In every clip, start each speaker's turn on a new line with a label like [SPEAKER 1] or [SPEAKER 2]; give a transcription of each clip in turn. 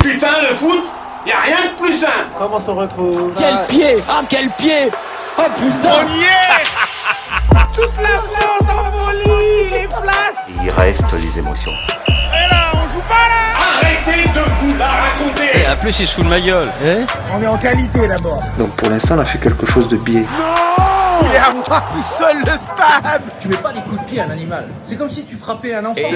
[SPEAKER 1] Putain, le foot, y a rien de plus simple.
[SPEAKER 2] Comment on se retrouve
[SPEAKER 3] Quel pied Ah quel pied Oh putain
[SPEAKER 1] Toute la France en folie, les places.
[SPEAKER 4] Il reste les émotions.
[SPEAKER 1] Et là, on joue pas là. Arrêtez de vous la raconter.
[SPEAKER 5] En plus, il se fout de ma gueule.
[SPEAKER 1] On est en qualité d'abord.
[SPEAKER 6] Donc pour l'instant, on a fait quelque chose de biais.
[SPEAKER 1] Il est à moi tout seul le stade.
[SPEAKER 7] Tu mets pas des coups de pied à un animal. C'est comme si tu frappais un enfant.
[SPEAKER 2] Et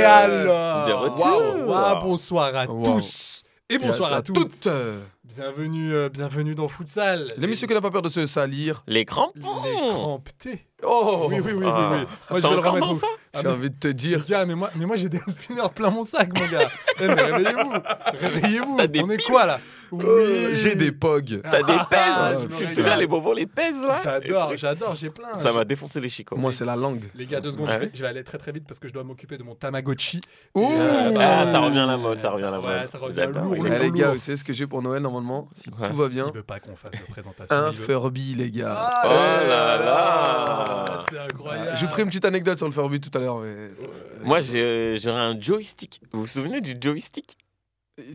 [SPEAKER 5] de
[SPEAKER 2] alors
[SPEAKER 5] retour.
[SPEAKER 2] Waouh, waouh, Bonsoir à
[SPEAKER 8] Waouh.
[SPEAKER 2] tous et bonsoir
[SPEAKER 8] Et
[SPEAKER 2] à,
[SPEAKER 8] à
[SPEAKER 2] toutes.
[SPEAKER 8] euh,
[SPEAKER 2] Bienvenue, euh, bienvenue dans Futsal.
[SPEAKER 8] L'émission qui n'a pas peur de se salir.
[SPEAKER 5] Les crampons.
[SPEAKER 2] Les crampés.
[SPEAKER 8] Oh
[SPEAKER 2] Oui, oui, oui, oui, oui.
[SPEAKER 5] Ah.
[SPEAKER 2] Moi, je
[SPEAKER 5] T'as
[SPEAKER 2] vais le
[SPEAKER 5] encore
[SPEAKER 2] remettre.
[SPEAKER 5] dans
[SPEAKER 2] au-
[SPEAKER 5] ça
[SPEAKER 2] Ah,
[SPEAKER 8] J'ai
[SPEAKER 2] mais-
[SPEAKER 8] envie de te
[SPEAKER 2] Les
[SPEAKER 8] dire.
[SPEAKER 2] gars, mais moi, mais moi j'ai des spinners plein mon sac, mon gars. Eh, mais réveillez-vous. Réveillez-vous.
[SPEAKER 5] T'as des
[SPEAKER 2] On est quoi là Oui.
[SPEAKER 8] J'ai des pogs.
[SPEAKER 5] T'as des
[SPEAKER 2] Ah,
[SPEAKER 5] pèses.
[SPEAKER 2] je me
[SPEAKER 5] Tu te
[SPEAKER 2] régale.
[SPEAKER 5] souviens, les bonbons, les pèses là
[SPEAKER 2] J'adore, j'adore, j'ai plein.
[SPEAKER 5] Ça m'a défoncé les chicots.
[SPEAKER 8] Moi, c'est la langue.
[SPEAKER 2] Les gars, deux secondes,
[SPEAKER 5] Ah
[SPEAKER 2] je vais-
[SPEAKER 5] oui.
[SPEAKER 2] je vais aller très très vite parce que je dois m'occuper de mon Tamagotchi.
[SPEAKER 8] Ouh.
[SPEAKER 2] Euh,
[SPEAKER 5] Ah, ça revient à la mode, ça
[SPEAKER 2] Ouais,
[SPEAKER 5] revient à la
[SPEAKER 2] ça- ouais,
[SPEAKER 5] mode.
[SPEAKER 2] ça revient
[SPEAKER 5] J'adore,
[SPEAKER 2] lourd,
[SPEAKER 5] il
[SPEAKER 8] Eh,
[SPEAKER 5] est
[SPEAKER 2] lourd.
[SPEAKER 5] cool.
[SPEAKER 8] les gars, vous savez ce que j'ai pour Noël normalement Si
[SPEAKER 5] Ouais.
[SPEAKER 8] tout va
[SPEAKER 2] Il
[SPEAKER 8] bien.
[SPEAKER 2] veut pas qu'on fasse de présentation.
[SPEAKER 8] Un
[SPEAKER 2] il veut-
[SPEAKER 8] Furby, les gars.
[SPEAKER 2] Ah
[SPEAKER 5] Oh là là.
[SPEAKER 2] C'est incroyable.
[SPEAKER 8] Je vous ferai une petite anecdote sur le Furby tout à l'heure. mais-
[SPEAKER 5] Moi, j'ai- j'aurais un joystick. Vous vous souvenez du joystick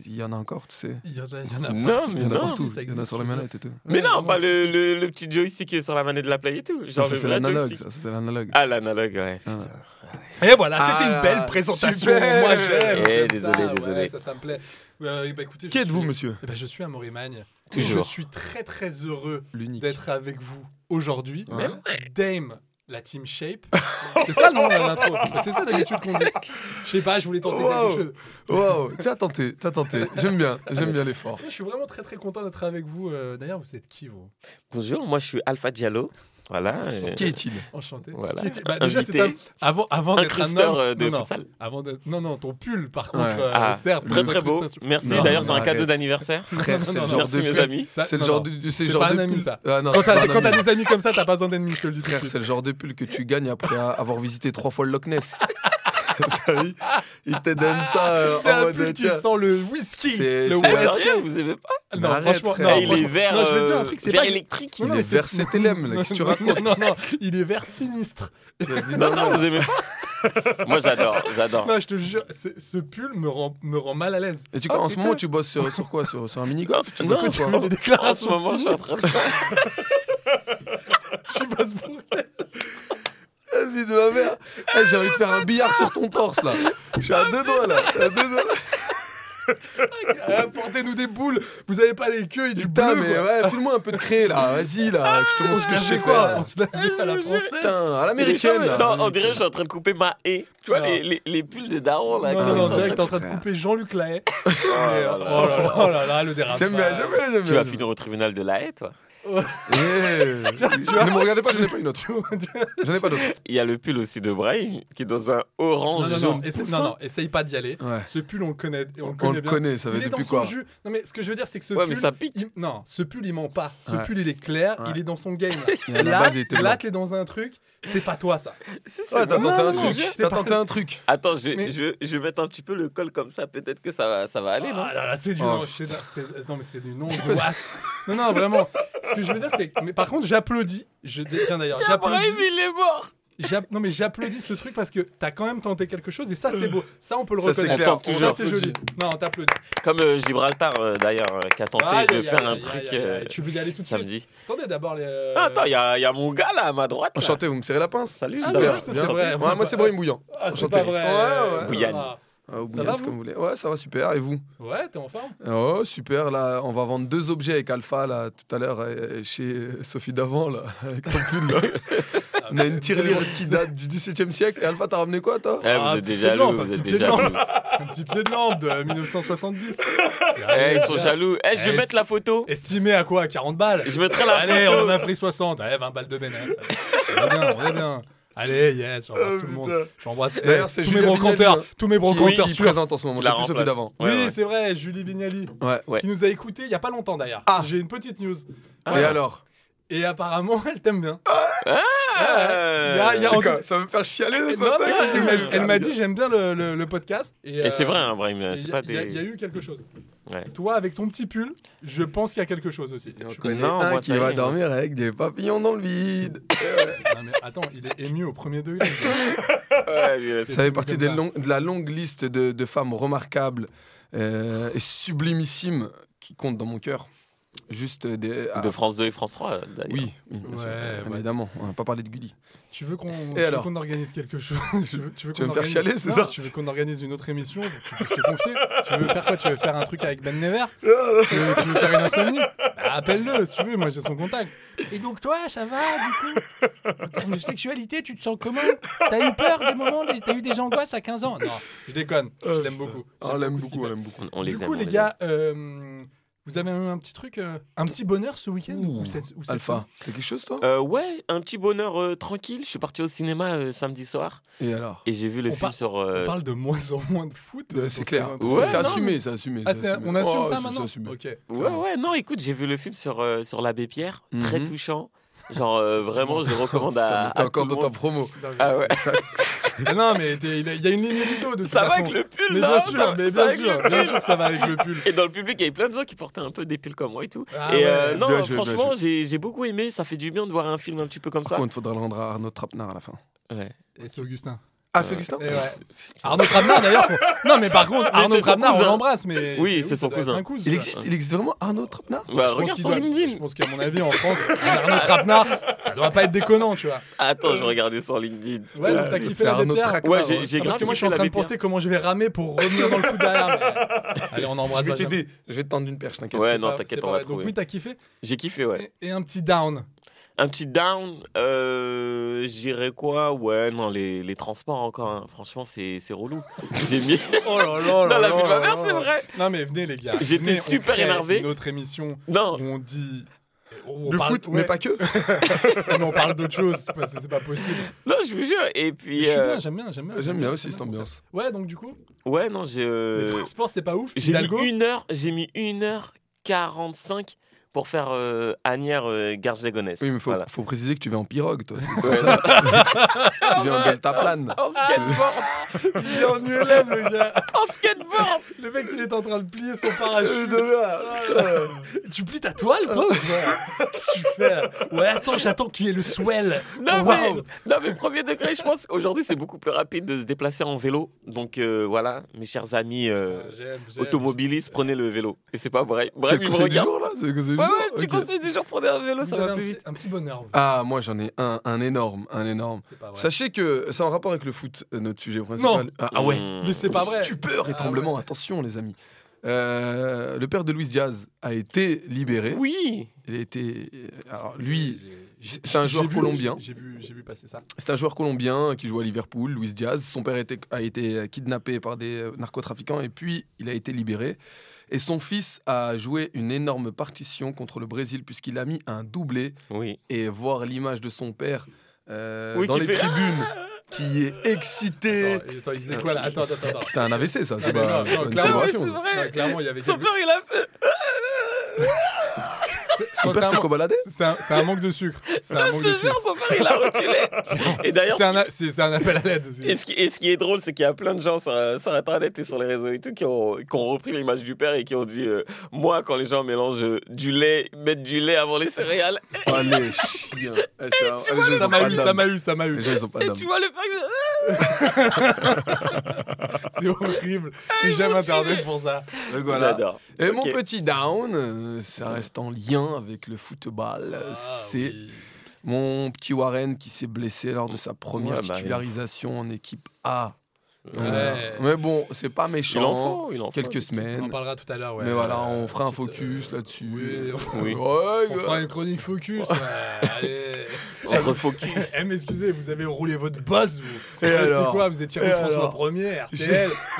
[SPEAKER 8] Il y en a encore, tu sais.
[SPEAKER 2] Il y en a, il y en a
[SPEAKER 5] Non,
[SPEAKER 2] partout.
[SPEAKER 5] mais
[SPEAKER 8] Il y en a
[SPEAKER 5] non,
[SPEAKER 8] partout.
[SPEAKER 2] ça
[SPEAKER 8] Il y en a
[SPEAKER 2] existe
[SPEAKER 8] sur les
[SPEAKER 2] toujours.
[SPEAKER 8] manettes et tout.
[SPEAKER 5] Mais non,
[SPEAKER 2] Ouais,
[SPEAKER 5] pas
[SPEAKER 2] ouais,
[SPEAKER 5] le,
[SPEAKER 2] c'est-
[SPEAKER 5] le, le petit joystick qui est sur la manette de la play et tout.
[SPEAKER 8] Ça,
[SPEAKER 5] Genre
[SPEAKER 8] ça,
[SPEAKER 5] le
[SPEAKER 8] c'est
[SPEAKER 5] vrai
[SPEAKER 8] l'analogue.
[SPEAKER 5] joystick.
[SPEAKER 8] Ça, ça, c'est l'analogue.
[SPEAKER 5] Ah, l'analogue, ouais. putain.
[SPEAKER 2] Et voilà, c'était une
[SPEAKER 8] Ah,
[SPEAKER 2] belle présentation.
[SPEAKER 8] super.
[SPEAKER 2] Moi, j'aime.
[SPEAKER 5] Eh,
[SPEAKER 2] j'aime
[SPEAKER 5] désolé,
[SPEAKER 2] ça, ouais,
[SPEAKER 5] désolé.
[SPEAKER 2] ça, ça me plaît. Euh, bah, écoutez, je
[SPEAKER 8] Qui êtes-vous,
[SPEAKER 2] suis-
[SPEAKER 8] monsieur
[SPEAKER 2] Eh ben, Je suis à Morimagne.
[SPEAKER 5] Toujours.
[SPEAKER 2] Je suis très, très heureux
[SPEAKER 8] L'unique.
[SPEAKER 2] d'être avec vous aujourd'hui.
[SPEAKER 8] Ouais.
[SPEAKER 2] Dame, la team Shape. C'est ça le nom de l'intro. C'est ça d'habitude qu'on dit. Je sais pas, je voulais tenter
[SPEAKER 8] Wow.
[SPEAKER 2] quelque chose.
[SPEAKER 8] Wow, t'as tenté, t'as tenté. J'aime bien, j'aime bien l'effort.
[SPEAKER 2] Et Je suis vraiment très, très content d'être avec vous. Euh, D'ailleurs, vous êtes qui, vous
[SPEAKER 5] Bonjour, moi, je suis Alpha Diallo. Voilà. euh,
[SPEAKER 8] Qui est-il
[SPEAKER 2] Enchanté.
[SPEAKER 5] Voilà.
[SPEAKER 2] Qui est- bah, déjà,
[SPEAKER 5] Invité.
[SPEAKER 2] c'est un... avant, avant
[SPEAKER 5] Un
[SPEAKER 2] d'être un
[SPEAKER 5] crusteur,
[SPEAKER 2] homme-
[SPEAKER 5] euh, de
[SPEAKER 2] non, non.
[SPEAKER 5] futsal.
[SPEAKER 2] Avant d'être- non, non, ton pull, par contre,
[SPEAKER 8] Ouais.
[SPEAKER 2] euh,
[SPEAKER 5] Ah,
[SPEAKER 2] sert pour
[SPEAKER 5] très
[SPEAKER 2] une
[SPEAKER 5] très beau.
[SPEAKER 2] incrustation.
[SPEAKER 5] Merci.
[SPEAKER 8] Non,
[SPEAKER 5] D'ailleurs,
[SPEAKER 8] non,
[SPEAKER 5] c'est un
[SPEAKER 8] arrête.
[SPEAKER 5] cadeau d'anniversaire.
[SPEAKER 8] Frère, c'est
[SPEAKER 2] non,
[SPEAKER 8] le
[SPEAKER 2] non,
[SPEAKER 8] genre
[SPEAKER 5] Merci,
[SPEAKER 8] de
[SPEAKER 5] mes
[SPEAKER 8] pute-
[SPEAKER 5] amis.
[SPEAKER 2] Ça-
[SPEAKER 8] C'est le
[SPEAKER 2] non,
[SPEAKER 8] genre
[SPEAKER 2] non.
[SPEAKER 8] de, c'est
[SPEAKER 2] C'est
[SPEAKER 8] le genre
[SPEAKER 2] pas
[SPEAKER 8] de
[SPEAKER 2] un ami,
[SPEAKER 8] pull-
[SPEAKER 2] ça.
[SPEAKER 8] Ah non,
[SPEAKER 2] Quand
[SPEAKER 8] c'est pas
[SPEAKER 2] t'as
[SPEAKER 8] un
[SPEAKER 2] quand
[SPEAKER 8] ami.
[SPEAKER 2] t'as des amis comme ça, t'as pas besoin d'ennemis, je te le dis tout de
[SPEAKER 8] Frère,
[SPEAKER 2] suite.
[SPEAKER 8] c'est le genre de pull que tu gagnes après a- avoir visité trois fois le Loch Ness. T'as vu Bah Il te donne ça euh,
[SPEAKER 2] C'est
[SPEAKER 8] en
[SPEAKER 2] un
[SPEAKER 8] mode
[SPEAKER 2] pull qui
[SPEAKER 8] tiens.
[SPEAKER 2] sent le whisky.
[SPEAKER 8] C'est-
[SPEAKER 2] Le
[SPEAKER 8] c'est-
[SPEAKER 5] Eh,
[SPEAKER 2] whisky.
[SPEAKER 5] sérieux, vous aimez pas
[SPEAKER 2] Non,
[SPEAKER 8] Arrête,
[SPEAKER 2] franchement,
[SPEAKER 8] frère.
[SPEAKER 2] non,
[SPEAKER 5] Eh, Il est
[SPEAKER 2] franchement.
[SPEAKER 5] vert.
[SPEAKER 2] Non, je vais te dire un
[SPEAKER 5] euh,
[SPEAKER 2] truc, c'est
[SPEAKER 5] vert
[SPEAKER 2] pas.
[SPEAKER 5] électrique.
[SPEAKER 2] Non, non,
[SPEAKER 8] Il
[SPEAKER 2] mais
[SPEAKER 8] est
[SPEAKER 2] c'est-
[SPEAKER 8] vert CTLM, là, qu'est-ce que tu
[SPEAKER 2] Non,
[SPEAKER 8] racontes
[SPEAKER 2] Non, non, il est vert sinistre.
[SPEAKER 5] Non, non, vous aimez pas Moi, j'adore, j'adore.
[SPEAKER 2] Non, je te jure, ce ce pull me rend, me rend mal à l'aise.
[SPEAKER 8] Et tu crois, en ce moment, tu bosses sur, sur quoi sur, sur un mini-golf Tu bosses
[SPEAKER 5] Non,
[SPEAKER 8] Ah, sur
[SPEAKER 2] fais des
[SPEAKER 8] quoi
[SPEAKER 5] En ce
[SPEAKER 2] déclarations.
[SPEAKER 5] moment, je
[SPEAKER 2] de
[SPEAKER 5] suis en train de
[SPEAKER 2] Tu passes pour
[SPEAKER 8] Ah, vie de ma mère Eh, J'ai envie de faire un billard sur ton torse, là. Je suis à deux doigts, là. Je suis à deux doigts, là.
[SPEAKER 2] Apportez-nous des boules. Vous avez pas les queues et du
[SPEAKER 8] Putain,
[SPEAKER 2] bleu.
[SPEAKER 8] mais
[SPEAKER 2] quoi.
[SPEAKER 8] ouais, file-moi un peu de craie, là. Vas-y, là. que Je te
[SPEAKER 2] On
[SPEAKER 8] montre
[SPEAKER 2] se
[SPEAKER 8] ce que
[SPEAKER 2] la
[SPEAKER 8] Ah, je sais
[SPEAKER 2] fait quoi
[SPEAKER 8] faire.
[SPEAKER 2] On se la fait à la française.
[SPEAKER 8] Putain, à
[SPEAKER 5] Non,
[SPEAKER 8] l'américaine,
[SPEAKER 5] mais-
[SPEAKER 8] là.
[SPEAKER 5] Non, on dirait que je suis en train de couper ma haie. Tu vois,
[SPEAKER 2] Non.
[SPEAKER 5] les, les, les pulls de Daron, là.
[SPEAKER 2] Non,
[SPEAKER 5] comme
[SPEAKER 2] non, non,
[SPEAKER 5] ça.
[SPEAKER 2] direct, t'es en train de couper Jean-Luc Lahaye. Mais, euh, Oh là là, oh là là, le dérapage.
[SPEAKER 8] J'aime bien, j'aime bien, j'aime bien.
[SPEAKER 5] Tu vas finir au tribunal de la haie, toi.
[SPEAKER 8] Eh, Ne me regardez pas, j'en ai pas une autre. J'en ai pas d'autre.
[SPEAKER 5] Il y a le pull aussi de Brahim, qui est dans un
[SPEAKER 2] Non,
[SPEAKER 5] orange
[SPEAKER 2] non,
[SPEAKER 5] jaune.
[SPEAKER 2] non, essaie-
[SPEAKER 5] poussant.
[SPEAKER 2] non, non, essaye pas d'y aller.
[SPEAKER 8] Ouais.
[SPEAKER 2] Ce pull, on le connaît. On le
[SPEAKER 8] On
[SPEAKER 2] connaît
[SPEAKER 8] le
[SPEAKER 2] bien.
[SPEAKER 8] connaît, ça va
[SPEAKER 2] il est
[SPEAKER 8] être
[SPEAKER 2] dans
[SPEAKER 8] depuis
[SPEAKER 2] son
[SPEAKER 8] quoi
[SPEAKER 2] jus. Non, mais ce que je veux dire, c'est que ce
[SPEAKER 5] Ouais,
[SPEAKER 2] pull.
[SPEAKER 5] mais ça pique.
[SPEAKER 2] il- Non, ce pull, il ment pas. Ce
[SPEAKER 8] Ouais.
[SPEAKER 2] pull, il est clair.
[SPEAKER 8] Ouais.
[SPEAKER 2] Il est dans son game.
[SPEAKER 8] Et
[SPEAKER 2] Là,
[SPEAKER 8] à la
[SPEAKER 2] là,
[SPEAKER 8] base, il était blanc.
[SPEAKER 2] t'es dans un truc. C'est pas toi, ça.
[SPEAKER 5] Si, c'est
[SPEAKER 8] Ah, t'as
[SPEAKER 5] bon.
[SPEAKER 8] tenté
[SPEAKER 2] Non,
[SPEAKER 8] un
[SPEAKER 2] non,
[SPEAKER 8] truc.
[SPEAKER 2] je sais
[SPEAKER 8] T'as
[SPEAKER 2] pas.
[SPEAKER 8] tenté un truc.
[SPEAKER 5] Attends, je vais,
[SPEAKER 2] Mais-
[SPEAKER 5] je, vais- je vais mettre un petit peu le col comme ça, peut-être que ça va, ça va aller, non
[SPEAKER 2] Ah là là, c'est du.
[SPEAKER 8] Oh,
[SPEAKER 2] non, c'est- c'est- Non, mais c'est du non-angoisse. Non, non, vraiment. Ce que je veux dire, c'est. que- Mais par contre, j'applaudis. Je... Tiens d'ailleurs, j'applaudis.
[SPEAKER 5] Brahim, il est mort
[SPEAKER 2] J'app- Non mais j'applaudis ce truc parce que t'as quand même tenté quelque chose et ça c'est beau, ça on peut le
[SPEAKER 8] Ça, c'est
[SPEAKER 2] reconnaître.
[SPEAKER 8] clair.
[SPEAKER 2] Ça,
[SPEAKER 5] Toujours.
[SPEAKER 2] c'est joli. Non, on t'applaudit.
[SPEAKER 5] Comme euh, Gibraltar, euh, d'ailleurs, euh, qui a tenté
[SPEAKER 2] Aïe,
[SPEAKER 5] de
[SPEAKER 2] aïe,
[SPEAKER 5] faire
[SPEAKER 2] aïe,
[SPEAKER 5] un
[SPEAKER 2] aïe,
[SPEAKER 5] truc
[SPEAKER 2] aïe, aïe,
[SPEAKER 5] euh,
[SPEAKER 2] aïe. Tu veux y aller tout de suite.
[SPEAKER 5] samedi.
[SPEAKER 2] Attendez d'abord les. euh,
[SPEAKER 5] Ah, attends, il y, a- il y a mon gars, là, à ma droite. là.
[SPEAKER 8] Enchanté, vous me serrez la pince
[SPEAKER 5] Salut,
[SPEAKER 2] Ah,
[SPEAKER 8] Super,
[SPEAKER 2] ouais, c'est
[SPEAKER 8] bien.
[SPEAKER 2] vrai.
[SPEAKER 8] Ouais, moi, c'est Brahim Bouillant.
[SPEAKER 2] Ah, c'est
[SPEAKER 8] Enchanté.
[SPEAKER 2] pas vrai.
[SPEAKER 8] Ouais, ouais.
[SPEAKER 5] Bouillane.
[SPEAKER 2] Ah.
[SPEAKER 8] Euh,
[SPEAKER 2] Ça
[SPEAKER 8] Bouillant,
[SPEAKER 2] va,
[SPEAKER 8] c'est
[SPEAKER 2] vous
[SPEAKER 8] comme vous voulez. Ouais, ça va, super. Et vous
[SPEAKER 2] Ouais, t'es en forme.
[SPEAKER 8] Oh, super. Là, on va vendre deux objets avec Alpha, là, tout à l'heure, euh, chez euh, Sophie Davant, là, avec ton pull, là. On a une tirelire qui date du 17 e siècle. Et Alpha, t'as ramené quoi, toi
[SPEAKER 5] Eh, vous
[SPEAKER 2] Ah,
[SPEAKER 5] êtes
[SPEAKER 2] petit
[SPEAKER 5] déjà
[SPEAKER 2] pied de
[SPEAKER 5] jaloux,
[SPEAKER 2] lampe,
[SPEAKER 5] vous êtes
[SPEAKER 2] petit pied de
[SPEAKER 5] déjà jaloux.
[SPEAKER 2] Un petit pied de lampe de 1970.
[SPEAKER 5] Eh, ils sont jaloux. Eh, je
[SPEAKER 2] Eh,
[SPEAKER 5] vais mettre la photo.
[SPEAKER 2] Estimé à quoi 40 balles.
[SPEAKER 5] Je mettrai la
[SPEAKER 2] Allez,
[SPEAKER 5] photo.
[SPEAKER 2] on en a pris 60. Allez, 20 balles de bénéfice. On est bien, on est bien. Allez, yes, j'embrasse
[SPEAKER 8] Ah,
[SPEAKER 2] tout le
[SPEAKER 8] putain.
[SPEAKER 2] monde. J'embrasse
[SPEAKER 8] D'ailleurs,
[SPEAKER 2] eh,
[SPEAKER 8] c'est
[SPEAKER 2] tous mes
[SPEAKER 8] Julien
[SPEAKER 2] brocanteurs,
[SPEAKER 8] Vignali, hein.
[SPEAKER 2] tous mes brocanteurs
[SPEAKER 8] qui
[SPEAKER 2] sûrs.
[SPEAKER 8] présente en ce moment,
[SPEAKER 5] Qui la
[SPEAKER 8] c'est plus Sophie
[SPEAKER 5] remplace.
[SPEAKER 8] d'avant.
[SPEAKER 5] Ouais,
[SPEAKER 2] oui,
[SPEAKER 5] ouais.
[SPEAKER 2] c'est vrai, Julie Vignali,
[SPEAKER 8] Ouais.
[SPEAKER 5] Ouais.
[SPEAKER 2] qui nous a écouté il y a pas longtemps d'ailleurs.
[SPEAKER 8] Ah.
[SPEAKER 2] J'ai une petite news.
[SPEAKER 5] Ah.
[SPEAKER 8] Et
[SPEAKER 2] eh,
[SPEAKER 8] alors
[SPEAKER 2] Et apparemment, elle t'aime bien.
[SPEAKER 8] Ah,
[SPEAKER 5] Euh,
[SPEAKER 2] Il y a- il y a-
[SPEAKER 8] C'est quoi, Ça Ah, va me faire chialer ce
[SPEAKER 2] Non, non,
[SPEAKER 8] matin qu'est-ce
[SPEAKER 2] elle
[SPEAKER 8] qu'il
[SPEAKER 2] m'a-
[SPEAKER 8] me
[SPEAKER 2] elle,
[SPEAKER 8] fait
[SPEAKER 2] m'a dit j'aime bien le, le- le podcast. Et,
[SPEAKER 5] Et c'est
[SPEAKER 2] euh,
[SPEAKER 5] vrai, hein, Brahim,
[SPEAKER 2] et
[SPEAKER 5] c'est
[SPEAKER 2] y a-
[SPEAKER 5] pas
[SPEAKER 2] Il y, a- il y a
[SPEAKER 5] des.
[SPEAKER 2] eu quelque chose.
[SPEAKER 5] Ouais.
[SPEAKER 2] Toi, avec ton petit pull, je pense qu'il y a quelque chose aussi.
[SPEAKER 8] Et on
[SPEAKER 2] Je-
[SPEAKER 8] connaît
[SPEAKER 5] Non,
[SPEAKER 8] un
[SPEAKER 5] moi,
[SPEAKER 8] qui
[SPEAKER 5] ça y
[SPEAKER 8] va
[SPEAKER 5] est,
[SPEAKER 8] dormir avec des papillons dans le vide.
[SPEAKER 2] Non, mais attends, il est ému au premier degré. Ah.
[SPEAKER 5] Ouais, mais c'est-
[SPEAKER 8] Ça fait partie
[SPEAKER 2] comme
[SPEAKER 8] des
[SPEAKER 2] ça.
[SPEAKER 8] longs- de la longue liste de, de femmes remarquables euh, et sublimissimes qui comptent dans mon cœur. Juste des. ah,
[SPEAKER 5] De France 2 et France 3, d'ailleurs.
[SPEAKER 8] Oui, oui, bien
[SPEAKER 2] Ouais,
[SPEAKER 8] sûr,
[SPEAKER 2] ouais.
[SPEAKER 8] évidemment. On va pas parler de Gulli.
[SPEAKER 2] Tu veux qu'on tu
[SPEAKER 8] Et
[SPEAKER 2] veux
[SPEAKER 8] alors
[SPEAKER 2] qu'on organise quelque chose Tu veux,
[SPEAKER 8] Tu veux
[SPEAKER 2] qu'on
[SPEAKER 8] me faire
[SPEAKER 2] organise-
[SPEAKER 8] chialer, c'est
[SPEAKER 2] Non,
[SPEAKER 8] ça
[SPEAKER 2] Tu veux qu'on organise une autre émission pour que tu puisses te confier Tu veux faire quoi Tu veux faire un truc avec Ben Never tu,
[SPEAKER 8] Ah,
[SPEAKER 2] veux, tu veux faire une insomnie Bah, Appelle-le si tu veux, moi j'ai son contact. Et donc toi, ça va du coup En termes de sexualité, tu te sens comment T'as eu peur des moments, des- t'as eu des angoisses à 15 ans Non, je déconne, je l'aime beaucoup.
[SPEAKER 8] Ah, on
[SPEAKER 2] J'aime
[SPEAKER 8] l'aime
[SPEAKER 2] ce qu'il
[SPEAKER 8] beaucoup, on
[SPEAKER 2] fait.
[SPEAKER 8] l'aime beaucoup.
[SPEAKER 5] On, on les
[SPEAKER 2] Du
[SPEAKER 5] aime.
[SPEAKER 2] coup,
[SPEAKER 5] on
[SPEAKER 2] les
[SPEAKER 5] aime.
[SPEAKER 2] gars, euh, vous avez un, un petit truc, euh, un petit bonheur ce week-end ou
[SPEAKER 8] Ouh,
[SPEAKER 2] cette- ou cette
[SPEAKER 8] Alpha, t'as quelque chose toi
[SPEAKER 5] Euh, ouais, un petit bonheur euh, tranquille. Je suis parti au cinéma euh, samedi soir
[SPEAKER 8] Et alors
[SPEAKER 5] et j'ai vu le
[SPEAKER 2] On
[SPEAKER 5] film
[SPEAKER 2] par-
[SPEAKER 5] sur.
[SPEAKER 2] On
[SPEAKER 5] euh,
[SPEAKER 2] parle de moins en moins de foot.
[SPEAKER 8] Euh,
[SPEAKER 2] dans
[SPEAKER 8] C'est
[SPEAKER 2] ce
[SPEAKER 8] clair.
[SPEAKER 2] présent-
[SPEAKER 5] Ouais,
[SPEAKER 8] c'est
[SPEAKER 5] non,
[SPEAKER 8] assumé, c'est assumé.
[SPEAKER 2] Ah,
[SPEAKER 8] c'est
[SPEAKER 2] c'est-
[SPEAKER 8] assumé.
[SPEAKER 2] on assume
[SPEAKER 8] Oh,
[SPEAKER 2] ça
[SPEAKER 8] c'est-
[SPEAKER 2] maintenant.
[SPEAKER 8] c'est assumé.
[SPEAKER 2] Ok.
[SPEAKER 5] Ouais, ouais, non, écoute, j'ai vu le film sur, euh, sur l'abbé Pierre, très
[SPEAKER 8] Mhm.
[SPEAKER 5] touchant. Genre, euh, vraiment, je le recommande à.
[SPEAKER 8] Putain, T'es
[SPEAKER 5] à
[SPEAKER 8] encore
[SPEAKER 5] tout le
[SPEAKER 8] dans ta
[SPEAKER 5] monde.
[SPEAKER 8] promo.
[SPEAKER 5] Ah ouais,
[SPEAKER 2] Ah non, mais t'es- il a- il y a une ligne édito de toute
[SPEAKER 5] ça va
[SPEAKER 2] façon.
[SPEAKER 5] avec le pull
[SPEAKER 2] Mais
[SPEAKER 5] là
[SPEAKER 2] bien
[SPEAKER 5] ça-
[SPEAKER 2] sûr, mais
[SPEAKER 5] ça va
[SPEAKER 2] bien
[SPEAKER 5] avec le
[SPEAKER 2] sûr, bien
[SPEAKER 5] pull.
[SPEAKER 2] sûr que ça va avec le pull.
[SPEAKER 5] Et dans le public, il y avait plein de gens qui portaient un peu des pulls comme moi et tout.
[SPEAKER 2] Ah
[SPEAKER 5] et
[SPEAKER 2] ouais.
[SPEAKER 5] euh,
[SPEAKER 8] Bien
[SPEAKER 5] non,
[SPEAKER 8] joué, bien
[SPEAKER 5] franchement, j'ai j'ai beaucoup aimé. Ça fait du bien de voir un film un petit peu comme
[SPEAKER 8] Par
[SPEAKER 5] ça.
[SPEAKER 8] contre, faudra le rendre à Arnaud Trapnard à la fin.
[SPEAKER 5] Ouais.
[SPEAKER 2] Et c'est Augustin.
[SPEAKER 8] Ah, c'est Augustin
[SPEAKER 2] Et ouais. Arnaud Tramnard d'ailleurs. faut- Non, mais par contre,
[SPEAKER 5] Mais
[SPEAKER 2] Arnaud
[SPEAKER 5] c'est son
[SPEAKER 2] Tramnard, on
[SPEAKER 5] cousin.
[SPEAKER 2] l'embrasse, mais.
[SPEAKER 5] Oui,
[SPEAKER 2] mais
[SPEAKER 5] c'est
[SPEAKER 2] ça
[SPEAKER 5] son
[SPEAKER 2] doit être
[SPEAKER 5] cousin.
[SPEAKER 2] un cousin.
[SPEAKER 8] Il existe, il existe vraiment Arnaud Trapnard
[SPEAKER 5] Bah,
[SPEAKER 2] Je pense
[SPEAKER 5] regarde
[SPEAKER 2] qu'il
[SPEAKER 5] sur
[SPEAKER 2] doit-
[SPEAKER 5] LinkedIn.
[SPEAKER 2] Je pense qu'à mon avis, en France, un Arnaud Tramnard, ça doit pas être déconnant, tu vois.
[SPEAKER 5] Attends, je regardais sur LinkedIn.
[SPEAKER 2] Ouais, donc t'as
[SPEAKER 8] c'est-
[SPEAKER 2] kiffé
[SPEAKER 8] c'est
[SPEAKER 2] la
[SPEAKER 8] Arnaud
[SPEAKER 2] Pierre.
[SPEAKER 8] Traquenard.
[SPEAKER 5] Ouais, j'ai j'ai
[SPEAKER 2] Ah,
[SPEAKER 5] grave
[SPEAKER 2] Parce que moi, je suis en train
[SPEAKER 5] kiffé
[SPEAKER 2] de
[SPEAKER 5] l'abbé Pierre.
[SPEAKER 2] penser comment je vais ramer pour revenir dans le coup derrière. mais- Allez, on embrasse.
[SPEAKER 8] Je vais
[SPEAKER 2] Benjamin.
[SPEAKER 8] t'aider, je vais te tendre une perche, t'inquiète.
[SPEAKER 5] Ouais,
[SPEAKER 2] C'est
[SPEAKER 5] non,
[SPEAKER 2] pas-
[SPEAKER 5] t'inquiète,
[SPEAKER 2] c'est
[SPEAKER 5] on
[SPEAKER 2] pas
[SPEAKER 5] va
[SPEAKER 2] vrai. Donc,
[SPEAKER 5] trouver.
[SPEAKER 2] oui, t'as kiffé.
[SPEAKER 5] J'ai kiffé, ouais.
[SPEAKER 2] Et- Et un petit down.
[SPEAKER 5] Un petit down, euh, j'irais quoi Ouais, non, les, les transports encore, hein. franchement, c'est c'est relou. J'ai mis.
[SPEAKER 2] Oh là là
[SPEAKER 5] Dans
[SPEAKER 2] là
[SPEAKER 5] la
[SPEAKER 2] là
[SPEAKER 5] vie de ma
[SPEAKER 2] là
[SPEAKER 5] mère,
[SPEAKER 2] là
[SPEAKER 5] c'est
[SPEAKER 2] là.
[SPEAKER 5] vrai.
[SPEAKER 2] Non mais venez les gars.
[SPEAKER 5] J'étais
[SPEAKER 2] Venez, on
[SPEAKER 5] super
[SPEAKER 2] crée
[SPEAKER 5] énervé.
[SPEAKER 2] Une autre émission où
[SPEAKER 5] Non,
[SPEAKER 2] on dit. où on
[SPEAKER 8] Le
[SPEAKER 2] parle-
[SPEAKER 8] foot,
[SPEAKER 2] ouais,
[SPEAKER 8] mais pas que.
[SPEAKER 2] mais on parle d'autre chose parce que c'est pas possible.
[SPEAKER 5] non, je vous jure.
[SPEAKER 2] Mais
[SPEAKER 5] Et puis.
[SPEAKER 2] Je suis
[SPEAKER 5] euh,
[SPEAKER 2] bien, j'aime bien, j'aime bien.
[SPEAKER 8] J'aime bien aussi
[SPEAKER 2] j'aime
[SPEAKER 8] cette
[SPEAKER 2] le
[SPEAKER 8] ambiance.
[SPEAKER 2] concept. Ouais donc du coup,
[SPEAKER 5] Ouais, non, j'ai. euh,
[SPEAKER 2] les transports c'est pas ouf.
[SPEAKER 5] J'ai mis
[SPEAKER 2] Hidalgo.
[SPEAKER 5] une heure, j'ai mis une heure 45 pour faire euh, Agnières euh, Garges-Légonesse.
[SPEAKER 8] Oui, mais faut,
[SPEAKER 5] Voilà.
[SPEAKER 8] faut préciser que tu vas en pirogue, toi. C'est
[SPEAKER 5] Ouais. Oh,
[SPEAKER 8] ça. tu viens en deltaplane.
[SPEAKER 5] En skateboard,
[SPEAKER 2] Il est en ULM le gars.
[SPEAKER 5] en skateboard.
[SPEAKER 2] Le mec il est en train de plier son parachute. Ah, tu plies ta toile toi ou quoi Qu'est-ce que tu fais là Ouais attends j'attends qu'il y ait le swell.
[SPEAKER 5] Non, mais,
[SPEAKER 2] Waouh.
[SPEAKER 5] non mais premier degré, je pense aujourd'hui c'est beaucoup plus rapide de se déplacer en vélo. Donc euh, voilà, mes chers amis euh,
[SPEAKER 2] J'aime, j'aime.
[SPEAKER 5] automobilistes, prenez le vélo. Et c'est pas vrai.
[SPEAKER 8] C'est
[SPEAKER 5] Bref,
[SPEAKER 8] le
[SPEAKER 5] ils me
[SPEAKER 8] conseil du
[SPEAKER 5] regardent.
[SPEAKER 8] jour, là C'est le conseil du
[SPEAKER 5] Ouais, ouais,
[SPEAKER 8] jour
[SPEAKER 5] tu
[SPEAKER 8] Ok.
[SPEAKER 5] conseilles des gens prenez un vélo,
[SPEAKER 2] Vous
[SPEAKER 5] ça
[SPEAKER 2] avez
[SPEAKER 5] va
[SPEAKER 2] un
[SPEAKER 5] plus
[SPEAKER 2] petit,
[SPEAKER 5] vite.
[SPEAKER 2] un petit bonheur. vous.
[SPEAKER 8] Ah, moi j'en ai un, un énorme, un énorme.
[SPEAKER 2] C'est pas vrai.
[SPEAKER 8] Sachez que c'est en rapport avec le foot, euh, notre sujet principal.
[SPEAKER 2] Non.
[SPEAKER 8] Ah, ah ouais
[SPEAKER 5] Mmh.
[SPEAKER 2] Mais c'est pas vrai.
[SPEAKER 8] Stupeur et
[SPEAKER 2] Ah
[SPEAKER 8] tremblement, attention les amis. Euh, le père de Luis Diaz a été libéré.
[SPEAKER 5] Oui.
[SPEAKER 8] Il a été. euh, Alors lui,
[SPEAKER 2] J'ai-
[SPEAKER 8] c'est c'est un joueur
[SPEAKER 2] j'ai vu-
[SPEAKER 8] colombien.
[SPEAKER 2] J'ai j'ai vu, j'ai vu passer ça.
[SPEAKER 8] C'est un joueur colombien qui joue à Liverpool, Luis Diaz. Son père était- a été kidnappé par des euh, narcotrafiquants et puis il a été libéré. Et son fils a joué une énorme partition contre le Brésil puisqu'il a mis un doublé
[SPEAKER 5] Oui.
[SPEAKER 8] et voir l'image de son père euh,
[SPEAKER 5] Oui,
[SPEAKER 8] dans
[SPEAKER 5] qui
[SPEAKER 8] les
[SPEAKER 5] fait-
[SPEAKER 8] tribunes qui est excité.
[SPEAKER 2] Ah Attends, attends, il faisait quoi là Attends, attends, attends.
[SPEAKER 8] C'était un AVC ça,
[SPEAKER 2] mais
[SPEAKER 8] c'est pas
[SPEAKER 2] non, non,
[SPEAKER 8] une
[SPEAKER 2] clairement,
[SPEAKER 8] célébration.
[SPEAKER 5] c'est vrai.
[SPEAKER 2] Non, clairement, il y avait
[SPEAKER 5] Son
[SPEAKER 2] quelque
[SPEAKER 5] père, il a fait.
[SPEAKER 2] C'est-
[SPEAKER 8] Son
[SPEAKER 2] c'est
[SPEAKER 8] père
[SPEAKER 2] un
[SPEAKER 8] s'est
[SPEAKER 2] man-
[SPEAKER 8] cobaladé
[SPEAKER 2] C'est un, c'est un manque de sucre. C'est un
[SPEAKER 5] Je
[SPEAKER 2] manque
[SPEAKER 5] te
[SPEAKER 2] de
[SPEAKER 5] jure,
[SPEAKER 2] sucre.
[SPEAKER 5] hein, son père, il a reculé. Et d'ailleurs,
[SPEAKER 2] C'est un, a- c'est- c'est un appel à l'aide. c'est-
[SPEAKER 5] Et ce, qui, et ce qui est drôle, c'est qu'il y a plein de gens sur, euh, sur Internet et sur les réseaux et tout qui ont, qui ont repris l'image du père et qui ont dit euh, Moi, quand les gens mélangent euh, du lait, mettent du lait avant les céréales.
[SPEAKER 8] Allez, chien. Eh, c'est un- eh, je les
[SPEAKER 2] Ça
[SPEAKER 8] ai
[SPEAKER 2] m'a
[SPEAKER 8] pas
[SPEAKER 2] eu,
[SPEAKER 8] d'âme.
[SPEAKER 2] ça m'a eu, ça m'a eu.
[SPEAKER 8] Les gens, ils ont pas
[SPEAKER 5] Et
[SPEAKER 8] d'âme.
[SPEAKER 5] tu vois le père. il fait,
[SPEAKER 2] C'est horrible. Et j'aime Internet pour ça.
[SPEAKER 8] Donc
[SPEAKER 5] Ah
[SPEAKER 8] voilà.
[SPEAKER 5] J'adore.
[SPEAKER 8] Et
[SPEAKER 5] Ok.
[SPEAKER 8] mon petit down, euh, ça reste en lien avec le football.
[SPEAKER 2] Ah
[SPEAKER 8] euh, c'est mon petit Warren qui s'est blessé lors de sa première
[SPEAKER 5] Ouais, bah,
[SPEAKER 8] titularisation en équipe A. Donc,
[SPEAKER 2] Ouais.
[SPEAKER 8] voilà. Mais bon, c'est pas
[SPEAKER 5] Il en
[SPEAKER 8] méchant.
[SPEAKER 5] faut, il en faut.
[SPEAKER 8] Quelques
[SPEAKER 2] On en
[SPEAKER 8] semaines.
[SPEAKER 2] parlera tout à l'heure. ouais.
[SPEAKER 8] Mais voilà,
[SPEAKER 2] Euh,
[SPEAKER 8] on fera un euh.
[SPEAKER 2] petite,
[SPEAKER 8] focus
[SPEAKER 2] euh,
[SPEAKER 8] là-dessus.
[SPEAKER 2] Oui,
[SPEAKER 5] Oui.
[SPEAKER 8] Ouais,
[SPEAKER 2] on
[SPEAKER 8] gars.
[SPEAKER 2] fera une chronique focus. ouais, Allez.
[SPEAKER 5] Entre focus.
[SPEAKER 2] Eh, mais excusez, vous avez roulé votre boss, vous.
[SPEAKER 8] Et
[SPEAKER 2] Eh, c'est
[SPEAKER 8] alors
[SPEAKER 2] quoi Vous étiez
[SPEAKER 8] Et
[SPEAKER 2] François
[SPEAKER 8] alors
[SPEAKER 2] 1er, RTL. Vous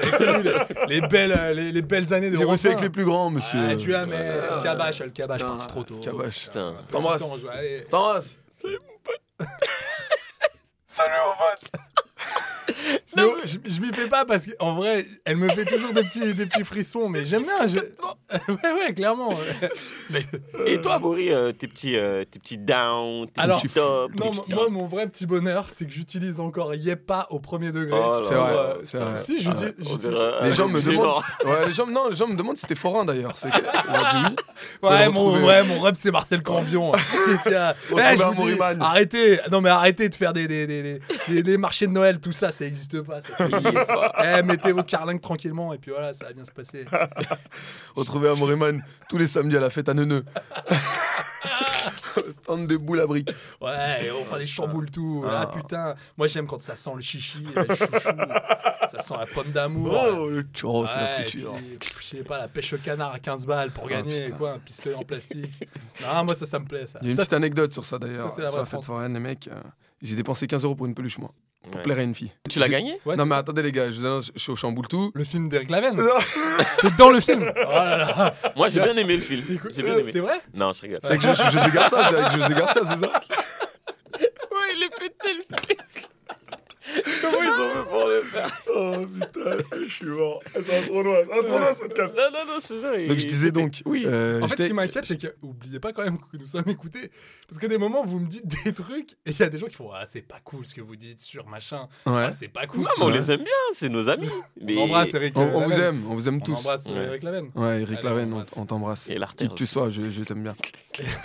[SPEAKER 2] avez connu les, les belles, euh, les, les belles années de
[SPEAKER 8] J'ai
[SPEAKER 2] Europe
[SPEAKER 8] bossé avec
[SPEAKER 2] un.
[SPEAKER 8] les plus grands, monsieur.
[SPEAKER 2] Ah, tu as, mais le cabache, le cabache,
[SPEAKER 8] Putain,
[SPEAKER 2] parti trop tôt.
[SPEAKER 8] Cabache.
[SPEAKER 5] Putain.
[SPEAKER 2] Petit
[SPEAKER 8] T'embrasses.
[SPEAKER 2] ange, allez.
[SPEAKER 8] T'embrasses.
[SPEAKER 2] Salut mon pote C'est bon, je, je m'y fais pas parce qu'en vrai, elle me fait toujours des petits, des petits frissons, mais j'aime bien. je- ouais, ouais, clairement.
[SPEAKER 5] Et toi, Boris, euh, tes petits, euh, tes petits down, tes
[SPEAKER 2] Alors,
[SPEAKER 5] petits top, tes
[SPEAKER 2] Non,
[SPEAKER 5] petits
[SPEAKER 2] moi,
[SPEAKER 5] top.
[SPEAKER 2] mon vrai petit bonheur, c'est que j'utilise encore Yepa au premier degré.
[SPEAKER 5] Oh là
[SPEAKER 8] C'est vrai,
[SPEAKER 2] Euh,
[SPEAKER 8] c'est vrai.
[SPEAKER 2] Si, j'utilise.
[SPEAKER 5] On
[SPEAKER 2] j'utilise-
[SPEAKER 5] dirait,
[SPEAKER 8] Les
[SPEAKER 5] euh,
[SPEAKER 8] gens me
[SPEAKER 5] Gérard.
[SPEAKER 8] demandent. Ouais, les gens, non, les gens me demandent si t'es forain d'ailleurs. C'est que- Ils ont dit Vous le
[SPEAKER 2] Ouais, mon,
[SPEAKER 8] retrouvez.
[SPEAKER 2] ouais, mon rep, c'est Marcel Cambion. Qu'est-ce qu'il y a
[SPEAKER 8] Retrouvez
[SPEAKER 2] Eh, je
[SPEAKER 8] un
[SPEAKER 2] vous dis,
[SPEAKER 8] Moribane.
[SPEAKER 2] Arrêtez Non, mais arrêtez de faire des, des, des, des, des- des marchés de Noël, tout ça, ça n'existe pas. ça, c'est lié, ça. Eh, mettez vos carlingues tranquillement, et puis voilà, ça va bien se passer.
[SPEAKER 8] Retrouvez Amoriman tous les samedis à la fête à Neuneu. Au Stand de boule à briques.
[SPEAKER 2] Ouais, et on prend des chamboules tout.
[SPEAKER 8] Ah.
[SPEAKER 2] Ah putain, moi j'aime quand ça sent le chichi, le chouchou, ça sent la pomme d'amour.
[SPEAKER 8] le churro, Oh, c'est la
[SPEAKER 2] Ouais,
[SPEAKER 8] friture.
[SPEAKER 2] puis, je sais pas, la pêche au canard à 15 balles pour
[SPEAKER 8] Ah,
[SPEAKER 2] gagner,
[SPEAKER 8] putain.
[SPEAKER 2] quoi, un pistolet en plastique. Non, moi ça, ça me plaît, ça.
[SPEAKER 8] Il y a une
[SPEAKER 2] Ça,
[SPEAKER 8] petite anecdote sur ça d'ailleurs.
[SPEAKER 2] ça, c'est la
[SPEAKER 8] Sur
[SPEAKER 2] vraie
[SPEAKER 8] la fête
[SPEAKER 2] France.
[SPEAKER 8] foraine, les mecs. euh, J'ai dépensé 15 euros pour une peluche, moi. Pour
[SPEAKER 5] Ouais.
[SPEAKER 8] plaire à une fille.
[SPEAKER 5] Tu l'as
[SPEAKER 8] J'ai-
[SPEAKER 5] gagné
[SPEAKER 2] Ouais, c'est
[SPEAKER 8] non, mais
[SPEAKER 2] ça.
[SPEAKER 8] attendez, les gars, je vous annonce, je suis au Chamboultou.
[SPEAKER 2] Le film d'Eric Laven. T'es dans le film. Oh là là.
[SPEAKER 5] Moi, j'ai bien aimé le film. J'ai bien
[SPEAKER 2] Euh,
[SPEAKER 5] aimé.
[SPEAKER 2] C'est vrai
[SPEAKER 5] Non, je rigole.
[SPEAKER 8] C'est avec José José Garcia, c'est avec José Garcia, c'est ça
[SPEAKER 5] Ouais, il est pété le film. Comment ils ont fait pour le faire
[SPEAKER 8] Oh putain, je suis mort. Ah,
[SPEAKER 5] Non, non, non, je te jure. il-
[SPEAKER 8] Donc je disais donc.
[SPEAKER 5] Oui.
[SPEAKER 8] euh,
[SPEAKER 2] En fait, ce
[SPEAKER 8] j'étais-
[SPEAKER 2] qui m'inquiète, c'est que, oubliez pas quand même que nous sommes écoutés. Parce que des moments, vous me dites des trucs, et il y a des gens qui font Ah, c'est pas cool ce que vous dites sur machin.
[SPEAKER 8] Ouais.
[SPEAKER 2] Ah, c'est pas cool.
[SPEAKER 5] Non,
[SPEAKER 2] ce que
[SPEAKER 5] mais on
[SPEAKER 2] vous
[SPEAKER 5] les aime bien, c'est nos amis.
[SPEAKER 2] On
[SPEAKER 5] Mais...
[SPEAKER 2] embrasse Eric.
[SPEAKER 8] On,
[SPEAKER 2] euh,
[SPEAKER 8] on vous
[SPEAKER 2] Laven.
[SPEAKER 8] aime, on vous aime
[SPEAKER 2] On
[SPEAKER 8] tous.
[SPEAKER 2] embrasse euh,
[SPEAKER 5] Ouais.
[SPEAKER 2] Eric Laven.
[SPEAKER 8] Ouais, Eric
[SPEAKER 2] Allez,
[SPEAKER 8] Laven,
[SPEAKER 2] on
[SPEAKER 8] on,
[SPEAKER 2] embrasse.
[SPEAKER 8] on t'embrasse.
[SPEAKER 5] Et l'artère
[SPEAKER 8] Qui que tu sois, je, je t'aime bien.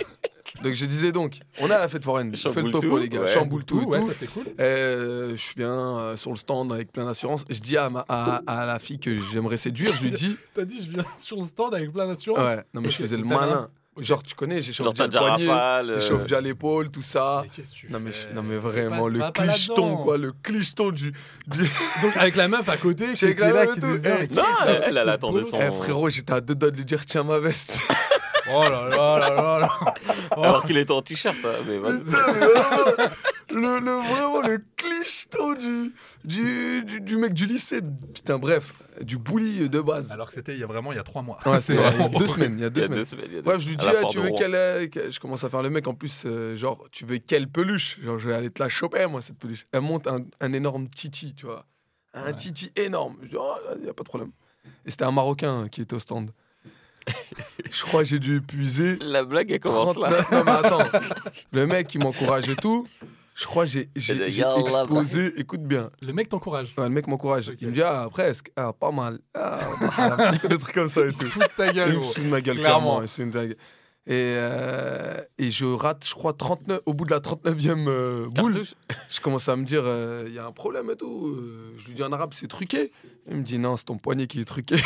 [SPEAKER 8] Donc je disais donc, on est à la fête foraine. Je fais le
[SPEAKER 5] Chamboule
[SPEAKER 8] topo,
[SPEAKER 5] tout,
[SPEAKER 8] les gars.
[SPEAKER 5] ouais.
[SPEAKER 8] Chamboule tout. et
[SPEAKER 2] ouais,
[SPEAKER 8] tout.
[SPEAKER 2] ça c'est cool.
[SPEAKER 8] Euh, je viens euh, sur le stand avec plein d'assurance. Je dis à, ma- à, à la fille que j'aimerais séduire, je lui dis.
[SPEAKER 2] T'as dit, je viens sur le stand avec plein d'assurance.
[SPEAKER 8] Ouais, non, mais je faisais le
[SPEAKER 2] T'as
[SPEAKER 8] malin. Genre, tu connais, j'échauffe
[SPEAKER 5] Genre,
[SPEAKER 8] déjà
[SPEAKER 5] t'as
[SPEAKER 8] le
[SPEAKER 5] déjà
[SPEAKER 8] poignet,
[SPEAKER 5] rafale. euh,
[SPEAKER 8] j'échauffe déjà l'épaule, tout ça.
[SPEAKER 2] Mais qu'est-ce que tu
[SPEAKER 8] Non mais, je-
[SPEAKER 2] fais
[SPEAKER 8] non mais
[SPEAKER 2] Euh, Va-
[SPEAKER 8] vraiment, le
[SPEAKER 2] va pas là-dedans.
[SPEAKER 8] clicheton, quoi, le clicheton du. du...
[SPEAKER 2] Donc, avec la meuf à côté, qui
[SPEAKER 8] J'ai
[SPEAKER 2] était là,
[SPEAKER 8] la
[SPEAKER 2] qui
[SPEAKER 8] meuf et
[SPEAKER 2] disait
[SPEAKER 8] tout.
[SPEAKER 2] Mais
[SPEAKER 8] Eh,
[SPEAKER 2] qu'est-ce
[SPEAKER 5] non,
[SPEAKER 2] que
[SPEAKER 5] elle-
[SPEAKER 2] c'est que
[SPEAKER 5] elle
[SPEAKER 2] ce
[SPEAKER 5] attendait
[SPEAKER 2] boulot
[SPEAKER 5] son-
[SPEAKER 8] Eh, frérot, j'étais à deux doigts de lui dire tiens ma veste.
[SPEAKER 2] Oh là là là là là.
[SPEAKER 5] Alors qu'il était en t-shirt. hein, mais vas-y.
[SPEAKER 8] Putain, mais vraiment, le, le- vraiment le clicheton du, du, du, du mec du lycée. Putain, bref, du bully de base.
[SPEAKER 2] Alors que c'était il y a vraiment il y a trois mois.
[SPEAKER 8] Ouais, c'est vrai, il y a deux semaines, il y a
[SPEAKER 5] Il
[SPEAKER 8] deux
[SPEAKER 5] y a
[SPEAKER 8] semaines.
[SPEAKER 5] deux semaines. il y a deux-
[SPEAKER 8] Bref, je lui
[SPEAKER 5] à
[SPEAKER 8] dis,
[SPEAKER 5] la
[SPEAKER 8] Ah,
[SPEAKER 5] foire
[SPEAKER 8] tu
[SPEAKER 5] de
[SPEAKER 8] veux
[SPEAKER 5] Rouen.
[SPEAKER 8] quelle. euh, que- Je commence à faire le mec en plus, euh, genre, tu veux quelle peluche Genre, je vais aller te la choper, moi, cette peluche. Elle monte un, un énorme titi, tu vois. Un titi énorme. Je dis, oh, y a pas de problème. Et c'était un Marocain hein, qui était au stand. je crois que j'ai dû épuiser
[SPEAKER 5] La blague, elle commence là.
[SPEAKER 8] 39. Non, mais attends. Le mec, il m'encourage et tout. Je crois que j'ai
[SPEAKER 5] Et le
[SPEAKER 8] j'ai- j'ai
[SPEAKER 5] gars, là,
[SPEAKER 8] explosé. Écoute bien.
[SPEAKER 2] Le mec t'encourage.
[SPEAKER 8] Ouais, le mec m'encourage.
[SPEAKER 2] Ok.
[SPEAKER 8] Il me dit, ah, presque. Ah, pas mal. Ah, voilà. des trucs comme ça et tout.
[SPEAKER 2] Fout de ta
[SPEAKER 8] Il
[SPEAKER 2] gueule.
[SPEAKER 8] me
[SPEAKER 2] gros.
[SPEAKER 8] fout de ma gueule,
[SPEAKER 2] Clairement.
[SPEAKER 8] clairement. il se fout de ma gueule. Et, euh, et je rate, je crois, 39, au bout de la 39e euh, boule.
[SPEAKER 5] Cartouche.
[SPEAKER 8] Je commence à me dire, euh, il y a un problème et tout. Euh, je lui dis en arabe, c'est truqué. Il me dit, non, c'est ton poignet qui est truqué.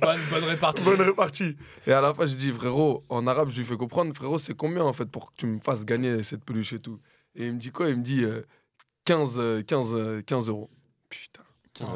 [SPEAKER 2] Bonne, bonne répartie.
[SPEAKER 8] Bonne répartie. Et à la fin, je dis, frérot, en arabe, je lui fais comprendre, frérot, c'est combien en fait pour que tu me fasses gagner cette peluche et tout Et il me dit quoi Il me dit euh, 15, euh, 15, euh, 15 euros. Putain,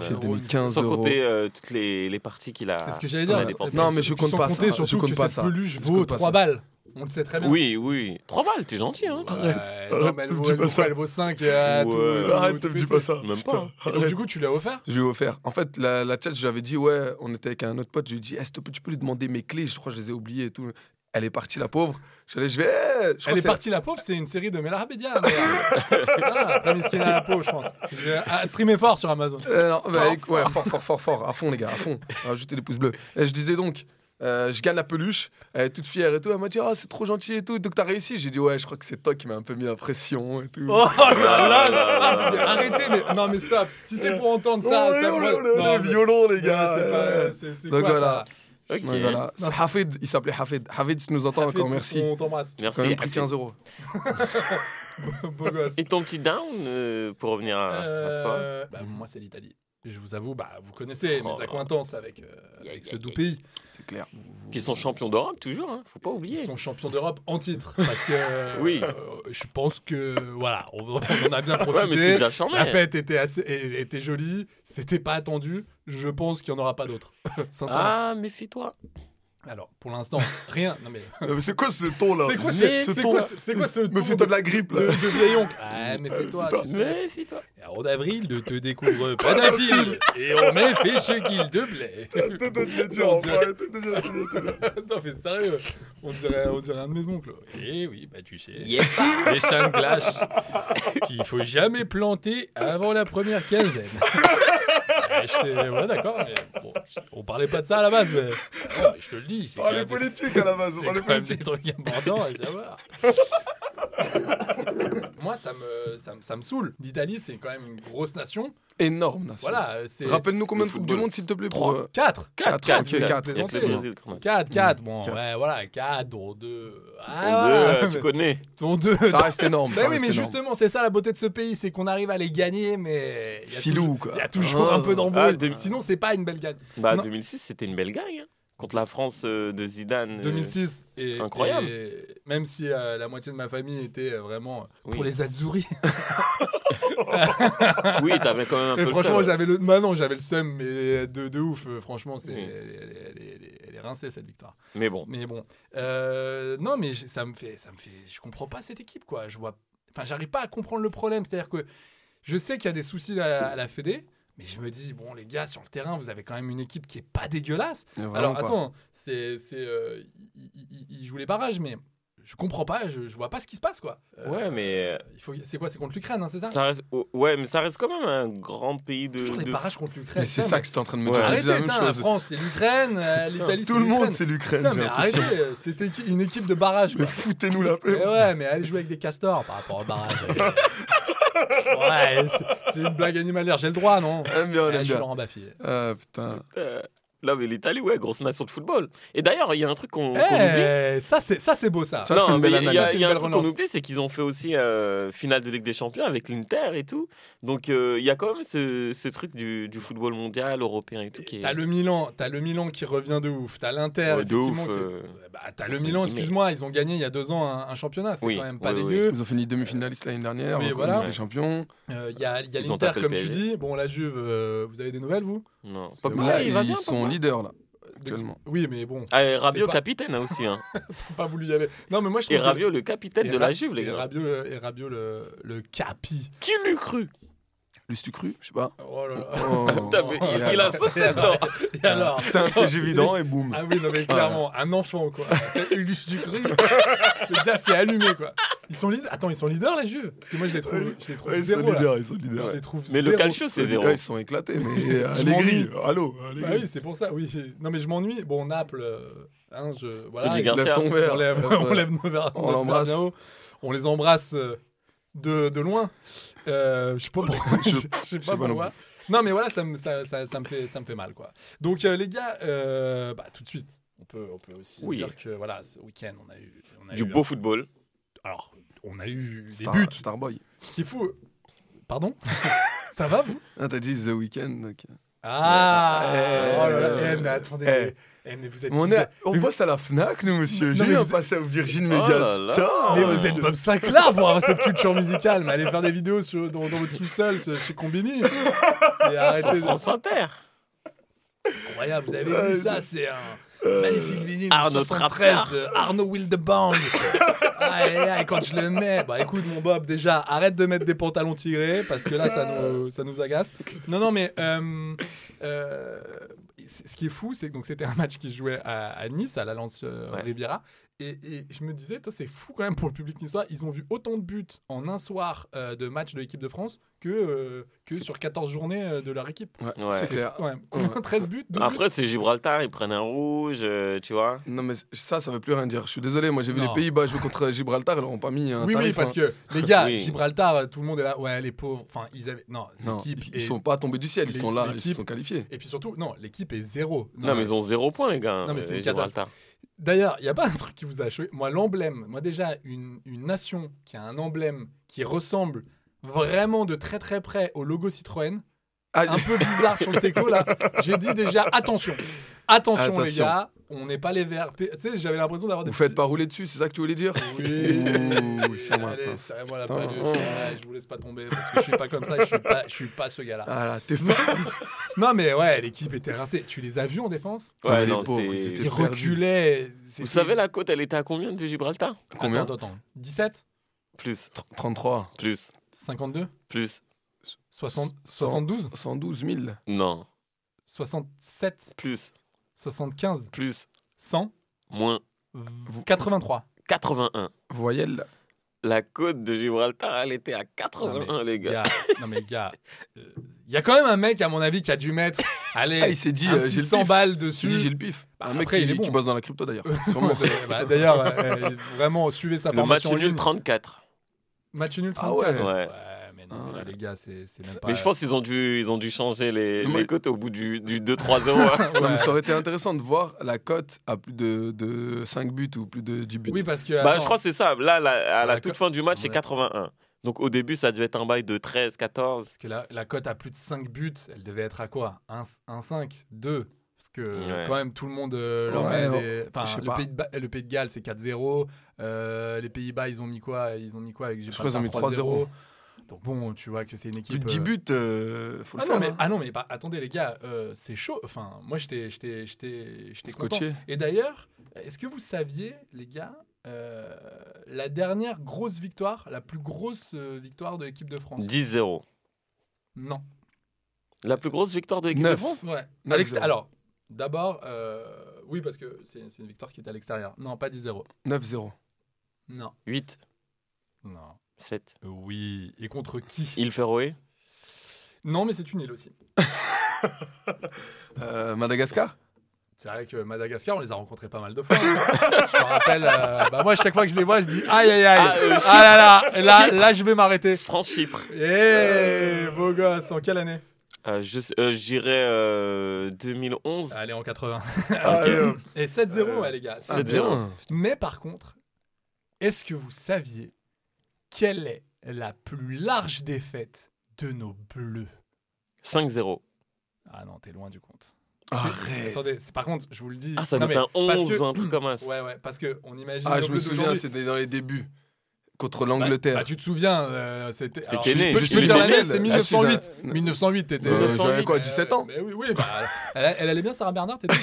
[SPEAKER 8] j'ai
[SPEAKER 2] euros,
[SPEAKER 8] donné 15
[SPEAKER 5] Sans
[SPEAKER 8] euros.
[SPEAKER 5] compter euh, toutes les, les parties qu'il a.
[SPEAKER 2] C'est ce que j'allais
[SPEAKER 5] qu'on a
[SPEAKER 2] dire.
[SPEAKER 5] dépensées.
[SPEAKER 8] Non, mais je compte pas ça. Je compte pas ça.
[SPEAKER 2] Cette peluche
[SPEAKER 8] Je
[SPEAKER 2] vaut
[SPEAKER 8] compte pas
[SPEAKER 2] 3
[SPEAKER 8] ça.
[SPEAKER 2] balles. On le sait très bien.
[SPEAKER 5] Oui, oui. 3 balles, t'es gentil, hein.
[SPEAKER 2] Arrête.
[SPEAKER 8] arrête,
[SPEAKER 2] elle
[SPEAKER 8] me
[SPEAKER 2] vaut-
[SPEAKER 8] dis
[SPEAKER 2] elle
[SPEAKER 8] pas
[SPEAKER 2] vaut-
[SPEAKER 8] ça.
[SPEAKER 2] elle vaut 5. euh,
[SPEAKER 5] Ouais.
[SPEAKER 2] tout- tout-
[SPEAKER 8] Arrête,
[SPEAKER 2] tout-
[SPEAKER 8] ne me dis
[SPEAKER 2] tout-
[SPEAKER 8] pas ça.
[SPEAKER 5] Même
[SPEAKER 8] Putain.
[SPEAKER 5] pas.
[SPEAKER 2] Et donc, du coup, tu l'as offert
[SPEAKER 8] Je lui ai offert. En fait, la, la chat, je lui avais dit, ouais, on était avec un autre pote. Je lui ai dit, Eh, est-ce que tu peux lui demander mes clés Je crois que je les ai oubliées et tout. Elle est partie, la pauvre. Je suis allé, je vais. je crois
[SPEAKER 2] Elle
[SPEAKER 8] que
[SPEAKER 2] est
[SPEAKER 8] c'est-
[SPEAKER 2] partie, la pauvre, c'est une série de Melarabédia. Ah, Pas misquine à la peau, je pense. Je- ah, Streamer fort sur Amazon.
[SPEAKER 8] Euh, non, bah, éc- ouais, fort, fort, fort, fort, à fond, les gars, à fond. Rajoutez les pouces bleus. Et je disais donc, euh, je gagne la peluche, elle est toute fière et tout. Elle m'a dit, ah, c'est trop gentil et tout. Donc t'as réussi J'ai dit, ouais, je crois que c'est toi qui m'as un peu mis la pression et tout.
[SPEAKER 2] Oh là là Ah,
[SPEAKER 5] là là.
[SPEAKER 2] Arrêtez, mais non, mais stop. Si c'est pour entendre
[SPEAKER 8] Oh,
[SPEAKER 2] ça,
[SPEAKER 8] on est-
[SPEAKER 2] ça
[SPEAKER 8] on
[SPEAKER 2] me-
[SPEAKER 8] est- on est- on
[SPEAKER 2] Non,
[SPEAKER 8] est
[SPEAKER 2] mais-
[SPEAKER 8] violent, les
[SPEAKER 2] Ouais,
[SPEAKER 8] gars.
[SPEAKER 2] c'est
[SPEAKER 8] Ouais.
[SPEAKER 2] pas- C'est c'est
[SPEAKER 8] Donc
[SPEAKER 2] quoi
[SPEAKER 8] voilà.
[SPEAKER 2] ça
[SPEAKER 5] Ok.
[SPEAKER 8] Ouais, voilà.
[SPEAKER 2] Non.
[SPEAKER 8] Hafid, il s'appelait Hafid. Hafid, si tu nous entends
[SPEAKER 2] Fais-
[SPEAKER 8] encore, merci.
[SPEAKER 2] On t'embrasse,
[SPEAKER 8] Quand même
[SPEAKER 5] Merci.
[SPEAKER 8] pris 15 euros.
[SPEAKER 2] beau gosse.
[SPEAKER 5] Et ton petit down, euh, pour revenir à, à toi
[SPEAKER 2] Euh, bah, moi, c'est l'Italie. Je vous avoue, bah, vous connaissez
[SPEAKER 5] Oh.
[SPEAKER 2] mes acquaintances avec, euh,
[SPEAKER 5] Yeah,
[SPEAKER 2] avec
[SPEAKER 5] yeah,
[SPEAKER 2] ce doux
[SPEAKER 5] yeah.
[SPEAKER 2] pays.
[SPEAKER 8] C'est clair.
[SPEAKER 5] Qui sont champions d'Europe, toujours, hein. Faut pas
[SPEAKER 2] Ils
[SPEAKER 5] oublier.
[SPEAKER 2] sont champions d'Europe en titre. Parce que
[SPEAKER 5] Oui.
[SPEAKER 2] euh, je pense que voilà, on, on en a bien
[SPEAKER 5] Ouais, mais c'est
[SPEAKER 2] profité.
[SPEAKER 5] déjà charmé.
[SPEAKER 2] La fête était, assez, é- était jolie, c'était pas attendu. Je pense qu'il n'y en aura pas d'autres. Sincèrement.
[SPEAKER 5] Ah, méfie-toi.
[SPEAKER 2] Alors, pour l'instant, rien. Non, mais
[SPEAKER 4] Euh, mais C'est quoi ce ton là
[SPEAKER 2] C'est quoi,
[SPEAKER 5] Mais-
[SPEAKER 2] ce-
[SPEAKER 4] ce
[SPEAKER 2] c'est
[SPEAKER 4] ton
[SPEAKER 2] quoi ce- c'est quoi ce
[SPEAKER 4] Me
[SPEAKER 2] ton
[SPEAKER 4] fait de la grippe
[SPEAKER 2] de,
[SPEAKER 4] là.
[SPEAKER 2] de vieil oncle Ah, mais toi tu sais.
[SPEAKER 5] Méfie-toi.
[SPEAKER 2] Et En avril, ne te découvre pas d'un fil. Et on met fait ce qu'il te plaît.
[SPEAKER 4] Arrêtez de le dire,
[SPEAKER 2] Non,
[SPEAKER 4] enfin,
[SPEAKER 2] Dieu.
[SPEAKER 4] arrêtez de le dire, arrêtez de le dire.
[SPEAKER 2] non, mais sérieux, on dirait, on dirait un de mes oncles. Eh oui, bah tu sais. Les chats de glace qu'il faut jamais planter avant la première quinzaine. Ouais, je t'ai- ouais, d'accord, mais bon, je- on parlait pas de ça à la base, mais, non, mais je te le dis. c'est
[SPEAKER 4] On
[SPEAKER 2] quand
[SPEAKER 4] est
[SPEAKER 2] même-
[SPEAKER 4] politique à la base,
[SPEAKER 2] c'est
[SPEAKER 4] on est
[SPEAKER 2] quand même des
[SPEAKER 4] politique.
[SPEAKER 2] trucs importants à savoir. Moi, ça me, ça, me- ça me saoule. L'Italie, c'est quand même une grosse nation.
[SPEAKER 8] Énorme nation.
[SPEAKER 2] Voilà, euh, c'est.
[SPEAKER 8] Rappelle-nous combien
[SPEAKER 5] Le
[SPEAKER 8] de Coupes du
[SPEAKER 5] football.
[SPEAKER 8] Monde, s'il te plaît, pour.
[SPEAKER 2] 3,
[SPEAKER 8] euh,
[SPEAKER 2] 4.
[SPEAKER 5] Quatre,
[SPEAKER 8] Quatre, ok,
[SPEAKER 5] quatre.
[SPEAKER 8] quatre.
[SPEAKER 5] Il y a que le
[SPEAKER 2] Présentez,
[SPEAKER 5] Brésil quand même.
[SPEAKER 2] 4,
[SPEAKER 5] Mm.
[SPEAKER 2] 4, bon,
[SPEAKER 8] quatre.
[SPEAKER 2] ouais, voilà, 4, dont Ah, 2.
[SPEAKER 5] Ton deux, euh, tu connais.
[SPEAKER 2] Ton 2.
[SPEAKER 8] Ça reste énorme. ça
[SPEAKER 2] Ben oui,
[SPEAKER 8] reste
[SPEAKER 2] mais
[SPEAKER 8] énorme.
[SPEAKER 2] justement, c'est ça la beauté de ce pays, c'est qu'on arrive à les gagner, mais. il y a
[SPEAKER 8] Filou,
[SPEAKER 2] toujours-
[SPEAKER 8] quoi.
[SPEAKER 2] Il y a toujours un peu
[SPEAKER 5] Ah,
[SPEAKER 2] d'embrouille.
[SPEAKER 5] deux-
[SPEAKER 2] Sinon, c'est pas une belle gagne.
[SPEAKER 5] Bah,
[SPEAKER 2] Non.
[SPEAKER 5] 2006, c'était une belle gagne. hein. Contre la France euh, de Zidane. euh,
[SPEAKER 2] 2006.
[SPEAKER 5] c'est
[SPEAKER 2] et-
[SPEAKER 5] incroyable.
[SPEAKER 2] et même si euh, la moitié de ma famille était euh, vraiment
[SPEAKER 5] Oui.
[SPEAKER 2] pour les Azzurri.
[SPEAKER 5] Oui, t'avais quand même un
[SPEAKER 2] Mais
[SPEAKER 5] peu le
[SPEAKER 2] franchement,
[SPEAKER 5] seum.
[SPEAKER 2] j'avais le. Bah non, j'avais le seum, mais de, de ouf. euh, Franchement, c'est.
[SPEAKER 5] Oui.
[SPEAKER 2] Elle, elle- elle- elle est- elle est rincée, cette victoire.
[SPEAKER 5] Mais bon.
[SPEAKER 2] Mais bon. Euh, non, mais j'ai- ça me fait. ça me fait. Je comprends pas cette équipe, quoi. Je vois. Enfin, j'arrive pas à comprendre le problème. C'est-à-dire que je sais qu'il y a des soucis à la, à la Fédé. Mais je me dis, bon, les gars, sur le terrain, vous avez quand même une équipe qui est pas dégueulasse.
[SPEAKER 8] Mais vraiment
[SPEAKER 2] Alors,
[SPEAKER 8] pas.
[SPEAKER 2] attends, c'est. c'est, euh, Ils ils- ils jouent les barrages, mais je comprends pas, je, je vois pas ce qui se passe, quoi. Euh,
[SPEAKER 5] Ouais, mais. euh,
[SPEAKER 2] il faut- C'est quoi C'est contre l'Ukraine, hein, c'est ça,
[SPEAKER 5] Ça reste... oh, Ouais, mais ça reste quand même un grand pays de.
[SPEAKER 2] Toujours les
[SPEAKER 5] de-
[SPEAKER 2] barrages contre l'Ukraine.
[SPEAKER 8] Mais c'est
[SPEAKER 2] putain,
[SPEAKER 8] ça que j'étais en train de me
[SPEAKER 5] Ouais.
[SPEAKER 8] dire. je
[SPEAKER 2] Arrêtez,
[SPEAKER 8] disais la même
[SPEAKER 2] putain, la
[SPEAKER 8] chose.
[SPEAKER 2] France, c'est l'Ukraine, euh, l'Italie, c'est
[SPEAKER 4] Tout le monde,
[SPEAKER 2] l'Ukraine.
[SPEAKER 4] c'est l'Ukraine,
[SPEAKER 2] Putain,
[SPEAKER 4] j'ai
[SPEAKER 2] mais
[SPEAKER 4] l'impression.
[SPEAKER 2] arrêtez, euh, c'était équi- une équipe de barrage.
[SPEAKER 4] Mais
[SPEAKER 2] Quoi.
[SPEAKER 4] foutez-nous la
[SPEAKER 2] Mais
[SPEAKER 4] paix.
[SPEAKER 2] ouais, mais allez jouer avec des castors par rapport au barrage. ouais, c'est- c'est une blague animalière, j'ai le droit, non
[SPEAKER 8] Ah, mais on
[SPEAKER 2] Ouais,
[SPEAKER 8] aime
[SPEAKER 2] Je suis
[SPEAKER 8] bien.
[SPEAKER 2] Laurent Baffy.
[SPEAKER 8] Ah putain.
[SPEAKER 5] Euh, Là, mais l'Italie, ouais, grosse nation de football. Et d'ailleurs, il y a un truc qu'on.
[SPEAKER 2] Eh,
[SPEAKER 5] qu'on oublie.
[SPEAKER 2] ça c'est ça c'est beau ça.
[SPEAKER 8] Ça, c'est
[SPEAKER 5] non,
[SPEAKER 8] une
[SPEAKER 5] mais
[SPEAKER 8] belle
[SPEAKER 5] il y a- il y a,
[SPEAKER 8] analyse.
[SPEAKER 5] il y a un
[SPEAKER 2] Belle
[SPEAKER 5] truc qu'on
[SPEAKER 2] relance.
[SPEAKER 5] oublie, c'est qu'ils ont fait aussi euh, finale de Ligue des Champions avec l'Inter et tout. Donc euh, il y a quand même ce, ce truc du, du football mondial, européen et tout qui est.
[SPEAKER 2] T'as le Milan, t'as le Milan qui revient de ouf, t'as l'Inter
[SPEAKER 5] Ouais, de ouf,
[SPEAKER 2] effectivement, qui-
[SPEAKER 5] euh,
[SPEAKER 2] Bah, t'as le Milan, excuse-moi, ils ont gagné il y a deux ans un, un championnat, c'est
[SPEAKER 5] Oui,
[SPEAKER 2] quand même pas
[SPEAKER 5] oui, oui.
[SPEAKER 2] dégueu.
[SPEAKER 8] Ils ont fini demi-finaliste l'année dernière.
[SPEAKER 2] Oui,
[SPEAKER 8] en Coupe
[SPEAKER 2] voilà.
[SPEAKER 8] Des champions.
[SPEAKER 2] Euh, Il y a, il y a
[SPEAKER 5] Ils ont
[SPEAKER 2] l'Inter
[SPEAKER 5] tapé le
[SPEAKER 2] comme tu
[SPEAKER 5] PSG.
[SPEAKER 2] dis. Bon la Juve, euh, vous avez des nouvelles vous
[SPEAKER 5] Non,
[SPEAKER 8] Là,
[SPEAKER 5] Pogba, il va bien,
[SPEAKER 8] ils sont
[SPEAKER 5] Pogba.
[SPEAKER 8] leaders là.
[SPEAKER 2] De-
[SPEAKER 8] Actuellement.
[SPEAKER 2] Oui mais bon,
[SPEAKER 5] Ah, et Rabiot
[SPEAKER 2] pas-
[SPEAKER 5] capitaine hein, aussi. Hein.
[SPEAKER 2] pas voulu y aller. Non mais moi je
[SPEAKER 5] Et
[SPEAKER 2] trouve que-
[SPEAKER 5] Rabiot le capitaine
[SPEAKER 2] et
[SPEAKER 5] de la
[SPEAKER 2] Ra-
[SPEAKER 5] Juve, les
[SPEAKER 2] et
[SPEAKER 5] gars.
[SPEAKER 2] Rabiot, le, et Rabiot le, le capi.
[SPEAKER 5] Qui l'eût cru
[SPEAKER 8] Lustu cru, je sais pas.
[SPEAKER 2] Oh là là.
[SPEAKER 8] Oh.
[SPEAKER 5] Putain, mais il,
[SPEAKER 8] Et
[SPEAKER 5] il a sauté dedans.
[SPEAKER 2] Et alors
[SPEAKER 4] C'était un piège évident et boum.
[SPEAKER 2] Ah oui, non mais clairement, un enfant quoi. Ulysse du cru. Le gars c'est allumé quoi. Ils sont leaders. Attends, ils sont leaders les Juves Parce que moi je les trouve, je les trouve
[SPEAKER 4] Ouais, Ils sont
[SPEAKER 2] zéro là.
[SPEAKER 4] leaders, ils sont
[SPEAKER 2] Je
[SPEAKER 4] leaders.
[SPEAKER 2] les trouve
[SPEAKER 5] Mais le
[SPEAKER 2] zéro.
[SPEAKER 5] calcio, c'est
[SPEAKER 8] Les
[SPEAKER 5] zéro.
[SPEAKER 8] gars, ils sont éclatés. Mais euh,
[SPEAKER 2] Je
[SPEAKER 4] Allegri, allô,
[SPEAKER 2] Bah
[SPEAKER 4] Allegri.
[SPEAKER 2] oui, c'est pour ça. Oui. Non mais je m'ennuie. Bon, Naples, euh, hein, je voilà.
[SPEAKER 5] Rudiger.
[SPEAKER 2] On
[SPEAKER 8] lève ton verre.
[SPEAKER 2] lève, on lève nos verres.
[SPEAKER 8] On l'embrasse.
[SPEAKER 2] nos verres là-haut. On les embrasse euh, de, de loin. Euh, je sais pas pourquoi.
[SPEAKER 8] Je-
[SPEAKER 2] Je je sais pas
[SPEAKER 8] pas non
[SPEAKER 2] pourquoi. Non mais voilà, ça me ça, ça, ça me fait ça me fait mal quoi. Donc euh, les gars, euh, bah tout de suite. On peut, on peut aussi
[SPEAKER 5] Oui.
[SPEAKER 2] dire que voilà, ce week-end, on a eu, on a
[SPEAKER 5] Du
[SPEAKER 2] eu
[SPEAKER 5] beau football.
[SPEAKER 2] Alors, on a eu des
[SPEAKER 8] Star-
[SPEAKER 2] buts.
[SPEAKER 8] Starboy.
[SPEAKER 2] Ce qui est fou. Pardon Ça va, vous
[SPEAKER 8] Ah, t'as dit The Weeknd. ok.
[SPEAKER 2] Ah
[SPEAKER 8] Eh,
[SPEAKER 2] Oh là là
[SPEAKER 8] euh,
[SPEAKER 2] Eh, mais attendez.
[SPEAKER 8] eh.
[SPEAKER 2] mais- eh, mais vous êtes.
[SPEAKER 8] Mais on,
[SPEAKER 2] vous
[SPEAKER 8] est-
[SPEAKER 2] êtes-
[SPEAKER 8] on
[SPEAKER 2] mais vous-
[SPEAKER 8] bosse à la Fnac, nous, monsieur.
[SPEAKER 2] Non,
[SPEAKER 8] J'ai
[SPEAKER 2] mais
[SPEAKER 8] rien
[SPEAKER 2] vous-
[SPEAKER 8] passé à Virgin
[SPEAKER 5] Oh
[SPEAKER 8] Megastar.
[SPEAKER 5] là là.
[SPEAKER 2] mais
[SPEAKER 8] Euh,
[SPEAKER 2] vous êtes Bob Sinclair pour avoir cette culture musicale. Mais allez faire des vidéos sur- dans, dans votre sous-sol ce- chez Combini. Et
[SPEAKER 5] Sur
[SPEAKER 2] arrêtez. de-
[SPEAKER 5] France Inter.
[SPEAKER 2] Incroyable, vous avez vu ça C'est un magnifique vinyle de
[SPEAKER 5] Arnaud
[SPEAKER 2] 73
[SPEAKER 5] Trappard.
[SPEAKER 2] de Arnaud Wildeband. aïe, aïe, aïe, quand je le mets, bah écoute mon Bob, déjà arrête de mettre des pantalons tirés parce que là ça nous, ça nous agace. Non, non, mais euh, euh, c- ce qui est fou, c'est que donc, c'était un match qui se jouait à, à Nice, à la Lance euh,
[SPEAKER 5] Ouais.
[SPEAKER 2] Riviera. Et, et je me disais, putain, c'est fou quand même pour le public niçois. Ils ont vu autant de buts en un soir euh, de match de l'équipe de France que, euh, que sur 14 journées euh, de leur équipe.
[SPEAKER 8] Ouais,
[SPEAKER 5] Ouais.
[SPEAKER 8] c'est clair.
[SPEAKER 2] Ouais. Combien 13 buts 12 buts
[SPEAKER 5] Après, c'est Gibraltar, ils prennent un rouge, euh, tu vois.
[SPEAKER 8] Non, mais ça, ça veut plus rien dire. Je suis désolé, moi, j'ai vu
[SPEAKER 2] Non.
[SPEAKER 8] les Pays-Bas jouer contre Gibraltar, ils leur ont pas mis un
[SPEAKER 2] Oui, oui,
[SPEAKER 8] tarif,
[SPEAKER 2] parce
[SPEAKER 8] hein.
[SPEAKER 2] que les gars,
[SPEAKER 5] Oui.
[SPEAKER 2] Gibraltar, euh, tout le monde est là. Ouais, les pauvres. Enfin, ils avaient. Non,
[SPEAKER 8] Non,
[SPEAKER 2] l'équipe.
[SPEAKER 8] ils
[SPEAKER 2] est-
[SPEAKER 8] ils sont pas tombés du ciel, ils
[SPEAKER 2] les-
[SPEAKER 8] sont là, ils se
[SPEAKER 2] l'équipe-
[SPEAKER 8] sont qualifiés.
[SPEAKER 2] Et puis surtout, non, l'équipe est zéro.
[SPEAKER 5] Non, mais ils ont zéro point, les gars.
[SPEAKER 2] Non, mais
[SPEAKER 5] euh,
[SPEAKER 2] c'est une
[SPEAKER 5] Gibraltar.
[SPEAKER 2] D'ailleurs, il n'y a pas un truc qui vous a choqué. Moi, l'emblème, moi déjà, une, une nation qui a un emblème qui ressemble vraiment de très très près au logo Citroën,
[SPEAKER 8] Ah,
[SPEAKER 2] un peu bizarre sur le teco là, j'ai dit déjà attention. Attention, les
[SPEAKER 8] Attention.
[SPEAKER 2] gars, on n'est pas les VRP. Tu sais, j'avais l'impression d'avoir des
[SPEAKER 8] Vous faites
[SPEAKER 2] petits-
[SPEAKER 8] pas rouler dessus, c'est ça que tu voulais dire
[SPEAKER 2] Oui.
[SPEAKER 8] Ouh, c'est moi,
[SPEAKER 2] Allez,
[SPEAKER 8] mince.
[SPEAKER 2] ça, voilà, pas
[SPEAKER 8] Putain.
[SPEAKER 2] de- je, suis- ouais, je vous laisse pas tomber parce que je suis pas comme ça, je suis pas, je suis pas ce gars-là.
[SPEAKER 8] Ah là, t'es pas.
[SPEAKER 2] Non mais ouais, l'équipe était rincée. Tu les as vus en défense
[SPEAKER 8] Putain,
[SPEAKER 5] Ouais,
[SPEAKER 8] les
[SPEAKER 5] non,
[SPEAKER 8] pauvres,
[SPEAKER 5] c'était-
[SPEAKER 8] ils étaient
[SPEAKER 2] Ils
[SPEAKER 8] perdu.
[SPEAKER 2] reculaient.
[SPEAKER 5] Vous savez, la côte, elle était à combien de Gibraltar
[SPEAKER 8] Combien
[SPEAKER 2] Attends, attends, attends. 17
[SPEAKER 5] Plus,
[SPEAKER 8] 33.
[SPEAKER 5] plus,
[SPEAKER 2] 52
[SPEAKER 5] plus.
[SPEAKER 2] 60, 72
[SPEAKER 8] 112 000.
[SPEAKER 5] Non,
[SPEAKER 2] 67
[SPEAKER 5] plus,
[SPEAKER 2] 75
[SPEAKER 5] plus,
[SPEAKER 2] 100
[SPEAKER 5] moins.
[SPEAKER 2] 83
[SPEAKER 5] 81.
[SPEAKER 8] Voyelle.
[SPEAKER 5] La côte de Gibraltar, elle était à 81,
[SPEAKER 2] Non,
[SPEAKER 5] les
[SPEAKER 2] Il y
[SPEAKER 5] gars.
[SPEAKER 2] a- Non mais gars, euh, il y a quand même un mec à mon avis qui a dû mettre allez,
[SPEAKER 8] Ah, il s'est dit,
[SPEAKER 2] un
[SPEAKER 8] euh,
[SPEAKER 2] petit
[SPEAKER 8] j'ai le
[SPEAKER 2] 100
[SPEAKER 8] pif.
[SPEAKER 2] balles
[SPEAKER 8] Tu
[SPEAKER 2] dessus.
[SPEAKER 8] dis, j'ai le pif.
[SPEAKER 2] Bah,
[SPEAKER 8] un mec
[SPEAKER 2] après,
[SPEAKER 8] qui,
[SPEAKER 2] il est bon.
[SPEAKER 8] qui bosse dans la crypto d'ailleurs. Sûrement.
[SPEAKER 2] Bah, D'ailleurs, euh, vraiment, suivez sa
[SPEAKER 5] Le match
[SPEAKER 2] formation en
[SPEAKER 5] nul
[SPEAKER 2] ligne.
[SPEAKER 5] 34.
[SPEAKER 2] Match nul
[SPEAKER 8] Ah ouais.
[SPEAKER 2] 34.
[SPEAKER 5] Ouais.
[SPEAKER 2] mais non,
[SPEAKER 8] Ah
[SPEAKER 2] là,
[SPEAKER 8] ouais.
[SPEAKER 2] les gars, c'est c'est même pas.
[SPEAKER 5] Mais je pense qu'ils ont dû, ils ont dû changer les,
[SPEAKER 8] Mais moi-
[SPEAKER 5] les côtes au bout du, du 2-3-0. hein.
[SPEAKER 8] Non, mais ça aurait été intéressant de voir la cote à plus de, de 5 buts ou plus de 10 buts.
[SPEAKER 2] Oui, parce que.
[SPEAKER 5] bah,
[SPEAKER 2] attends,
[SPEAKER 5] je crois que c'est ça. Là, la- à la
[SPEAKER 2] La
[SPEAKER 5] toute
[SPEAKER 2] côte-
[SPEAKER 5] fin du match, c'est
[SPEAKER 2] Ouais.
[SPEAKER 5] 81. Donc au début, ça devait être un bail de 13, 14.
[SPEAKER 2] parce que la, la cote à plus de 5 buts, elle devait être à quoi 1-5, 2 parce que
[SPEAKER 5] Ouais.
[SPEAKER 2] quand même tout le monde euh, leur
[SPEAKER 8] Ouais,
[SPEAKER 2] met
[SPEAKER 8] on-
[SPEAKER 2] des- enfin,
[SPEAKER 8] je sais
[SPEAKER 2] le,
[SPEAKER 8] pas.
[SPEAKER 2] pays de Ba- le Pays de Galles c'est 4-0 Euh, les Pays-Bas ils ont mis quoi ils ont mis quoi avec
[SPEAKER 8] Je crois qu'ils ont mis
[SPEAKER 2] 3-0 donc bon tu vois que c'est une équipe
[SPEAKER 8] Plus de 10
[SPEAKER 2] euh,
[SPEAKER 8] buts, euh, faut le
[SPEAKER 2] Ah
[SPEAKER 8] faire.
[SPEAKER 2] non, mais,
[SPEAKER 8] hein.
[SPEAKER 2] ah non, mais bah, attendez, les gars, euh, c'est chaud. Enfin, moi, j'étais j'étais- j'étais- j'étais content.
[SPEAKER 8] Scotché.
[SPEAKER 2] Et d'ailleurs, est-ce que vous saviez, les gars, euh, la dernière grosse victoire, la plus grosse euh, victoire de l'équipe de France
[SPEAKER 5] 10-0.
[SPEAKER 2] Non.
[SPEAKER 5] La plus grosse victoire de l'équipe de
[SPEAKER 8] Neuf.
[SPEAKER 5] France
[SPEAKER 2] Ouais.
[SPEAKER 8] Non,
[SPEAKER 2] À l'exté-
[SPEAKER 8] zéro.
[SPEAKER 2] Alors, d'abord, euh, oui, parce que c'est c'est une victoire qui est à l'extérieur. Non, pas 10-0.
[SPEAKER 8] 9-0.
[SPEAKER 2] Non.
[SPEAKER 5] 8,
[SPEAKER 2] Non.
[SPEAKER 5] 7.
[SPEAKER 2] Euh, Oui. Et contre qui
[SPEAKER 5] Il Ferroé
[SPEAKER 2] Non, mais c'est une île aussi.
[SPEAKER 8] Euh, Madagascar
[SPEAKER 2] C'est vrai que Madagascar, on les a rencontrés pas mal de fois. hein. je me rappelle, euh, bah moi, chaque fois que je les vois, je dis aïe aïe aïe.
[SPEAKER 5] Ah, euh, Chypre.
[SPEAKER 2] Ah là là, là, là, je vais m'arrêter.
[SPEAKER 5] France-Chypre.
[SPEAKER 2] Eh, beau gosse, en quelle année
[SPEAKER 5] Euh, je sais- euh, J'irais euh, 2011.
[SPEAKER 2] Allez, en 80.
[SPEAKER 4] Allez, hop.
[SPEAKER 2] Ah, euh, Et 7-0, ouais, les gars.
[SPEAKER 5] Ah,
[SPEAKER 2] Sept-
[SPEAKER 5] bien.
[SPEAKER 2] Mais par contre, est-ce que vous saviez quelle est la plus large défaite de nos bleus
[SPEAKER 5] 5-0.
[SPEAKER 2] Ah non, t'es loin du compte.
[SPEAKER 8] Arrête.
[SPEAKER 2] Attendez, c'est- par contre, je vous le dis.
[SPEAKER 5] Ah, ça
[SPEAKER 2] Non,
[SPEAKER 5] doit être
[SPEAKER 2] mais
[SPEAKER 5] un
[SPEAKER 2] parce
[SPEAKER 5] 11
[SPEAKER 2] que-
[SPEAKER 5] ou un truc comme ça.
[SPEAKER 2] Ouais, ouais, parce qu'on imagine.
[SPEAKER 8] Ah,
[SPEAKER 2] nos
[SPEAKER 8] je me
[SPEAKER 2] bleus
[SPEAKER 8] souviens,
[SPEAKER 2] d'aujourd'hui.
[SPEAKER 8] c'était dans les débuts. Contre
[SPEAKER 2] Bah,
[SPEAKER 8] l'Angleterre.
[SPEAKER 2] bah, tu te souviens, euh, c'était. alors,
[SPEAKER 5] qu'elle
[SPEAKER 2] je
[SPEAKER 5] est,
[SPEAKER 2] peux-
[SPEAKER 5] je
[SPEAKER 2] je peux
[SPEAKER 5] suis
[SPEAKER 2] dire
[SPEAKER 5] né.
[SPEAKER 2] l'année,
[SPEAKER 8] Ah,
[SPEAKER 2] c'est
[SPEAKER 8] je suis
[SPEAKER 2] 1908.
[SPEAKER 8] un-
[SPEAKER 2] 1808, t'étais.
[SPEAKER 8] Euh, j'avais
[SPEAKER 2] 1908,
[SPEAKER 8] quoi,
[SPEAKER 2] euh,
[SPEAKER 8] 17 ans
[SPEAKER 2] mais oui, oui, bah, elle, elle allait bien, Sarah Bernard, t'étais.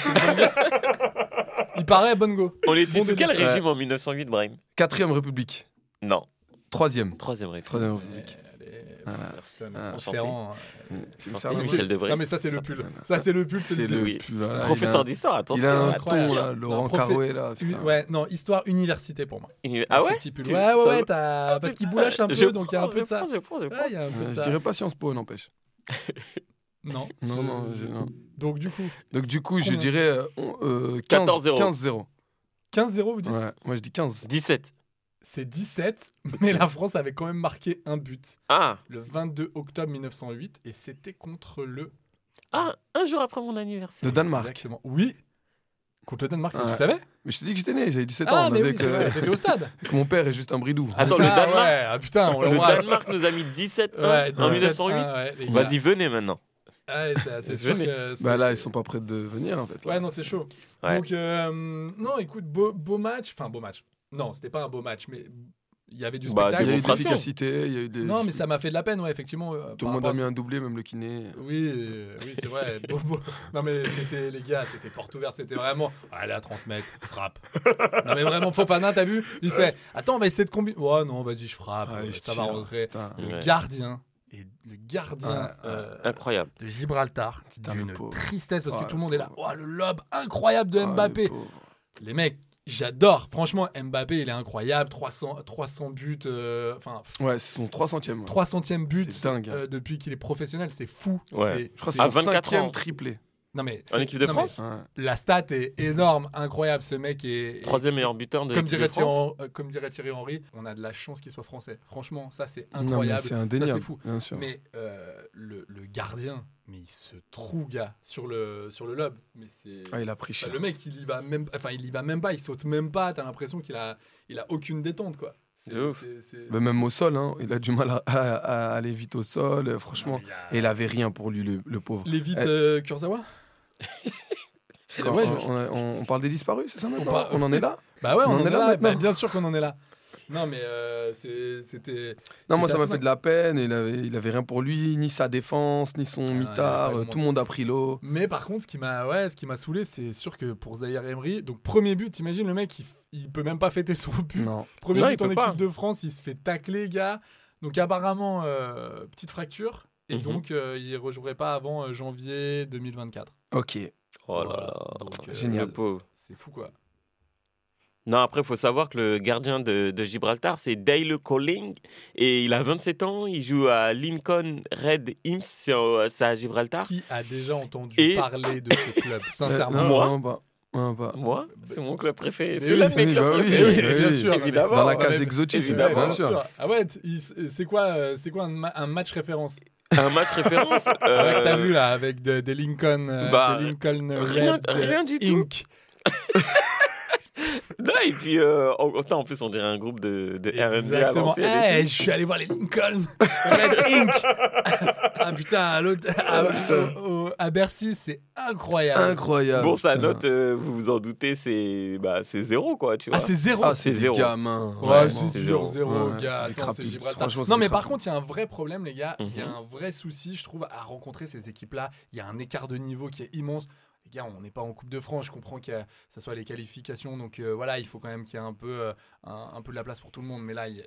[SPEAKER 2] Il paraît à Bongo.
[SPEAKER 5] On était
[SPEAKER 2] Bon
[SPEAKER 5] sous
[SPEAKER 2] début.
[SPEAKER 5] quel régime en 1908, Brahim
[SPEAKER 8] Quatrième République.
[SPEAKER 5] Non,
[SPEAKER 8] Troisième.
[SPEAKER 5] troisième régime.
[SPEAKER 8] Troisième République.
[SPEAKER 2] Putain, mais
[SPEAKER 8] Ah,
[SPEAKER 2] Franck
[SPEAKER 5] enchanté.
[SPEAKER 2] Ferrand, hein.
[SPEAKER 8] Tu me
[SPEAKER 5] Enchanté,
[SPEAKER 8] sers un
[SPEAKER 5] Michel
[SPEAKER 8] peu.
[SPEAKER 5] Debré.
[SPEAKER 2] Non Ah, mais ça c'est le pull. Ça c'est le pull, c'est
[SPEAKER 8] C'est
[SPEAKER 2] le
[SPEAKER 8] le
[SPEAKER 5] Oui.
[SPEAKER 8] pull, voilà, il a
[SPEAKER 5] Professeur
[SPEAKER 8] un-
[SPEAKER 5] d'histoire,
[SPEAKER 8] Il a
[SPEAKER 5] attention.
[SPEAKER 8] un
[SPEAKER 2] incroyable.
[SPEAKER 8] ton, là, Laurent
[SPEAKER 2] Un profé-
[SPEAKER 8] Carré, là.
[SPEAKER 2] Uni-
[SPEAKER 8] putain.
[SPEAKER 2] Ouais, non, histoire université pour moi.
[SPEAKER 5] Ah
[SPEAKER 2] Ce
[SPEAKER 5] ouais
[SPEAKER 2] petit pull.
[SPEAKER 5] Tu-
[SPEAKER 2] Ouais, ouais,
[SPEAKER 5] ça
[SPEAKER 2] ouais,
[SPEAKER 5] va Ah,
[SPEAKER 2] t'as- parce qu'il boulache un peu,
[SPEAKER 5] Je
[SPEAKER 2] donc il y a un
[SPEAKER 5] prends,
[SPEAKER 2] peu de
[SPEAKER 5] je
[SPEAKER 2] ça.
[SPEAKER 5] prends, Je prends, je prends.
[SPEAKER 2] Ouais, il y a un peu de
[SPEAKER 8] Euh, Je
[SPEAKER 2] ça.
[SPEAKER 8] dirais pas Sciences Po, n'empêche.
[SPEAKER 2] Non.
[SPEAKER 8] Non,
[SPEAKER 2] je-
[SPEAKER 8] non, je- non.
[SPEAKER 2] Donc du coup,
[SPEAKER 8] Donc, du coup, je
[SPEAKER 2] Combien
[SPEAKER 8] dirais euh, on- euh, 15
[SPEAKER 5] 14-0.
[SPEAKER 8] 15-0.
[SPEAKER 2] 15-0, vous dites
[SPEAKER 8] Ouais, moi, je dis 15.
[SPEAKER 5] 17.
[SPEAKER 2] C'est 17, mais la France avait quand même marqué un but
[SPEAKER 5] Ah,
[SPEAKER 2] le 22 octobre 1908 et c'était contre le
[SPEAKER 5] ah, un jour après mon anniversaire.
[SPEAKER 8] Le Danemark.
[SPEAKER 2] Exactement. Oui. Contre le Danemark, mais
[SPEAKER 8] Ouais.
[SPEAKER 2] vous savez
[SPEAKER 8] Mais je t'ai dit que j'étais né, j'avais 17 ans.
[SPEAKER 2] Ah,
[SPEAKER 8] on
[SPEAKER 2] mais
[SPEAKER 8] avait
[SPEAKER 2] oui,
[SPEAKER 8] que-
[SPEAKER 2] c'est vrai, t'étais au stade.
[SPEAKER 8] que mon père est juste un bridou.
[SPEAKER 5] Attends, le
[SPEAKER 2] Ah,
[SPEAKER 5] Danemark,
[SPEAKER 2] ouais, ah, putain, on
[SPEAKER 5] le
[SPEAKER 2] l'embrasse.
[SPEAKER 5] Danemark nous a mis 17
[SPEAKER 2] Ouais,
[SPEAKER 5] en
[SPEAKER 2] 17,
[SPEAKER 5] 1908.
[SPEAKER 2] ah, ouais, les gars.
[SPEAKER 5] Vas-y, venez maintenant.
[SPEAKER 2] Ah, c'est assez
[SPEAKER 5] Je
[SPEAKER 2] sûr
[SPEAKER 5] venais.
[SPEAKER 2] que c'est-
[SPEAKER 8] Bah là, ils sont pas prêts de venir en fait. là.
[SPEAKER 2] Ouais, non, c'est chaud.
[SPEAKER 5] Ouais.
[SPEAKER 2] Donc, euh, non, écoute, beau, beau match. Enfin, beau match. Non, c'était pas un beau match, mais il y avait du
[SPEAKER 5] Bah,
[SPEAKER 2] spectacle.
[SPEAKER 8] il y a eu de
[SPEAKER 5] Démonstration.
[SPEAKER 8] l'efficacité, il y a eu des.
[SPEAKER 2] Non, mais ça m'a fait de la peine, ouais, effectivement. euh,
[SPEAKER 8] Tout
[SPEAKER 2] par
[SPEAKER 8] le monde
[SPEAKER 2] rapport
[SPEAKER 8] a
[SPEAKER 2] à ce-
[SPEAKER 8] mis un doublé, même le kiné.
[SPEAKER 2] Oui, euh, oui c'est vrai. beau, beau. Non, mais c'était, les gars, c'était porte ouverte. C'était vraiment. Allez, à 30 mètres, frappe. Non, mais vraiment, Fofana, t'as vu Il fait Attends, on va essayer de combiner. Ouais, non, vas-y, je frappe.
[SPEAKER 8] Ah,
[SPEAKER 2] euh,
[SPEAKER 8] il
[SPEAKER 2] ça
[SPEAKER 8] tire,
[SPEAKER 2] va rentrer.
[SPEAKER 8] putain.
[SPEAKER 2] Le
[SPEAKER 5] Ouais.
[SPEAKER 2] gardien. Et le gardien.
[SPEAKER 8] Ouais,
[SPEAKER 2] euh,
[SPEAKER 5] Incroyable.
[SPEAKER 2] de Gibraltar
[SPEAKER 8] un
[SPEAKER 2] d'une
[SPEAKER 8] pauvre.
[SPEAKER 2] tristesse parce
[SPEAKER 8] Oh,
[SPEAKER 2] que tout le
[SPEAKER 8] le
[SPEAKER 2] monde est là.
[SPEAKER 8] pauvre.
[SPEAKER 2] Oh, le lob incroyable de
[SPEAKER 8] Ah,
[SPEAKER 2] Mbappé.
[SPEAKER 8] le pauvre.
[SPEAKER 2] les mecs, j'adore. Franchement, Mbappé, il est incroyable. 300, 300 buts. euh, Enfin,
[SPEAKER 8] Ouais, c'est son 300ème.
[SPEAKER 2] 300e but
[SPEAKER 8] C'est dingue. hein.
[SPEAKER 2] euh, depuis qu'il est professionnel. C'est fou.
[SPEAKER 5] Ouais.
[SPEAKER 2] C'est-
[SPEAKER 8] Je crois que
[SPEAKER 2] c'est-
[SPEAKER 5] à
[SPEAKER 8] c'est son
[SPEAKER 5] 24
[SPEAKER 8] cinquième
[SPEAKER 5] ans.
[SPEAKER 8] triplé.
[SPEAKER 2] non, mais,
[SPEAKER 5] En
[SPEAKER 2] c'est-
[SPEAKER 5] équipe de
[SPEAKER 2] non, mais
[SPEAKER 5] France
[SPEAKER 8] Ouais.
[SPEAKER 2] La stat est énorme, incroyable. Ce mec est. est-
[SPEAKER 5] Troisième meilleur buteur de
[SPEAKER 2] Comme
[SPEAKER 5] l'équipe
[SPEAKER 2] dirait,
[SPEAKER 5] de France.
[SPEAKER 2] Thierry, euh, comme dirait Thierry Henry, on a de la chance qu'il soit français. Franchement, ça c'est
[SPEAKER 8] Non, mais
[SPEAKER 2] incroyable.
[SPEAKER 8] c'est
[SPEAKER 2] Ça
[SPEAKER 8] indéniable.
[SPEAKER 2] c'est fou.
[SPEAKER 8] Bien sûr.
[SPEAKER 2] Mais euh, le, le gardien, mais il se trouve, gars, sur le, sur le lob. Mais c'est.
[SPEAKER 8] Ah, il a pris
[SPEAKER 2] Bah,
[SPEAKER 8] cher.
[SPEAKER 2] le mec, il y va même, enfin, il y va même pas, il saute même pas. T'as l'impression qu'il a, il a aucune détente, quoi. C'est
[SPEAKER 5] De ouf.
[SPEAKER 2] c'est- c'est-
[SPEAKER 8] Bah, même au sol, hein, il a du mal à, à- à aller vite au sol, euh, franchement.
[SPEAKER 2] Ah, il y a-
[SPEAKER 8] Et il avait rien pour lui, le, le pauvre.
[SPEAKER 2] Lévite
[SPEAKER 8] Eh.
[SPEAKER 2] euh, Kurzawa euh,
[SPEAKER 8] D'accord.
[SPEAKER 2] Ouais, je-
[SPEAKER 8] on, on a- on- on parle des disparus, c'est ça maintenant on,
[SPEAKER 2] parle-
[SPEAKER 8] en est là
[SPEAKER 2] Bah ouais, on,
[SPEAKER 8] On
[SPEAKER 2] en est là.
[SPEAKER 8] maintenant.
[SPEAKER 2] bah, bien sûr qu'on en est là. Non, mais euh, c'est- c'était.
[SPEAKER 8] Non, moi
[SPEAKER 2] C'est
[SPEAKER 8] ça m'a
[SPEAKER 2] assez
[SPEAKER 8] fait de la peine. Il avait, il avait rien pour lui, ni sa défense, ni son
[SPEAKER 2] Ah,
[SPEAKER 8] mitard.
[SPEAKER 2] il a pas
[SPEAKER 8] euh,
[SPEAKER 2] de
[SPEAKER 8] tout le monde a pris l'eau.
[SPEAKER 2] Mais par contre, ce qui m'a ouais, ce qui m'a saoulé, c'est sûr que pour Zahir Emery, donc premier but, t'imagines le mec, il, f- il peut même pas fêter son but.
[SPEAKER 8] Non.
[SPEAKER 2] Premier
[SPEAKER 5] Non, il
[SPEAKER 2] but en
[SPEAKER 5] peut
[SPEAKER 2] équipe
[SPEAKER 5] pas.
[SPEAKER 2] de France, il se fait tacler, gars. Donc apparemment, euh, petite fracture. Et
[SPEAKER 5] Mhm.
[SPEAKER 2] donc, euh, il rejouerait pas avant euh, janvier 2024.
[SPEAKER 8] Ok.
[SPEAKER 5] Oh là
[SPEAKER 2] Voilà.
[SPEAKER 5] là.
[SPEAKER 2] Donc, euh,
[SPEAKER 8] Génial.
[SPEAKER 5] Le pauvre.
[SPEAKER 2] C'est fou, quoi.
[SPEAKER 5] Non, après, il faut savoir que le gardien de, de Gibraltar, c'est Dale Colling. Et il a 27 ans. Il joue à Lincoln Red Imps. C'est au- c'est à Gibraltar.
[SPEAKER 2] Qui a déjà entendu
[SPEAKER 5] Et-
[SPEAKER 2] parler de ce club, sincèrement
[SPEAKER 8] Euh,
[SPEAKER 5] Moi
[SPEAKER 8] non, pas. Non, pas.
[SPEAKER 5] Moi, c'est mon club préféré.
[SPEAKER 2] Mais
[SPEAKER 5] C'est
[SPEAKER 2] oui,
[SPEAKER 5] l'un de mes
[SPEAKER 8] oui,
[SPEAKER 5] clubs
[SPEAKER 8] bah oui,
[SPEAKER 5] préférés.
[SPEAKER 8] oui, bien
[SPEAKER 2] sûr.
[SPEAKER 5] Évidemment.
[SPEAKER 8] Dans la
[SPEAKER 2] ouais,
[SPEAKER 8] case
[SPEAKER 2] mais-
[SPEAKER 8] exotisme,
[SPEAKER 2] Ouais,
[SPEAKER 5] évidemment,
[SPEAKER 8] bien sûr.
[SPEAKER 2] Ah ouais, t- il- c'est quoi, euh, c'est quoi un, ma- un match référence
[SPEAKER 5] Un match référence.
[SPEAKER 2] Ouais, que
[SPEAKER 5] euh,
[SPEAKER 2] T'as vu là avec de- des Lincoln, euh,
[SPEAKER 5] bah,
[SPEAKER 2] des Lincoln
[SPEAKER 5] rien-
[SPEAKER 2] Red
[SPEAKER 5] rien du tout.
[SPEAKER 2] Inc.
[SPEAKER 5] Non, et puis, euh, en, en plus, on dirait un groupe de, de R&B à
[SPEAKER 2] Exactement.
[SPEAKER 5] l'ancienne et
[SPEAKER 2] Eh, je suis allé voir les Lincoln Red Inc. ah putain, à, l'hôte- à- au- au- à Bercy, c'est incroyable.
[SPEAKER 5] tout.
[SPEAKER 8] Incroyable.
[SPEAKER 5] Bon, sa
[SPEAKER 8] putain.
[SPEAKER 5] note, euh, vous vous en doutez, c'est bah, c'est zéro, quoi, tu vois.
[SPEAKER 2] Ah, c'est zéro.
[SPEAKER 8] Ah,
[SPEAKER 5] c'est
[SPEAKER 8] c'est des
[SPEAKER 5] zéro.
[SPEAKER 8] gamins.
[SPEAKER 2] Ouais,
[SPEAKER 8] vraiment.
[SPEAKER 2] c'est toujours
[SPEAKER 5] zéro.
[SPEAKER 2] zéro, gars.
[SPEAKER 8] Ouais, c'est des
[SPEAKER 2] Attends, c'est
[SPEAKER 8] crapules.
[SPEAKER 2] Gibraltar.
[SPEAKER 8] Franchement, c'est
[SPEAKER 2] non,
[SPEAKER 8] des
[SPEAKER 2] mais par
[SPEAKER 8] crapules.
[SPEAKER 2] contre, il y a un vrai problème, les gars. Il y a
[SPEAKER 5] Mhm.
[SPEAKER 2] un vrai souci, je trouve, à rencontrer ces équipes-là. Il y a un écart de niveau qui est immense. Les gars, on n'est pas en Coupe de France. Je comprends que ça soit les qualifications. Donc euh, voilà, il faut quand même qu'il y ait un peu, euh, un, un peu de la place pour tout le monde. Mais là, il y a-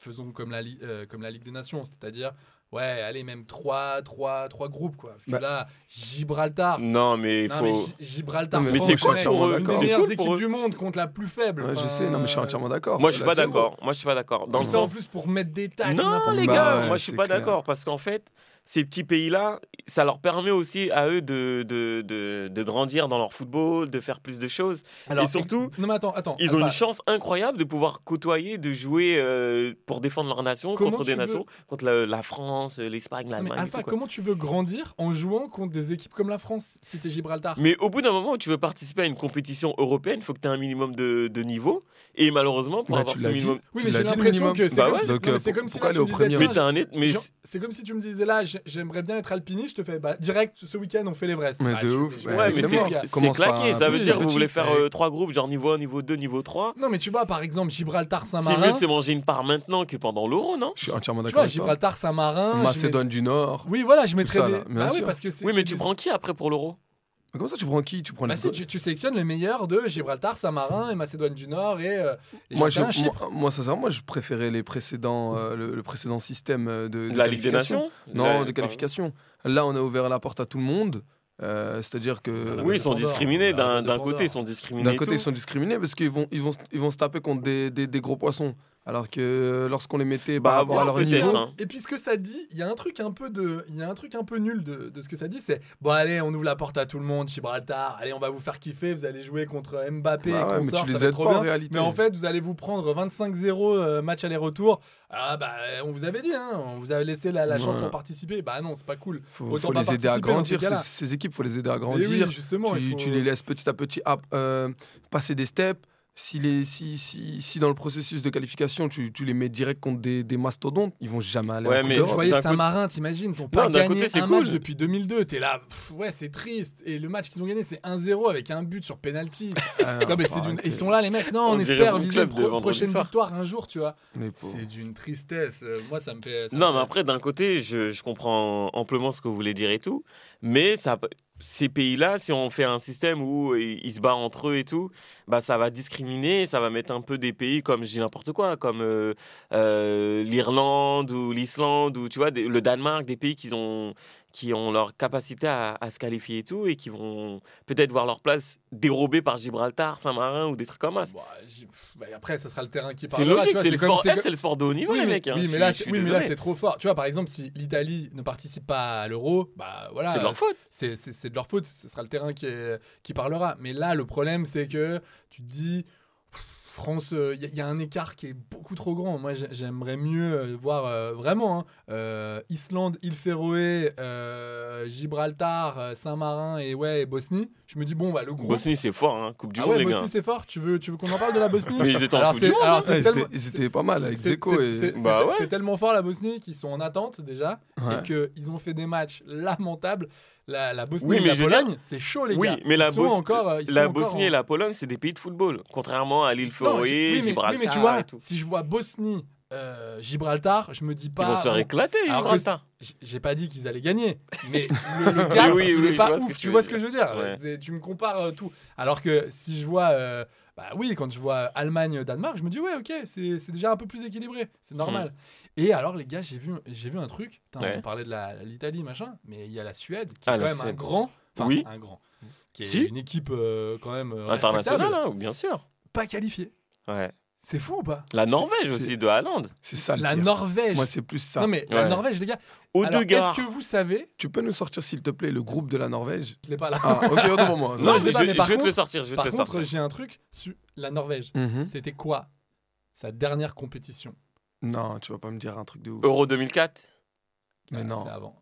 [SPEAKER 2] faisons comme la, Li- euh, comme la Ligue des Nations, c'est-à-dire. Ouais, allez, même 3, 3, 3 groupes, quoi. Parce que
[SPEAKER 8] Bah.
[SPEAKER 2] là, Gibraltar.
[SPEAKER 5] Non, mais il
[SPEAKER 2] Non, mais
[SPEAKER 5] faut.
[SPEAKER 2] Gi- Gibraltar,
[SPEAKER 8] Non, mais
[SPEAKER 5] Mais
[SPEAKER 2] France,
[SPEAKER 5] c'est cool
[SPEAKER 2] mec,
[SPEAKER 5] pour eux,
[SPEAKER 2] une
[SPEAKER 8] d'accord.
[SPEAKER 2] des
[SPEAKER 5] C'est
[SPEAKER 2] meilleures
[SPEAKER 5] cool pour
[SPEAKER 2] équipes
[SPEAKER 5] eux.
[SPEAKER 2] du monde contre la plus faible.
[SPEAKER 8] Ouais, je
[SPEAKER 2] Enfin,
[SPEAKER 8] sais, non, mais je suis entièrement d'accord.
[SPEAKER 5] Moi, je suis pas
[SPEAKER 8] Là-dessus.
[SPEAKER 5] d'accord. Moi, je suis pas d'accord. Dans
[SPEAKER 2] Tout
[SPEAKER 5] le
[SPEAKER 2] ça en
[SPEAKER 5] sens.
[SPEAKER 2] plus pour mettre des tacs.
[SPEAKER 5] Non,
[SPEAKER 2] n'importe
[SPEAKER 5] les
[SPEAKER 2] quoi.
[SPEAKER 8] Bah
[SPEAKER 5] gars,
[SPEAKER 8] ouais,
[SPEAKER 5] moi, je suis
[SPEAKER 8] c'est
[SPEAKER 5] pas
[SPEAKER 8] clair.
[SPEAKER 5] d'accord. Parce qu'en fait, ces petits pays-là, ça leur permet aussi à eux de, de, de, de grandir dans leur football, de faire plus de choses.
[SPEAKER 2] Alors,
[SPEAKER 5] et surtout,
[SPEAKER 2] ex- non mais attends, attends.
[SPEAKER 5] Ils ont
[SPEAKER 2] Enfin,
[SPEAKER 5] une chance incroyable de pouvoir côtoyer, de jouer euh, pour défendre leur nation
[SPEAKER 2] Comment
[SPEAKER 5] contre
[SPEAKER 2] tu
[SPEAKER 5] des
[SPEAKER 2] veux-
[SPEAKER 5] nations, contre la, la France, euh, l'Espagne,
[SPEAKER 2] non, mais
[SPEAKER 5] l'Allemagne. et
[SPEAKER 2] Alpha,
[SPEAKER 5] tout, quoi.
[SPEAKER 2] comment tu veux grandir en jouant contre des équipes comme la France si t'es Gibraltar
[SPEAKER 5] Mais au bout d'un moment où tu veux participer à une compétition européenne, il faut que tu aies un minimum de, de niveau. Et malheureusement, pour
[SPEAKER 8] Bah,
[SPEAKER 5] avoir
[SPEAKER 8] tu
[SPEAKER 5] ce
[SPEAKER 8] l'as dit.
[SPEAKER 5] minimum.
[SPEAKER 2] Oui,
[SPEAKER 8] Tu
[SPEAKER 2] mais
[SPEAKER 8] l'as
[SPEAKER 2] j'ai
[SPEAKER 8] dit, le
[SPEAKER 2] l'impression
[SPEAKER 8] minimum.
[SPEAKER 2] que c'est
[SPEAKER 5] Bah
[SPEAKER 2] comme
[SPEAKER 5] ouais.
[SPEAKER 2] si-
[SPEAKER 8] Donc,
[SPEAKER 2] non, mais
[SPEAKER 8] euh,
[SPEAKER 2] c'est comme si
[SPEAKER 8] pourquoi
[SPEAKER 2] là,
[SPEAKER 8] aller
[SPEAKER 2] tu
[SPEAKER 8] au
[SPEAKER 2] me disais,
[SPEAKER 8] premier
[SPEAKER 5] Mais
[SPEAKER 2] tiens,
[SPEAKER 5] t'as un net. Mais
[SPEAKER 2] Jean- C'est comme si tu me disais là, j'ai- j'aimerais bien être alpiniste, je te fais bah, direct ce week-end on fait l'Everest.
[SPEAKER 8] Mais
[SPEAKER 2] Bah,
[SPEAKER 8] de
[SPEAKER 2] je-
[SPEAKER 8] ouf.
[SPEAKER 2] je-
[SPEAKER 5] Ouais, mais
[SPEAKER 2] je-
[SPEAKER 5] c'est-
[SPEAKER 2] je- je-
[SPEAKER 5] c'est claqué. Ça veut
[SPEAKER 2] petit,
[SPEAKER 5] dire que vous
[SPEAKER 2] petit.
[SPEAKER 5] voulez faire euh, trois groupes, genre niveau 1, niveau 2, niveau 3.
[SPEAKER 2] Non, mais tu vois, par exemple,
[SPEAKER 5] C'est mieux
[SPEAKER 2] Gibraltar-Saint-Marin.
[SPEAKER 5] de se manger une part maintenant que pendant l'euro, non
[SPEAKER 8] Je suis entièrement
[SPEAKER 2] Tu
[SPEAKER 8] d'accord
[SPEAKER 2] vois,
[SPEAKER 8] avec toi.
[SPEAKER 2] Gibraltar-Saint-Marin. je
[SPEAKER 8] Macédoine du Nord.
[SPEAKER 2] mets- Oui, voilà, je mettrais
[SPEAKER 8] ça,
[SPEAKER 2] des.
[SPEAKER 8] là, bien
[SPEAKER 2] Bah oui,
[SPEAKER 8] sûr.
[SPEAKER 2] parce que c'est.
[SPEAKER 5] Oui, mais
[SPEAKER 2] c'est
[SPEAKER 5] tu
[SPEAKER 2] des-
[SPEAKER 5] prends qui après pour l'euro
[SPEAKER 8] Mais comment ça, tu prends qui Tu prends
[SPEAKER 2] Bah
[SPEAKER 8] les-
[SPEAKER 2] si, tu, tu sélectionnes les meilleurs de Gibraltar, Saint-Marin et Macédoine du Nord et, euh, et
[SPEAKER 8] Moi, je,
[SPEAKER 2] j'en sais rien,
[SPEAKER 8] moi,
[SPEAKER 2] Chypre.
[SPEAKER 8] moi, sincèrement, moi, je préférais les précédents, euh, le, le précédent système euh, de, de
[SPEAKER 5] De la Ligue des
[SPEAKER 8] qualification.
[SPEAKER 5] Nations
[SPEAKER 8] Non,
[SPEAKER 5] La-
[SPEAKER 8] de qualification. Là, on a ouvert la porte à tout le monde. euh, C'est-à-dire que
[SPEAKER 5] Ah, Oui, ils sont
[SPEAKER 2] Indépendant.
[SPEAKER 5] discriminés. D'un d'un
[SPEAKER 2] Indépendant.
[SPEAKER 5] côté, ils sont discriminés.
[SPEAKER 8] d'un
[SPEAKER 5] et
[SPEAKER 8] côté,
[SPEAKER 5] tout.
[SPEAKER 8] ils sont discriminés parce qu'ils vont, ils vont, ils vont se taper contre des, des- des gros poissons. Alors que lorsqu'on les mettait
[SPEAKER 5] Bah,
[SPEAKER 8] par rapport à
[SPEAKER 5] voir
[SPEAKER 8] leur
[SPEAKER 5] peut-être,
[SPEAKER 8] niveau,
[SPEAKER 5] hein.
[SPEAKER 2] Et puis ce que ça dit, il y a un truc un peu de, il y a un truc un peu nul de, de ce que ça dit, c'est bon allez, on ouvre la porte à tout le monde, Gibraltar, allez, on va vous faire kiffer, vous allez jouer contre Mbappé,
[SPEAKER 8] Bah
[SPEAKER 2] et
[SPEAKER 8] ouais, mais
[SPEAKER 2] consorts, ça
[SPEAKER 8] tu les
[SPEAKER 2] va être
[SPEAKER 8] aides
[SPEAKER 2] trop
[SPEAKER 8] pas,
[SPEAKER 2] bien.
[SPEAKER 8] en réalité.
[SPEAKER 2] Mais en fait, vous allez vous prendre 25-0 euh, match aller-retour. Ah bah, on vous avait dit, hein, on vous avait laissé la, la chance
[SPEAKER 8] Ouais.
[SPEAKER 2] pour participer. Bah non, c'est pas cool.
[SPEAKER 8] faut,
[SPEAKER 2] autant
[SPEAKER 8] faut
[SPEAKER 2] pas
[SPEAKER 8] les aider à
[SPEAKER 2] participer dans ces
[SPEAKER 8] grandir. Ces,
[SPEAKER 2] cas-là.
[SPEAKER 8] ces équipes, faut les aider à
[SPEAKER 2] Et oui,
[SPEAKER 8] grandir.
[SPEAKER 2] justement,
[SPEAKER 8] tu,
[SPEAKER 2] il faut-
[SPEAKER 8] tu les laisses petit à petit ap- euh, passer des steps. Si, les, si, si, si dans le processus de qualification, tu, tu les mets direct contre des, des mastodontes, ils vont jamais aller
[SPEAKER 5] Ouais,
[SPEAKER 8] en Coupe
[SPEAKER 5] mais-
[SPEAKER 8] d'Europe.
[SPEAKER 2] Je voyais
[SPEAKER 5] D'un
[SPEAKER 2] Saint-Marin, t'imagines, ils ont pas
[SPEAKER 5] Non, d'un
[SPEAKER 2] gagné
[SPEAKER 5] côté, c'est
[SPEAKER 2] un
[SPEAKER 5] cool.
[SPEAKER 2] match depuis 2002. T'es là, pff, ouais, c'est triste. Et le match qu'ils ont gagné, c'est 1-0 avec un but sur penalty.
[SPEAKER 8] Ah,
[SPEAKER 2] non, mais c'est
[SPEAKER 8] arrêtez.
[SPEAKER 2] d'une- Ils sont là, les mecs. Non, on,
[SPEAKER 5] On dirait
[SPEAKER 2] espère
[SPEAKER 5] mon
[SPEAKER 2] viser
[SPEAKER 5] club
[SPEAKER 2] une
[SPEAKER 5] de
[SPEAKER 2] pro-
[SPEAKER 5] vendredi
[SPEAKER 2] prochaine
[SPEAKER 5] soir.
[SPEAKER 2] victoire un jour, tu vois.
[SPEAKER 8] Les pauvres.
[SPEAKER 2] C'est d'une tristesse. Euh, Moi, ça me fait. ça
[SPEAKER 5] Non,
[SPEAKER 2] me
[SPEAKER 5] mais
[SPEAKER 2] fait-
[SPEAKER 5] après, d'un côté, je, je comprends amplement ce que vous voulez dire et tout, mais ça, ces pays-là, si on fait un système où ils, ils se battent entre eux et tout, bah, ça va discriminer, ça va mettre un peu des pays comme, je dis n'importe quoi, comme euh, euh, l'Irlande ou l'Islande ou tu vois, des- le Danemark, des pays qui ont, qui ont leur capacité à, à se qualifier et tout, et qui vont peut-être voir leur place dérobée par Gibraltar, Saint-Marin ou des trucs comme ça.
[SPEAKER 2] Bah, j'ai- pff, bah, après, ça sera le terrain qui
[SPEAKER 5] C'est
[SPEAKER 2] parlera. tu
[SPEAKER 5] logique,
[SPEAKER 2] vois,
[SPEAKER 5] c'est le,
[SPEAKER 2] comme-
[SPEAKER 5] sport-
[SPEAKER 2] c'est
[SPEAKER 5] eh, c'est le sport de haut niveau,
[SPEAKER 2] Oui,
[SPEAKER 5] les
[SPEAKER 2] mais,
[SPEAKER 5] mecs. hein,
[SPEAKER 2] oui,
[SPEAKER 5] je
[SPEAKER 2] mais
[SPEAKER 5] suis-
[SPEAKER 2] là,
[SPEAKER 5] je suis
[SPEAKER 2] oui, mais là,
[SPEAKER 5] désolé.
[SPEAKER 2] c'est trop fort. Tu vois, par exemple, si l'Italie ne participe pas à l'Euro, bah voilà,
[SPEAKER 5] C'est de leur faute.
[SPEAKER 2] c'est- c'est c'est de leur faute. Ce sera le terrain qui, est- qui parlera. Mais là, le problème, c'est que tu te dis. pff, France, il y, a un écart qui est beaucoup trop grand. Moi, j'ai- j'aimerais mieux euh, voir euh, vraiment hein, euh, Islande, île Féroé, euh, Gibraltar, euh, Saint-Marin et ouais et Bosnie. Je me dis bon, bah le groupe.
[SPEAKER 5] Bosnie, c'est fort, hein, Coupe du
[SPEAKER 2] ah
[SPEAKER 5] Monde,
[SPEAKER 2] ouais,
[SPEAKER 5] les gars.
[SPEAKER 2] Bosnie, c'est fort. Tu veux, tu veux qu'on en parle de la Bosnie
[SPEAKER 5] Mais ils étaient en
[SPEAKER 2] Alors,
[SPEAKER 5] Coupe du
[SPEAKER 2] c'est-
[SPEAKER 5] Monde,
[SPEAKER 2] alors,
[SPEAKER 5] hein.
[SPEAKER 2] c'est
[SPEAKER 8] Ouais, Ah, ils,
[SPEAKER 2] tellement-
[SPEAKER 8] étaient, ils étaient
[SPEAKER 5] Ah,
[SPEAKER 8] pas mal avec
[SPEAKER 2] c'est-
[SPEAKER 8] Zeko
[SPEAKER 2] c'est-
[SPEAKER 8] et.
[SPEAKER 2] c'est- c'est-
[SPEAKER 5] Bah
[SPEAKER 2] c'est-
[SPEAKER 5] ouais.
[SPEAKER 2] c'est tellement fort la Bosnie qu'ils sont en attente déjà
[SPEAKER 8] Ouais.
[SPEAKER 2] et qu'ils ont fait des matchs lamentables. la, la Bosnie
[SPEAKER 5] Oui,
[SPEAKER 2] et
[SPEAKER 5] mais
[SPEAKER 2] la
[SPEAKER 5] je veux dire-
[SPEAKER 2] Pologne, c'est chaud, les
[SPEAKER 5] Oui,
[SPEAKER 2] gars.
[SPEAKER 5] mais la
[SPEAKER 2] ils sont
[SPEAKER 5] Bos-
[SPEAKER 2] encore, euh, ils
[SPEAKER 5] La
[SPEAKER 2] sont encore
[SPEAKER 5] Bosnie
[SPEAKER 2] en-
[SPEAKER 5] et la Pologne, c'est des pays de football, contrairement à l'île
[SPEAKER 2] Non, je-
[SPEAKER 5] Féroé,
[SPEAKER 2] oui, mais-
[SPEAKER 5] Gibraltar
[SPEAKER 2] oui, mais tu vois,
[SPEAKER 5] et tout.
[SPEAKER 2] si je vois Bosnie, euh, Gibraltar, je me dis pas.
[SPEAKER 5] Ils vont se faire
[SPEAKER 2] bon,
[SPEAKER 5] éclater,
[SPEAKER 2] alors que
[SPEAKER 5] Gibraltar.
[SPEAKER 2] j- J'ai pas dit qu'ils allaient gagner, mais le, le gap,
[SPEAKER 5] Oui, oui,
[SPEAKER 2] il est
[SPEAKER 5] oui,
[SPEAKER 2] pas
[SPEAKER 5] je vois ce
[SPEAKER 2] ouf.
[SPEAKER 5] que
[SPEAKER 2] tu
[SPEAKER 5] tu veux
[SPEAKER 2] vois ce que
[SPEAKER 5] dire.
[SPEAKER 2] je veux dire
[SPEAKER 5] Ouais.
[SPEAKER 2] C'est- Tu me compares euh, tout. Alors que si je vois, euh, bah oui, quand je vois Allemagne-Danemark, je me dis ouais, ok, c'est c'est déjà un peu plus équilibré, c'est normal. Et alors les gars, j'ai vu, j'ai vu un truc. Putain,
[SPEAKER 5] Hmm. Ouais.
[SPEAKER 2] On parlait de la- l'Italie, machin, mais il y a la Suède qui
[SPEAKER 5] Ah,
[SPEAKER 2] est quand
[SPEAKER 5] la
[SPEAKER 2] même un
[SPEAKER 5] Suède.
[SPEAKER 2] grand, enfin
[SPEAKER 5] Oui.
[SPEAKER 2] un grand, qui est
[SPEAKER 5] Si.
[SPEAKER 2] une équipe euh, quand même euh,
[SPEAKER 5] International,
[SPEAKER 2] respectable,
[SPEAKER 5] hein, bien sûr.
[SPEAKER 2] pas qualifiée.
[SPEAKER 5] Ouais.
[SPEAKER 2] C'est fou ou pas
[SPEAKER 5] La Norvège
[SPEAKER 8] c'est-
[SPEAKER 5] aussi, de Haaland.
[SPEAKER 8] C'est ça le
[SPEAKER 2] La
[SPEAKER 8] pire.
[SPEAKER 2] Norvège.
[SPEAKER 8] Moi, c'est plus ça.
[SPEAKER 2] Non mais la
[SPEAKER 5] Ouais.
[SPEAKER 2] Norvège, les gars.
[SPEAKER 5] Au
[SPEAKER 2] Alors,
[SPEAKER 5] deux gars.
[SPEAKER 2] est-ce que vous savez
[SPEAKER 8] Tu peux nous sortir, s'il te plaît, le groupe de la Norvège
[SPEAKER 2] Je l'ai pas là.
[SPEAKER 8] Ah, ok, autant pour moi.
[SPEAKER 2] Non,
[SPEAKER 5] Non,
[SPEAKER 2] je
[SPEAKER 5] je,
[SPEAKER 2] l'ai pas, mais
[SPEAKER 5] je
[SPEAKER 2] par
[SPEAKER 5] vais te le
[SPEAKER 2] contre-
[SPEAKER 5] sortir, je vais te
[SPEAKER 2] Par
[SPEAKER 5] le
[SPEAKER 2] contre,
[SPEAKER 5] sortir.
[SPEAKER 2] j'ai un truc sur la Norvège.
[SPEAKER 8] Mhm.
[SPEAKER 2] C'était quoi sa dernière compétition
[SPEAKER 8] Non, tu vas pas me dire un truc de ouf.
[SPEAKER 5] Euro 2004,
[SPEAKER 8] Mais
[SPEAKER 2] Ah,
[SPEAKER 8] non.
[SPEAKER 2] C'est avant.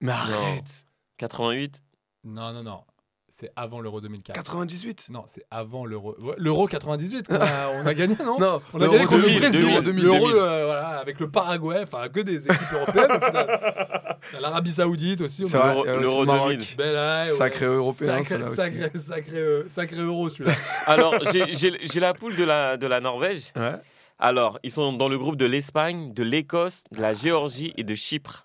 [SPEAKER 8] Mais arrête
[SPEAKER 5] 88.
[SPEAKER 2] Non, non, non. C'est avant l'Euro 2004.
[SPEAKER 8] 98
[SPEAKER 2] Non, c'est avant l'Euro. Ouais, L'Euro 98, qu'on a- on a gagné, non
[SPEAKER 8] Non,
[SPEAKER 2] On a gagné
[SPEAKER 8] l'Euro
[SPEAKER 2] contre le
[SPEAKER 5] 2000,
[SPEAKER 2] Brésil,
[SPEAKER 5] l'Euro
[SPEAKER 8] 2000,
[SPEAKER 2] l'Euro
[SPEAKER 8] 2000.
[SPEAKER 2] euh, voilà, avec le Paraguay, enfin que des équipes européennes. au final. T'as L'Arabie Saoudite aussi. on
[SPEAKER 8] C'est
[SPEAKER 2] a-
[SPEAKER 8] vrai,
[SPEAKER 5] L'Euro-
[SPEAKER 8] euh,
[SPEAKER 5] l'Euro
[SPEAKER 8] c'est Maroc.
[SPEAKER 5] 2000.
[SPEAKER 2] Bel Aïe, ouais.
[SPEAKER 8] Sacré européen,
[SPEAKER 2] sacré,
[SPEAKER 8] celui-là aussi.
[SPEAKER 2] sacré, sacré, euh, sacré euro celui-là.
[SPEAKER 5] Alors, j'ai- j'ai j'ai la poule de la, de la Norvège.
[SPEAKER 8] Ouais.
[SPEAKER 5] Alors, ils sont dans le groupe de l'Espagne, de l'Écosse, de la Géorgie et de Chypre.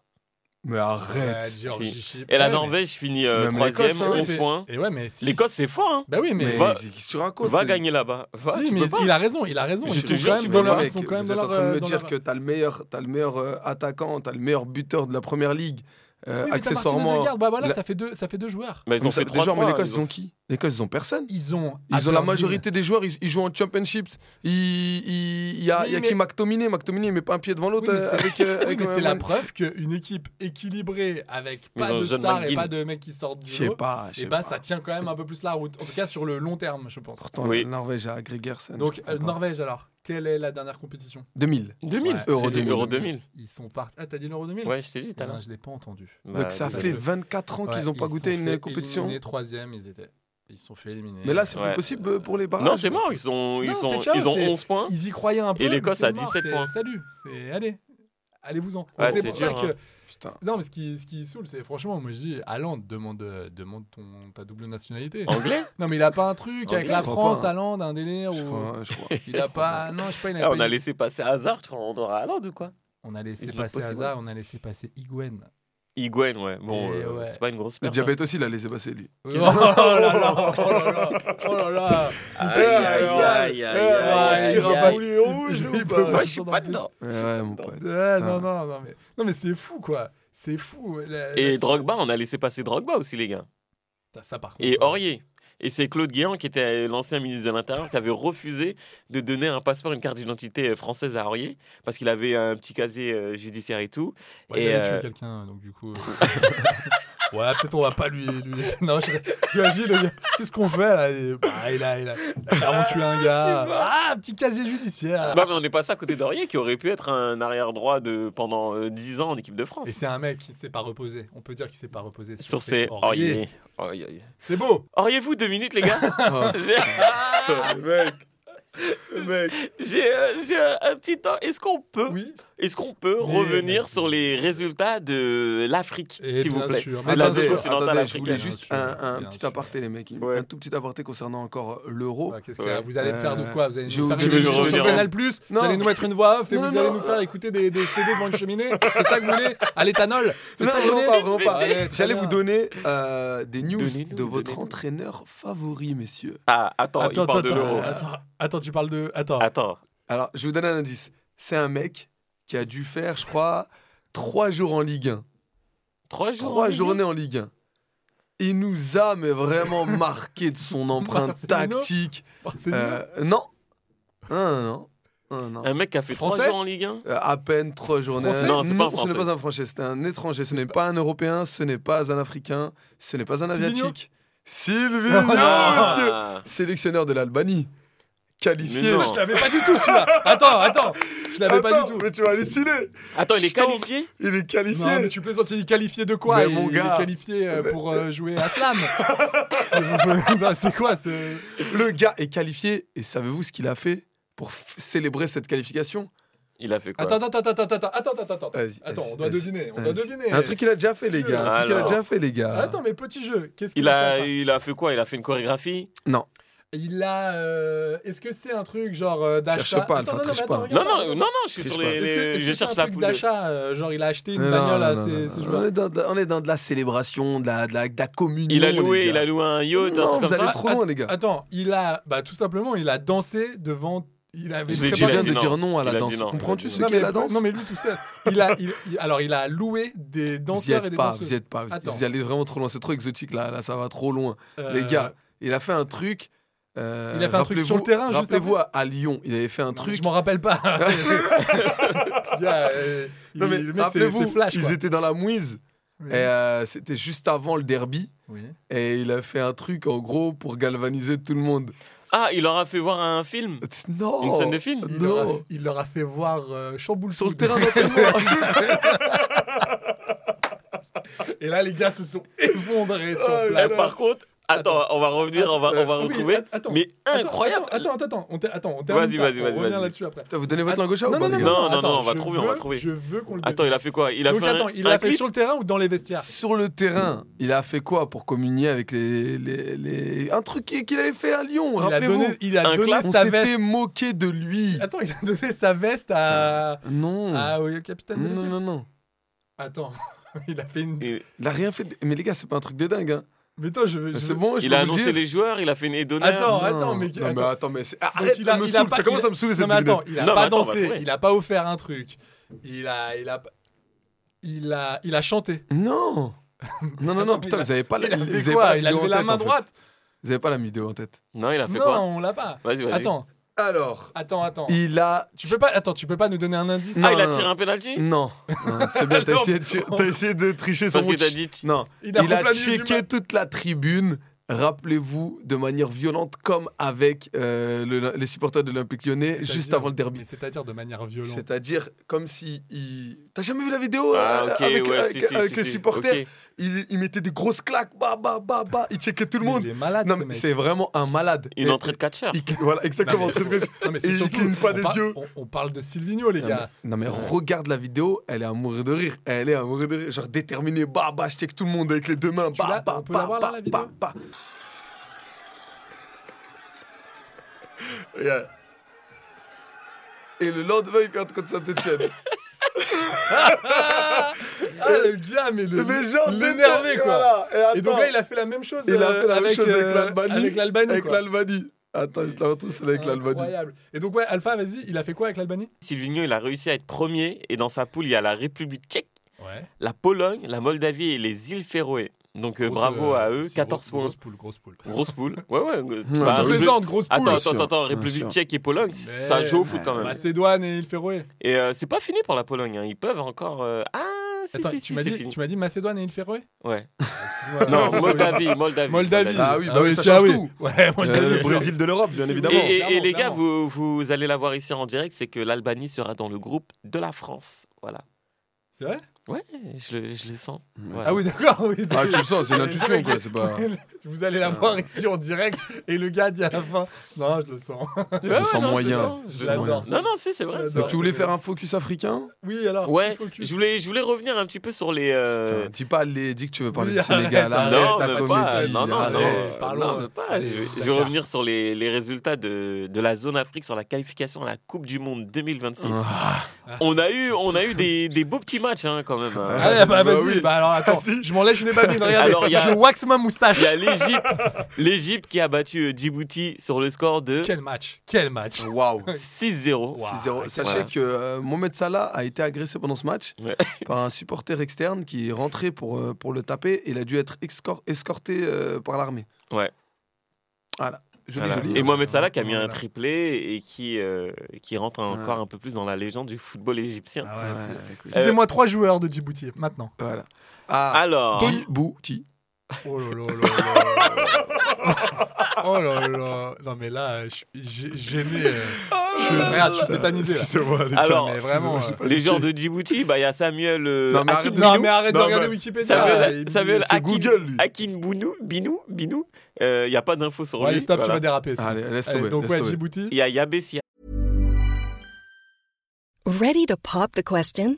[SPEAKER 8] Mais
[SPEAKER 2] Ouais,
[SPEAKER 8] arrête
[SPEAKER 2] Georgie Chypre.
[SPEAKER 5] Et la
[SPEAKER 2] Ouais, mais-
[SPEAKER 5] Norvège finit euh,
[SPEAKER 8] Même l'Écosse,
[SPEAKER 5] troisième,
[SPEAKER 8] hein,
[SPEAKER 2] Ouais,
[SPEAKER 5] 11
[SPEAKER 2] c'est-
[SPEAKER 5] points.
[SPEAKER 2] Et ouais, mais si-
[SPEAKER 5] L'Écosse, c'est fort, hein.
[SPEAKER 2] Bah oui, mais.
[SPEAKER 8] Mais
[SPEAKER 5] Va-
[SPEAKER 8] qu'est-ce que tu racontes
[SPEAKER 5] Va gagner là-bas. Va,
[SPEAKER 2] Si,
[SPEAKER 5] tu
[SPEAKER 2] mais
[SPEAKER 5] peux pas.
[SPEAKER 2] il a raison, il a raison.
[SPEAKER 5] Je
[SPEAKER 2] Ils
[SPEAKER 5] te
[SPEAKER 2] sont quand
[SPEAKER 5] jure, tu
[SPEAKER 2] même
[SPEAKER 5] peux
[SPEAKER 2] dans
[SPEAKER 8] Mais
[SPEAKER 5] pas.
[SPEAKER 2] leur-
[SPEAKER 8] mec,
[SPEAKER 2] ils sont quand même
[SPEAKER 8] vous
[SPEAKER 2] dans
[SPEAKER 8] êtes en
[SPEAKER 2] leur,
[SPEAKER 8] train de
[SPEAKER 2] euh,
[SPEAKER 8] me
[SPEAKER 2] dans
[SPEAKER 8] dire
[SPEAKER 2] leur-
[SPEAKER 8] que t'as le meilleur, t'as le meilleur euh, attaquant, t'as le meilleur buteur de la première ligue. Euh,
[SPEAKER 2] Oui, mais t'as Martinez
[SPEAKER 8] accessoirement.
[SPEAKER 2] Degarde, Bah voilà,
[SPEAKER 8] la-
[SPEAKER 2] ça fait deux, ça fait deux joueurs.
[SPEAKER 5] Bah, ils
[SPEAKER 8] Mais
[SPEAKER 5] ont Ah,
[SPEAKER 8] ça-
[SPEAKER 5] fait
[SPEAKER 8] déjà,
[SPEAKER 5] 3
[SPEAKER 8] mais l'Écosse, ils ont qui L'Écosse, ils ont personne.
[SPEAKER 2] Ils ont.
[SPEAKER 8] Ils ont la
[SPEAKER 2] Aberdeen.
[SPEAKER 8] majorité des joueurs, ils, ils jouent en championship. Il y a, il y a
[SPEAKER 2] Oui,
[SPEAKER 8] qui
[SPEAKER 2] mais-
[SPEAKER 8] McTominay McTominay, il met pas un pied devant
[SPEAKER 2] Oui,
[SPEAKER 8] l'autre
[SPEAKER 2] mais
[SPEAKER 8] euh,
[SPEAKER 2] c'est-
[SPEAKER 8] avec. euh,
[SPEAKER 2] oui,
[SPEAKER 8] avec,
[SPEAKER 2] mais
[SPEAKER 8] euh,
[SPEAKER 2] c'est la
[SPEAKER 8] Man-
[SPEAKER 2] preuve qu'une équipe équilibrée avec
[SPEAKER 5] Mais
[SPEAKER 2] pas
[SPEAKER 5] ils ont
[SPEAKER 2] de
[SPEAKER 5] John
[SPEAKER 2] stars et
[SPEAKER 5] McGinn.
[SPEAKER 2] pas de mecs qui sortent
[SPEAKER 8] Je
[SPEAKER 2] du
[SPEAKER 8] sais
[SPEAKER 2] lot,
[SPEAKER 8] pas. je
[SPEAKER 2] et
[SPEAKER 8] sais
[SPEAKER 2] bah
[SPEAKER 8] pas.
[SPEAKER 2] ça tient quand même un peu plus la route. En tout cas sur le long terme, je pense.
[SPEAKER 8] Pourtant,
[SPEAKER 5] Oui.
[SPEAKER 8] la Norvège à Gregersen.
[SPEAKER 2] Donc
[SPEAKER 8] je
[SPEAKER 2] euh,
[SPEAKER 8] comprends pas.
[SPEAKER 2] Norvège alors, quelle est la dernière compétition
[SPEAKER 8] 2000.
[SPEAKER 5] 2000.
[SPEAKER 2] Ouais,
[SPEAKER 8] Euro
[SPEAKER 5] J'ai dit
[SPEAKER 8] 2000.
[SPEAKER 5] Euro 2000.
[SPEAKER 2] Ils sont partis. Ah t'as dit l'Euro 2000
[SPEAKER 5] Ouais, je t'ai dit tout à
[SPEAKER 2] Non,
[SPEAKER 5] l'heure.
[SPEAKER 2] je l'ai pas entendu.
[SPEAKER 5] Bah,
[SPEAKER 8] Donc ça
[SPEAKER 5] désolé.
[SPEAKER 8] fait 24 ans qu'ils n'ont
[SPEAKER 2] Ouais,
[SPEAKER 8] pas
[SPEAKER 2] ils
[SPEAKER 8] goûté
[SPEAKER 2] sont
[SPEAKER 8] une
[SPEAKER 2] fait
[SPEAKER 8] compétition.
[SPEAKER 2] éliminer troisième, ils étaient. Ils se sont fait éliminer.
[SPEAKER 8] Mais là, c'est
[SPEAKER 5] Ouais.
[SPEAKER 8] plus possible euh, pour les barrages.
[SPEAKER 5] Non, c'est mort. Ils, sont, ils,
[SPEAKER 2] Non,
[SPEAKER 5] sont,
[SPEAKER 2] c'est ciao,
[SPEAKER 5] ils ont
[SPEAKER 2] c'est-
[SPEAKER 5] 11 points.
[SPEAKER 2] Ils y croyaient un peu.
[SPEAKER 5] Et
[SPEAKER 2] mais
[SPEAKER 5] l'Écosse
[SPEAKER 2] c'est
[SPEAKER 5] a
[SPEAKER 2] mort,
[SPEAKER 5] 17
[SPEAKER 2] c'est-
[SPEAKER 5] points.
[SPEAKER 2] Salut, c'est allez, allez-vous-en.
[SPEAKER 5] Ouais,
[SPEAKER 2] Donc,
[SPEAKER 5] c'est
[SPEAKER 2] pour ça
[SPEAKER 5] dur, hein.
[SPEAKER 2] que-
[SPEAKER 8] Putain.
[SPEAKER 2] Non, mais ce qui, ce qui saoule, c'est franchement, moi je dis, Hollande, demande, euh, demande ton, ta double nationalité.
[SPEAKER 5] Anglais
[SPEAKER 2] Non, mais il a pas un truc
[SPEAKER 5] Anglais,
[SPEAKER 2] avec la
[SPEAKER 8] je crois
[SPEAKER 2] France,
[SPEAKER 8] pas, hein.
[SPEAKER 2] Hollande, un délire.
[SPEAKER 8] Je
[SPEAKER 2] ou-
[SPEAKER 8] crois, je crois.
[SPEAKER 2] Il a pas. Non, je sais pas, il
[SPEAKER 5] Eh,
[SPEAKER 2] a
[SPEAKER 5] On
[SPEAKER 2] pas
[SPEAKER 5] a
[SPEAKER 2] eu-
[SPEAKER 5] laissé passer Hazard, tu crois, on aura Haaland ou quoi
[SPEAKER 2] on a laissé
[SPEAKER 5] It's not
[SPEAKER 2] passer
[SPEAKER 5] possible.
[SPEAKER 2] Hazard, on a laissé passer Higuain.
[SPEAKER 5] Higuain, ouais. Bon,
[SPEAKER 2] Et
[SPEAKER 5] euh,
[SPEAKER 2] ouais.
[SPEAKER 5] c'est pas une grosse
[SPEAKER 8] Le
[SPEAKER 5] perte. hein.
[SPEAKER 8] diabète aussi l'a laissé passer, lui.
[SPEAKER 2] Oh là là Oh là là Oh là là
[SPEAKER 5] hein. Ah, Aïe, aïe, aïe,
[SPEAKER 2] Ah,
[SPEAKER 5] aïe,
[SPEAKER 4] Tire
[SPEAKER 5] aïe,
[SPEAKER 4] un
[SPEAKER 5] aïe.
[SPEAKER 4] boulet rouge ou pas
[SPEAKER 5] Moi, je suis pas dedans.
[SPEAKER 8] Ouais, ouais, mon pote.
[SPEAKER 2] Ouais,
[SPEAKER 8] Putain.
[SPEAKER 2] non, non, non, mais, non, mais c'est fou quoi. C'est fou. La- la-
[SPEAKER 5] Et Drogba, on a laissé passer Drogba aussi, les gars.
[SPEAKER 2] Ça, ça, par contre,
[SPEAKER 5] Et
[SPEAKER 2] ouais.
[SPEAKER 5] Aurier. Et c'est Claude Guéant, qui était l'ancien ministre de l'Intérieur, qui avait refusé de donner un passeport, une carte d'identité euh, française à Aurier, parce qu'il avait un petit casier euh, judiciaire et tout.
[SPEAKER 2] Ouais,
[SPEAKER 5] Et,
[SPEAKER 2] il avait tué
[SPEAKER 5] euh,
[SPEAKER 2] quelqu'un, donc du coup. euh, ouais, peut-être on va pas lui. lui laisser- Non, je... j'imagine, le gars, qu'est-ce qu'on fait là il... Bah, il a, il a... il a clairement tué un gars. Ah, petit casier judiciaire.
[SPEAKER 5] Non, mais on est passé à côté d'Aurier, qui aurait pu être un arrière-droit de, pendant euh, 10 ans en équipe de France.
[SPEAKER 2] Et c'est un mec qui ne s'est pas reposé. On peut dire qu'il s'est pas reposé sur,
[SPEAKER 5] Sur ces
[SPEAKER 2] oreillers.
[SPEAKER 5] Aurier. Aurier, Aurier.
[SPEAKER 2] C'est beau.
[SPEAKER 5] Auriez-vous deux minutes, les gars
[SPEAKER 2] Oh.
[SPEAKER 5] J'ai- Ah,
[SPEAKER 4] Mec. Mec.
[SPEAKER 5] J'ai euh, j'ai un- un petit temps. Est-ce qu'on peut
[SPEAKER 2] Oui.
[SPEAKER 5] Est-ce qu'on peut
[SPEAKER 2] Mais-
[SPEAKER 5] revenir
[SPEAKER 2] merci.
[SPEAKER 5] sur les résultats de l'Afrique,
[SPEAKER 2] Et
[SPEAKER 5] s'il vous
[SPEAKER 2] bien
[SPEAKER 5] plaît
[SPEAKER 2] sûr.
[SPEAKER 5] De la
[SPEAKER 8] Attendez,
[SPEAKER 5] zone continentale
[SPEAKER 8] attendez, je
[SPEAKER 5] africaine.
[SPEAKER 8] voulais juste
[SPEAKER 2] Bien
[SPEAKER 8] un,
[SPEAKER 2] sûr,
[SPEAKER 8] un
[SPEAKER 2] bien
[SPEAKER 8] petit
[SPEAKER 2] sûr.
[SPEAKER 8] aparté, les mecs.
[SPEAKER 5] Ouais.
[SPEAKER 8] Un tout petit aparté concernant encore euh, l'euro.
[SPEAKER 2] Ouais, Ah, qu'est-ce que
[SPEAKER 5] Ouais. Euh,
[SPEAKER 2] Vous allez faire de quoi Vous allez
[SPEAKER 8] Je-
[SPEAKER 2] nous faire
[SPEAKER 8] je
[SPEAKER 2] une
[SPEAKER 8] vais lui
[SPEAKER 2] émission sur
[SPEAKER 5] revenir en-
[SPEAKER 2] Canal Plus Vous
[SPEAKER 8] Non.
[SPEAKER 2] allez nous mettre une voix off et
[SPEAKER 8] Non,
[SPEAKER 2] vous
[SPEAKER 8] non,
[SPEAKER 2] allez
[SPEAKER 8] non.
[SPEAKER 2] nous faire écouter des, des CD devant une cheminée C'est ça que vous voulez À l'éthanol C'est
[SPEAKER 8] Non,
[SPEAKER 2] ça que vous
[SPEAKER 8] vraiment
[SPEAKER 2] voulez
[SPEAKER 8] pas, vraiment pas.
[SPEAKER 2] Allez, très
[SPEAKER 8] J'allais
[SPEAKER 2] bien.
[SPEAKER 8] vous donner euh, des news
[SPEAKER 5] Donnez-nous,
[SPEAKER 8] de votre
[SPEAKER 5] donnez-nous.
[SPEAKER 8] entraîneur favori, messieurs.
[SPEAKER 5] Ah,
[SPEAKER 8] Oh,
[SPEAKER 5] attends,
[SPEAKER 2] Attends,
[SPEAKER 5] il parle
[SPEAKER 2] attends,
[SPEAKER 5] de l'euro.
[SPEAKER 2] attends, attends, attends, tu parles de. Attends.
[SPEAKER 5] Attends.
[SPEAKER 8] Alors, je vais vous donner un indice. C'est un mec qui a dû faire, je crois, trois jours en Ligue 1.
[SPEAKER 5] Trois jours.
[SPEAKER 8] Trois journées en Ligue 1. Il nous a, mais vraiment marqué de son empreinte
[SPEAKER 2] Marcelino
[SPEAKER 8] tactique.
[SPEAKER 2] Marcelino
[SPEAKER 8] Euh, non. Non, non, non. non, non.
[SPEAKER 5] Un mec qui a fait trois
[SPEAKER 2] Français
[SPEAKER 5] jours en Ligue 1
[SPEAKER 8] Euh, à peine trois journées.
[SPEAKER 5] Français Non, c'est pas un
[SPEAKER 8] ce n'est
[SPEAKER 5] Français.
[SPEAKER 8] pas un Français, c'est un étranger. Ce n'est pas un Européen, ce n'est pas un Africain, ce n'est pas un
[SPEAKER 2] Silvino
[SPEAKER 8] Asiatique. Silvino,
[SPEAKER 5] Ah.
[SPEAKER 8] monsieur Sélectionneur de l'Albanie. Qualifié.
[SPEAKER 5] Mais non.
[SPEAKER 2] Je l'avais pas du tout celui-là Attends, attends Je l'avais pas
[SPEAKER 4] Attends,
[SPEAKER 2] du tout
[SPEAKER 4] mais tu vas halluciner.
[SPEAKER 5] Attends, il est
[SPEAKER 4] Je t'en-
[SPEAKER 5] qualifié
[SPEAKER 4] Il est
[SPEAKER 2] Non,
[SPEAKER 4] qualifié.
[SPEAKER 2] mais tu plaisantes, il est qualifié de quoi
[SPEAKER 8] Mais
[SPEAKER 2] il,
[SPEAKER 8] mon
[SPEAKER 2] il
[SPEAKER 8] gars.
[SPEAKER 2] est qualifié euh, pour euh, jouer à Slam Non, C'est quoi ce.
[SPEAKER 8] Le gars est qualifié. Et savez-vous ce qu'il a fait pour f- célébrer cette qualification
[SPEAKER 5] Il a fait quoi
[SPEAKER 2] Attends, attends, attends, attends, attends, attends, attends, attends.
[SPEAKER 8] Vas-y,
[SPEAKER 2] Attends,
[SPEAKER 8] vas-y,
[SPEAKER 2] on doit
[SPEAKER 8] vas-y.
[SPEAKER 2] deviner, on
[SPEAKER 8] Vas-y.
[SPEAKER 2] doit deviner. Euh,
[SPEAKER 8] Un truc qu'il a déjà fait, les gars. Un truc qu'il a
[SPEAKER 5] Alors.
[SPEAKER 8] déjà fait, les gars.
[SPEAKER 2] Attends, mais petit jeu, qu'est-ce qu'il
[SPEAKER 5] il
[SPEAKER 2] a
[SPEAKER 5] a,
[SPEAKER 2] fait, ça
[SPEAKER 5] il a fait quoi Il a fait une chorégraphie
[SPEAKER 2] Il a. euh, Est-ce que c'est un truc genre euh, d'achat
[SPEAKER 8] Cherche pas, Alpha,
[SPEAKER 2] Attends, non, non, mais
[SPEAKER 8] triche
[SPEAKER 2] attends,
[SPEAKER 8] pas.
[SPEAKER 5] Non,
[SPEAKER 2] regarde,
[SPEAKER 5] non, non,
[SPEAKER 2] regarde.
[SPEAKER 5] non, je suis
[SPEAKER 8] Triche
[SPEAKER 5] sur
[SPEAKER 8] pas.
[SPEAKER 5] les.
[SPEAKER 2] Est-ce que-
[SPEAKER 5] les-
[SPEAKER 2] est-ce
[SPEAKER 5] je
[SPEAKER 2] que c'est
[SPEAKER 5] cherche
[SPEAKER 2] un
[SPEAKER 5] la
[SPEAKER 2] truc
[SPEAKER 5] poule. de-
[SPEAKER 2] d'achat euh, Genre, il a acheté une
[SPEAKER 8] Non,
[SPEAKER 2] bagnole à
[SPEAKER 8] non,
[SPEAKER 2] ses
[SPEAKER 8] non,
[SPEAKER 2] ses
[SPEAKER 8] non.
[SPEAKER 2] joueurs
[SPEAKER 8] On est dans de la, on est dans de la célébration, de la, de la, de la communion.
[SPEAKER 5] Il a
[SPEAKER 8] les
[SPEAKER 5] loué,
[SPEAKER 8] gars.
[SPEAKER 5] il a loué un yacht, un truc
[SPEAKER 8] Non, vous
[SPEAKER 5] comme
[SPEAKER 8] allez
[SPEAKER 5] ça.
[SPEAKER 8] trop
[SPEAKER 2] Ah,
[SPEAKER 8] loin, les gars.
[SPEAKER 2] Attends, il a. Bah, tout simplement, il a dansé devant. Il avait
[SPEAKER 5] Je l'ai
[SPEAKER 8] Tu
[SPEAKER 5] dit, il a
[SPEAKER 8] viens
[SPEAKER 5] dit
[SPEAKER 8] de
[SPEAKER 5] non.
[SPEAKER 8] dire non à la
[SPEAKER 5] Il a dit
[SPEAKER 8] danse.
[SPEAKER 5] non.
[SPEAKER 8] Comprends-tu ce
[SPEAKER 2] Non,
[SPEAKER 8] qu'est
[SPEAKER 2] mais,
[SPEAKER 8] la danse
[SPEAKER 2] non, mais lui tout seul. Il a, il- il- alors, il a loué des
[SPEAKER 8] Vous y
[SPEAKER 2] danseurs et
[SPEAKER 8] êtes
[SPEAKER 2] des
[SPEAKER 8] pas,
[SPEAKER 2] danseuses.
[SPEAKER 8] vous y êtes pas. Vous-
[SPEAKER 2] Attends.
[SPEAKER 8] Vous y allez vraiment trop loin. C'est trop exotique, là. Là, ça va trop loin.
[SPEAKER 2] Euh,
[SPEAKER 8] Les gars, il a fait un truc. euh,
[SPEAKER 2] Il a fait un truc sur le
[SPEAKER 8] rappelez-vous-
[SPEAKER 2] terrain, juste
[SPEAKER 8] Rappelez-vous à, à Lyon, il avait fait un truc.
[SPEAKER 2] Je m'en rappelle pas. Il y a, euh,
[SPEAKER 8] Non, mais
[SPEAKER 2] il- le mec, c'est c'est flash.
[SPEAKER 8] ils
[SPEAKER 2] quoi.
[SPEAKER 8] étaient dans la mouise.
[SPEAKER 2] Oui.
[SPEAKER 8] Et euh, c'était juste avant le derby.
[SPEAKER 2] Oui.
[SPEAKER 8] Et il a fait un truc en gros pour galvaniser tout le monde.
[SPEAKER 5] Ah, il leur a fait voir un film.
[SPEAKER 8] Non
[SPEAKER 2] Oh.
[SPEAKER 5] Une scène de film
[SPEAKER 2] Il, leur a,
[SPEAKER 8] Non
[SPEAKER 2] il leur a fait voir euh, Chamboule
[SPEAKER 8] Sur le
[SPEAKER 2] Food.
[SPEAKER 8] terrain d'entraînement
[SPEAKER 2] Et là, les gars se sont effondrés sur
[SPEAKER 8] Oh,
[SPEAKER 5] Eh,
[SPEAKER 2] place.
[SPEAKER 5] par contre, attends, on va revenir, on va, on va
[SPEAKER 2] Euh, Oui,
[SPEAKER 5] retrouver.
[SPEAKER 2] att- attends.
[SPEAKER 5] mais
[SPEAKER 2] Attends,
[SPEAKER 5] incroyable.
[SPEAKER 2] Attends, attends, attends. On, ter- attends, on termine
[SPEAKER 5] Vas-y,
[SPEAKER 2] ça,
[SPEAKER 5] vas-y, vas-y,
[SPEAKER 2] On revient
[SPEAKER 5] vas-y.
[SPEAKER 2] là-dessus après.
[SPEAKER 8] Putain, Vous donnez votre langue au chat ou
[SPEAKER 2] non,
[SPEAKER 8] pas,
[SPEAKER 2] non, non,
[SPEAKER 8] les
[SPEAKER 2] non,
[SPEAKER 8] gars
[SPEAKER 5] Non, non,
[SPEAKER 2] attends,
[SPEAKER 5] non, on va
[SPEAKER 2] je
[SPEAKER 5] trouver, on va
[SPEAKER 2] veux-
[SPEAKER 5] trouver.
[SPEAKER 2] Je veux qu'on le
[SPEAKER 5] Attends, il a fait quoi Il a
[SPEAKER 2] Donc
[SPEAKER 5] fait un-
[SPEAKER 2] attends, il
[SPEAKER 5] un
[SPEAKER 2] l'a fait
[SPEAKER 5] clip
[SPEAKER 2] sur le terrain ou dans les vestiaires
[SPEAKER 8] Sur le terrain, il a fait quoi pour communier avec les. les- les- Un truc qu'il avait fait à Lyon,
[SPEAKER 2] Il a
[SPEAKER 8] rappelez-vous.
[SPEAKER 2] donné, il a
[SPEAKER 5] Un
[SPEAKER 2] donné
[SPEAKER 5] clap,
[SPEAKER 8] On
[SPEAKER 2] sa
[SPEAKER 8] s'était
[SPEAKER 2] veste.
[SPEAKER 8] moqué de lui.
[SPEAKER 2] Attends, il a donné sa veste à.
[SPEAKER 8] Non.
[SPEAKER 2] Ah oui, au capitaine de
[SPEAKER 8] non,
[SPEAKER 2] l'équipe.
[SPEAKER 8] non, non.
[SPEAKER 2] Attends, il a fait une.
[SPEAKER 5] il-
[SPEAKER 8] Il a rien fait. de- Mais les gars, c'est pas un truc de dingue. hein.
[SPEAKER 2] Mais attends, je veux. je
[SPEAKER 8] C'est
[SPEAKER 2] veux-
[SPEAKER 8] bon, je
[SPEAKER 5] Il
[SPEAKER 8] peux
[SPEAKER 5] a
[SPEAKER 8] vous le
[SPEAKER 5] annoncé
[SPEAKER 8] dire.
[SPEAKER 5] les joueurs, il a fait une aide d'honneur.
[SPEAKER 2] Attends, hein. attends, mais.
[SPEAKER 8] Non, mais
[SPEAKER 2] attends.
[SPEAKER 8] attends, mais c'est- arrête,
[SPEAKER 2] il a-
[SPEAKER 8] ça me
[SPEAKER 2] il a
[SPEAKER 8] saoule,
[SPEAKER 2] pas-
[SPEAKER 8] ça commence
[SPEAKER 2] il a-
[SPEAKER 8] à me saouler
[SPEAKER 2] Non
[SPEAKER 8] cette
[SPEAKER 2] mais attends,
[SPEAKER 8] devinette.
[SPEAKER 2] il a
[SPEAKER 5] Non, mais
[SPEAKER 2] pas
[SPEAKER 5] attends, on va
[SPEAKER 2] dansé,
[SPEAKER 5] trouver.
[SPEAKER 2] il a pas offert un truc. Il a, il a, il a, il a chanté.
[SPEAKER 8] Non Non, non,
[SPEAKER 2] Attends,
[SPEAKER 8] non,
[SPEAKER 2] il
[SPEAKER 8] putain,
[SPEAKER 2] a-
[SPEAKER 8] vous avez pas
[SPEAKER 2] Il
[SPEAKER 8] la
[SPEAKER 2] a
[SPEAKER 8] vous
[SPEAKER 2] fait
[SPEAKER 8] avez pas
[SPEAKER 2] quoi Il a
[SPEAKER 8] vidéo en
[SPEAKER 2] levé la
[SPEAKER 8] tête,
[SPEAKER 2] main
[SPEAKER 8] en fait.
[SPEAKER 2] droite.
[SPEAKER 8] Vous avez pas la vidéo en tête.
[SPEAKER 5] Non, il a fait
[SPEAKER 2] Non,
[SPEAKER 5] quoi
[SPEAKER 2] on l'a pas.
[SPEAKER 5] Vas-y, vas-y.
[SPEAKER 2] Attends,
[SPEAKER 8] Alors,
[SPEAKER 2] attends, attends.
[SPEAKER 8] il a.
[SPEAKER 2] Tu peux pas, attends, tu peux pas nous donner un indice
[SPEAKER 8] Non,
[SPEAKER 5] Ah, il a
[SPEAKER 8] non,
[SPEAKER 5] tiré
[SPEAKER 8] non.
[SPEAKER 5] un penalty
[SPEAKER 8] Non, non, c'est bien, t'as
[SPEAKER 2] Ah Non.
[SPEAKER 8] essayé, de- t'as essayé de tricher sur
[SPEAKER 5] Parce
[SPEAKER 8] mon
[SPEAKER 5] que t'as
[SPEAKER 8] chi-
[SPEAKER 5] dit.
[SPEAKER 8] Non, il a,
[SPEAKER 2] Il a remplacé du
[SPEAKER 8] checké
[SPEAKER 2] mal.
[SPEAKER 8] toute la tribune, rappelez-vous, de manière violente, comme avec euh, le- les supporters de l'Olympique lyonnais,
[SPEAKER 2] C'est-à-dire-
[SPEAKER 8] juste avant le derby.
[SPEAKER 2] Mais c'est-à-dire de manière violente.
[SPEAKER 8] C'est-à-dire, comme si. Il... T'as jamais vu la vidéo
[SPEAKER 5] Ah,
[SPEAKER 8] euh,
[SPEAKER 5] ok,
[SPEAKER 8] avec,
[SPEAKER 5] ouais,
[SPEAKER 8] avec-
[SPEAKER 5] si, si,
[SPEAKER 8] avec
[SPEAKER 5] si,
[SPEAKER 8] les
[SPEAKER 5] si,
[SPEAKER 8] supporters
[SPEAKER 5] ok.
[SPEAKER 8] il, il mettait des grosses claques, bah, bah, bah, bah, il checkait tout le
[SPEAKER 2] Mais
[SPEAKER 8] monde.
[SPEAKER 2] Il est malade
[SPEAKER 8] Non,
[SPEAKER 2] ce
[SPEAKER 8] mais
[SPEAKER 2] mec.
[SPEAKER 8] c'est vraiment un malade.
[SPEAKER 5] Une
[SPEAKER 8] Et-
[SPEAKER 5] entrée de catcheur.
[SPEAKER 8] il- Voilà, exactement. entrée de gauche.
[SPEAKER 2] Non, mais
[SPEAKER 8] Et
[SPEAKER 2] c'est
[SPEAKER 8] il
[SPEAKER 2] surtout.
[SPEAKER 8] cligne pas
[SPEAKER 2] on
[SPEAKER 8] des
[SPEAKER 2] par-
[SPEAKER 8] yeux.
[SPEAKER 2] On, on parle de Silvino, les
[SPEAKER 8] Non,
[SPEAKER 2] gars.
[SPEAKER 8] mais- Non mais regarde la vidéo, elle est à mourir de rire. Elle est à mourir de rire. Genre déterminée, bah bah, je check tout le monde avec les deux mains.
[SPEAKER 2] Tu
[SPEAKER 8] Bah
[SPEAKER 2] l'as-
[SPEAKER 8] bah,
[SPEAKER 2] on peut
[SPEAKER 8] bah,
[SPEAKER 2] la voir, là,
[SPEAKER 8] bah,
[SPEAKER 2] la vidéo
[SPEAKER 8] bah, bah.
[SPEAKER 4] Regarde.
[SPEAKER 8] Et le lendemain, ils perdent contre Saint-Etienne.
[SPEAKER 2] Ah, le gars, mais le.
[SPEAKER 8] mais genre
[SPEAKER 2] l'énervé,
[SPEAKER 8] déter-
[SPEAKER 2] quoi.
[SPEAKER 8] voilà. Et,
[SPEAKER 2] Et donc
[SPEAKER 8] attends,
[SPEAKER 2] là, il a fait la même chose.
[SPEAKER 8] il a
[SPEAKER 2] euh,
[SPEAKER 8] fait la même
[SPEAKER 2] avec,
[SPEAKER 8] chose
[SPEAKER 2] euh,
[SPEAKER 8] avec l'Albanie.
[SPEAKER 2] Avec l'Albanie.
[SPEAKER 8] Avec
[SPEAKER 2] quoi.
[SPEAKER 8] l'Albanie. Attends, je te la retrouve, celle avec l'Albanie.
[SPEAKER 2] Incroyable. Et donc, ouais, Alpha, vas-y, il a fait quoi avec l'Albanie
[SPEAKER 5] Silvino, il a réussi à être premier. Et dans sa poule, il y a la République tchèque,
[SPEAKER 2] Ouais.
[SPEAKER 5] la Pologne, la Moldavie et les îles Féroé. Donc
[SPEAKER 2] Oh,
[SPEAKER 5] euh, bravo à eux, 14 points.
[SPEAKER 2] Grosse poule, grosse poule.
[SPEAKER 5] Grosse poule. Ouais, ouais. euh,
[SPEAKER 8] Ouais,
[SPEAKER 5] bah,
[SPEAKER 8] je
[SPEAKER 5] République-
[SPEAKER 2] Plaisante, grosse poule.
[SPEAKER 5] Attends,
[SPEAKER 8] sûr,
[SPEAKER 5] attends, attends,
[SPEAKER 8] bien
[SPEAKER 5] République
[SPEAKER 8] sûr.
[SPEAKER 5] tchèque et Pologne,
[SPEAKER 2] Mais-
[SPEAKER 5] ça joue au foot quand même.
[SPEAKER 2] Macédoine et le Féroé.
[SPEAKER 5] Et euh, c'est pas fini pour la Pologne, hein. ils peuvent encore. euh, Ah, si,
[SPEAKER 2] Attends,
[SPEAKER 5] si,
[SPEAKER 2] tu
[SPEAKER 5] si,
[SPEAKER 2] m'as
[SPEAKER 5] c'est
[SPEAKER 2] dit,
[SPEAKER 5] fini.
[SPEAKER 2] tu m'as dit Macédoine et le Féroé
[SPEAKER 5] Ouais.
[SPEAKER 2] Excuse-moi.
[SPEAKER 5] Non, Moldavie, Moldavie.
[SPEAKER 2] Moldavie.
[SPEAKER 8] Ah oui, bah oui, ça
[SPEAKER 2] c'est- ah
[SPEAKER 8] change
[SPEAKER 2] oui.
[SPEAKER 8] tout.
[SPEAKER 2] Ouais, Moldavie.
[SPEAKER 8] Euh, le Brésil de l'Europe, bien
[SPEAKER 2] Si, si,
[SPEAKER 5] Et,
[SPEAKER 8] évidemment.
[SPEAKER 2] oui.
[SPEAKER 5] et- et
[SPEAKER 2] Clairement,
[SPEAKER 5] les gars,
[SPEAKER 2] clairement.
[SPEAKER 5] vous, vous allez la voir ici en direct, c'est que l'Albanie sera dans le groupe de la France. Voilà.
[SPEAKER 2] C'est vrai
[SPEAKER 5] Ouais, je le, je le sens.
[SPEAKER 8] Mm.
[SPEAKER 5] Voilà.
[SPEAKER 2] Ah bah. oui, d'accord. Oui,
[SPEAKER 8] Ah,
[SPEAKER 2] c'est-
[SPEAKER 8] tu le sens, c'est une intuition, quoi. C'est pas.
[SPEAKER 2] Vous allez la voir ici en direct et le gars dit à la fin Non, je le sens.
[SPEAKER 5] Ouais,
[SPEAKER 8] je
[SPEAKER 5] ouais,
[SPEAKER 8] sens
[SPEAKER 5] non,
[SPEAKER 8] moyen.
[SPEAKER 5] sens,
[SPEAKER 8] Je
[SPEAKER 5] le
[SPEAKER 2] l'adore,
[SPEAKER 5] sens.
[SPEAKER 2] ça.
[SPEAKER 5] Non, non, si, c'est vrai.
[SPEAKER 2] Je
[SPEAKER 8] Donc, tu voulais
[SPEAKER 2] c'est
[SPEAKER 8] faire un focus africain
[SPEAKER 2] Oui, alors.
[SPEAKER 5] Ouais,
[SPEAKER 2] petit focus.
[SPEAKER 5] je voulais, je voulais revenir un petit peu sur les. euh,
[SPEAKER 8] Putain, Dis pas, les... dis que tu veux parler
[SPEAKER 2] Oui,
[SPEAKER 8] de Sénégal.
[SPEAKER 2] arrête,
[SPEAKER 8] Arrête
[SPEAKER 5] Non,
[SPEAKER 8] ta
[SPEAKER 5] mais pas,
[SPEAKER 8] comédie.
[SPEAKER 5] non, non, non,
[SPEAKER 8] arrête.
[SPEAKER 5] euh,
[SPEAKER 2] Parlons,
[SPEAKER 5] non, mais
[SPEAKER 2] euh,
[SPEAKER 5] pas.
[SPEAKER 2] allez,
[SPEAKER 5] je, vais- je vais
[SPEAKER 2] Dakar.
[SPEAKER 5] revenir sur les, les résultats de, de la zone Afrique sur la qualification à la Coupe du Monde 2026.
[SPEAKER 8] Ah.
[SPEAKER 5] On a eu, on a eu des, des beaux petits matchs hein, quand même. hein.
[SPEAKER 2] Allez, bah,
[SPEAKER 8] Bah
[SPEAKER 2] vas-y.
[SPEAKER 8] oui.
[SPEAKER 2] Bah, alors, attends. Je m'enlève les babines. Regardez.
[SPEAKER 5] Alors, il y a-
[SPEAKER 2] Je wax ma moustache.
[SPEAKER 5] Il y a l'Égypte, l'Égypte qui a battu euh, Djibouti sur le score de
[SPEAKER 2] Quel match Quel match
[SPEAKER 8] Waouh.
[SPEAKER 5] 6-0.
[SPEAKER 2] Wow.
[SPEAKER 8] 6-0. Sachez
[SPEAKER 5] Voilà.
[SPEAKER 8] que euh, Mohamed Salah a été agressé pendant ce match
[SPEAKER 5] Ouais.
[SPEAKER 8] par un supporter externe qui est rentré pour, euh, pour le taper. Il a dû être escor- escorté euh, par l'armée.
[SPEAKER 5] Ouais.
[SPEAKER 8] Voilà. Joli,
[SPEAKER 5] Voilà.
[SPEAKER 8] joli. hein.
[SPEAKER 5] Et Mohamed Salah qui a mis un
[SPEAKER 2] Voilà.
[SPEAKER 5] triplé et qui, euh, qui rentre
[SPEAKER 8] Ah.
[SPEAKER 5] encore un peu plus dans la légende du football égyptien.
[SPEAKER 8] Ouais,
[SPEAKER 2] Ah ouais.
[SPEAKER 8] écoute.
[SPEAKER 2] Citez-moi trois joueurs de Djibouti maintenant.
[SPEAKER 8] Voilà. Ah,
[SPEAKER 5] Alors,
[SPEAKER 8] Djibouti.
[SPEAKER 2] Oh là là là là. Oh là là. Non mais là, je suis gê- gêné. euh. Je suis regarde, je
[SPEAKER 5] Ah,
[SPEAKER 2] suis
[SPEAKER 8] Euh,
[SPEAKER 2] tétanisé. là.
[SPEAKER 4] Excusez-moi, les gars.
[SPEAKER 5] Alors,
[SPEAKER 2] mais vraiment,
[SPEAKER 4] excusez-moi, j'ai
[SPEAKER 2] euh,
[SPEAKER 4] pas
[SPEAKER 5] les
[SPEAKER 4] dit.
[SPEAKER 5] gens de Djibouti, bah, il y a Samuel euh,
[SPEAKER 8] Non, mais
[SPEAKER 5] Akin-
[SPEAKER 8] arrête
[SPEAKER 2] Non mais arrête de
[SPEAKER 4] Non,
[SPEAKER 2] regarder
[SPEAKER 4] mais-
[SPEAKER 2] Wikipédia.
[SPEAKER 8] Ah,
[SPEAKER 2] là,
[SPEAKER 5] Samuel,
[SPEAKER 2] il-
[SPEAKER 5] Samuel
[SPEAKER 4] c'est
[SPEAKER 5] Akin,
[SPEAKER 4] Google, lui.
[SPEAKER 5] Akin Bounou, Binou, Binou. Euh, Il n'y a pas d'infos sur
[SPEAKER 2] Bon, allez,
[SPEAKER 5] lui.
[SPEAKER 2] stop, tu
[SPEAKER 5] voilà.
[SPEAKER 2] vas déraper. c'est bon.
[SPEAKER 8] Allez, laisse
[SPEAKER 2] Allez,
[SPEAKER 8] tomber.
[SPEAKER 2] donc
[SPEAKER 8] laisse
[SPEAKER 2] ouais,
[SPEAKER 8] tomber.
[SPEAKER 2] Djibouti.
[SPEAKER 5] Il y a Yabessia
[SPEAKER 9] Ready to pop the question?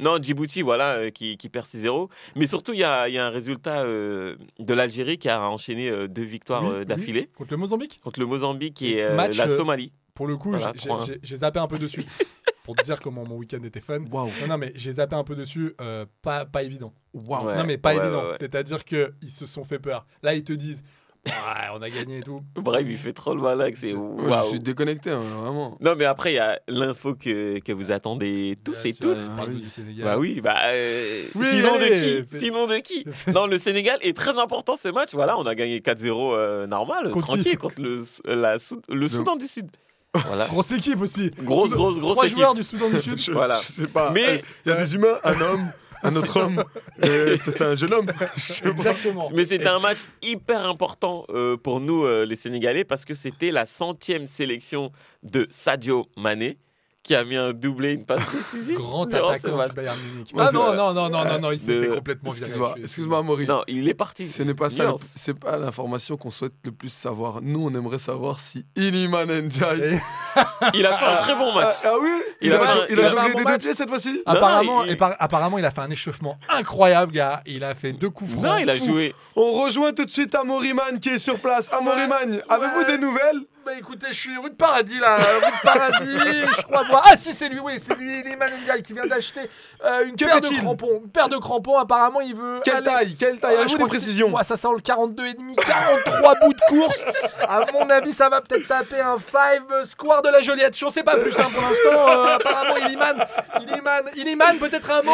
[SPEAKER 5] Non, Djibouti, voilà, euh, qui, qui perd 6-0. Mais surtout, il y a, il y a un résultat euh, de l'Algérie qui a enchaîné euh, deux victoires
[SPEAKER 2] Oui,
[SPEAKER 5] euh,
[SPEAKER 2] oui.
[SPEAKER 5] d'affilée
[SPEAKER 2] Contre le Mozambique
[SPEAKER 5] contre le Mozambique et euh,
[SPEAKER 2] Match,
[SPEAKER 5] la
[SPEAKER 2] euh,
[SPEAKER 5] Somalie.
[SPEAKER 2] Pour le coup,
[SPEAKER 5] Voilà,
[SPEAKER 2] j'ai-
[SPEAKER 5] 3-1.
[SPEAKER 2] j'ai- j'ai zappé un peu dessus. pour te dire comment mon week-end était fun.
[SPEAKER 8] Waouh.
[SPEAKER 2] Non, non, mais j'ai zappé un peu dessus. euh, pas, pas évident.
[SPEAKER 8] Waouh.
[SPEAKER 5] Ouais,
[SPEAKER 2] non, mais pas
[SPEAKER 5] ouais,
[SPEAKER 2] évident.
[SPEAKER 5] ouais, ouais.
[SPEAKER 2] C'est-à-dire qu'ils se sont fait peur. Là, ils te disent Ouais, on a gagné et tout.
[SPEAKER 5] Bref, il fait trop le malade. C'est
[SPEAKER 8] Ouais, Je
[SPEAKER 5] waouh.
[SPEAKER 8] suis déconnecté, hein, vraiment.
[SPEAKER 5] Non, mais après, il y a l'info que, que vous attendez tous
[SPEAKER 2] Bien
[SPEAKER 5] et
[SPEAKER 2] sûr,
[SPEAKER 5] toutes.
[SPEAKER 2] on parle du Sénégal.
[SPEAKER 5] Bah oui, bah. euh,
[SPEAKER 2] Oui,
[SPEAKER 5] sinon,
[SPEAKER 2] allez,
[SPEAKER 5] de qui
[SPEAKER 2] fais-
[SPEAKER 5] sinon de qui Non, le Sénégal est très important ce match. Voilà, on a gagné 4-0 euh, normal,
[SPEAKER 2] Contre qui
[SPEAKER 5] tranquille, contre le, la Sou- le Soudan du Sud. Voilà.
[SPEAKER 2] Grosse équipe aussi.
[SPEAKER 5] Grosse,
[SPEAKER 2] Soudan-
[SPEAKER 5] grosse, grosse
[SPEAKER 2] Trois
[SPEAKER 5] équipe.
[SPEAKER 2] joueurs du Soudan du Sud.
[SPEAKER 4] Je,
[SPEAKER 5] Voilà.
[SPEAKER 4] je sais pas.
[SPEAKER 5] Mais-
[SPEAKER 4] Il y a des humains, un homme, un autre homme, et peut-être un jeune homme. Je sais pas.
[SPEAKER 2] Exactement.
[SPEAKER 5] Mais c'était un match hyper important euh, pour nous, euh, les Sénégalais, parce que c'était la centième sélection de Sadio Mané, qui a mis un doublé, une passe décisive.
[SPEAKER 2] Grand
[SPEAKER 5] durant ce
[SPEAKER 2] attaquant
[SPEAKER 5] match.
[SPEAKER 2] du Bayern Munich.
[SPEAKER 5] Ouais,
[SPEAKER 2] Ah
[SPEAKER 5] c'est-
[SPEAKER 2] non, non, non, non, non, non, il s'est
[SPEAKER 5] de-
[SPEAKER 2] fait complètement virer.
[SPEAKER 8] Excuse-moi,
[SPEAKER 2] Je suis-
[SPEAKER 8] excuse-moi, Maury.
[SPEAKER 5] Non, il est parti.
[SPEAKER 8] Ce n'est pas ça, le-
[SPEAKER 5] Nuance.
[SPEAKER 8] c'est pas l'information qu'on souhaite le plus savoir. Nous, on aimerait savoir si Iliman Ndiaye.
[SPEAKER 5] Il a fait un très bon match.
[SPEAKER 4] Ah, ah oui
[SPEAKER 5] Il
[SPEAKER 4] Il,
[SPEAKER 5] a
[SPEAKER 4] a,
[SPEAKER 5] fait un-
[SPEAKER 4] jo- il
[SPEAKER 5] il a
[SPEAKER 4] a
[SPEAKER 5] fait
[SPEAKER 2] un
[SPEAKER 4] jonglé
[SPEAKER 2] bon
[SPEAKER 4] des deux
[SPEAKER 2] match.
[SPEAKER 4] pieds cette fois-ci
[SPEAKER 5] Non,
[SPEAKER 2] Apparemment,
[SPEAKER 5] il-
[SPEAKER 2] et par- apparemment, il a fait un échauffement incroyable, gars. Il a fait deux coups francs.
[SPEAKER 5] Non, il a
[SPEAKER 2] fous.
[SPEAKER 5] joué.
[SPEAKER 4] On rejoint tout de suite Amoriman qui est sur place. Amoriman, avez-vous des nouvelles
[SPEAKER 2] Bah écoutez, je suis rue de Paradis là, rue de Paradis, je crois voir. Ah si, c'est lui, oui, c'est lui, Eliman Ndiaye qui vient d'acheter euh, une
[SPEAKER 4] Que
[SPEAKER 2] paire de
[SPEAKER 4] fait-il
[SPEAKER 2] crampons. Une paire de crampons, apparemment, il veut.
[SPEAKER 4] Quelle
[SPEAKER 2] aller-
[SPEAKER 4] taille Quelle
[SPEAKER 2] Ah,
[SPEAKER 4] taille
[SPEAKER 2] je
[SPEAKER 4] Avez-vous des
[SPEAKER 2] crois que c'est-
[SPEAKER 4] précisions
[SPEAKER 2] ouais, ça sent le 42,5, 43 bouts de course. À mon avis, ça va peut-être taper un 5 square de la Joliette. J'en sais pas plus hein, pour l'instant. Euh, apparemment, Iliman, Iliman, Iliman, peut-être un mot.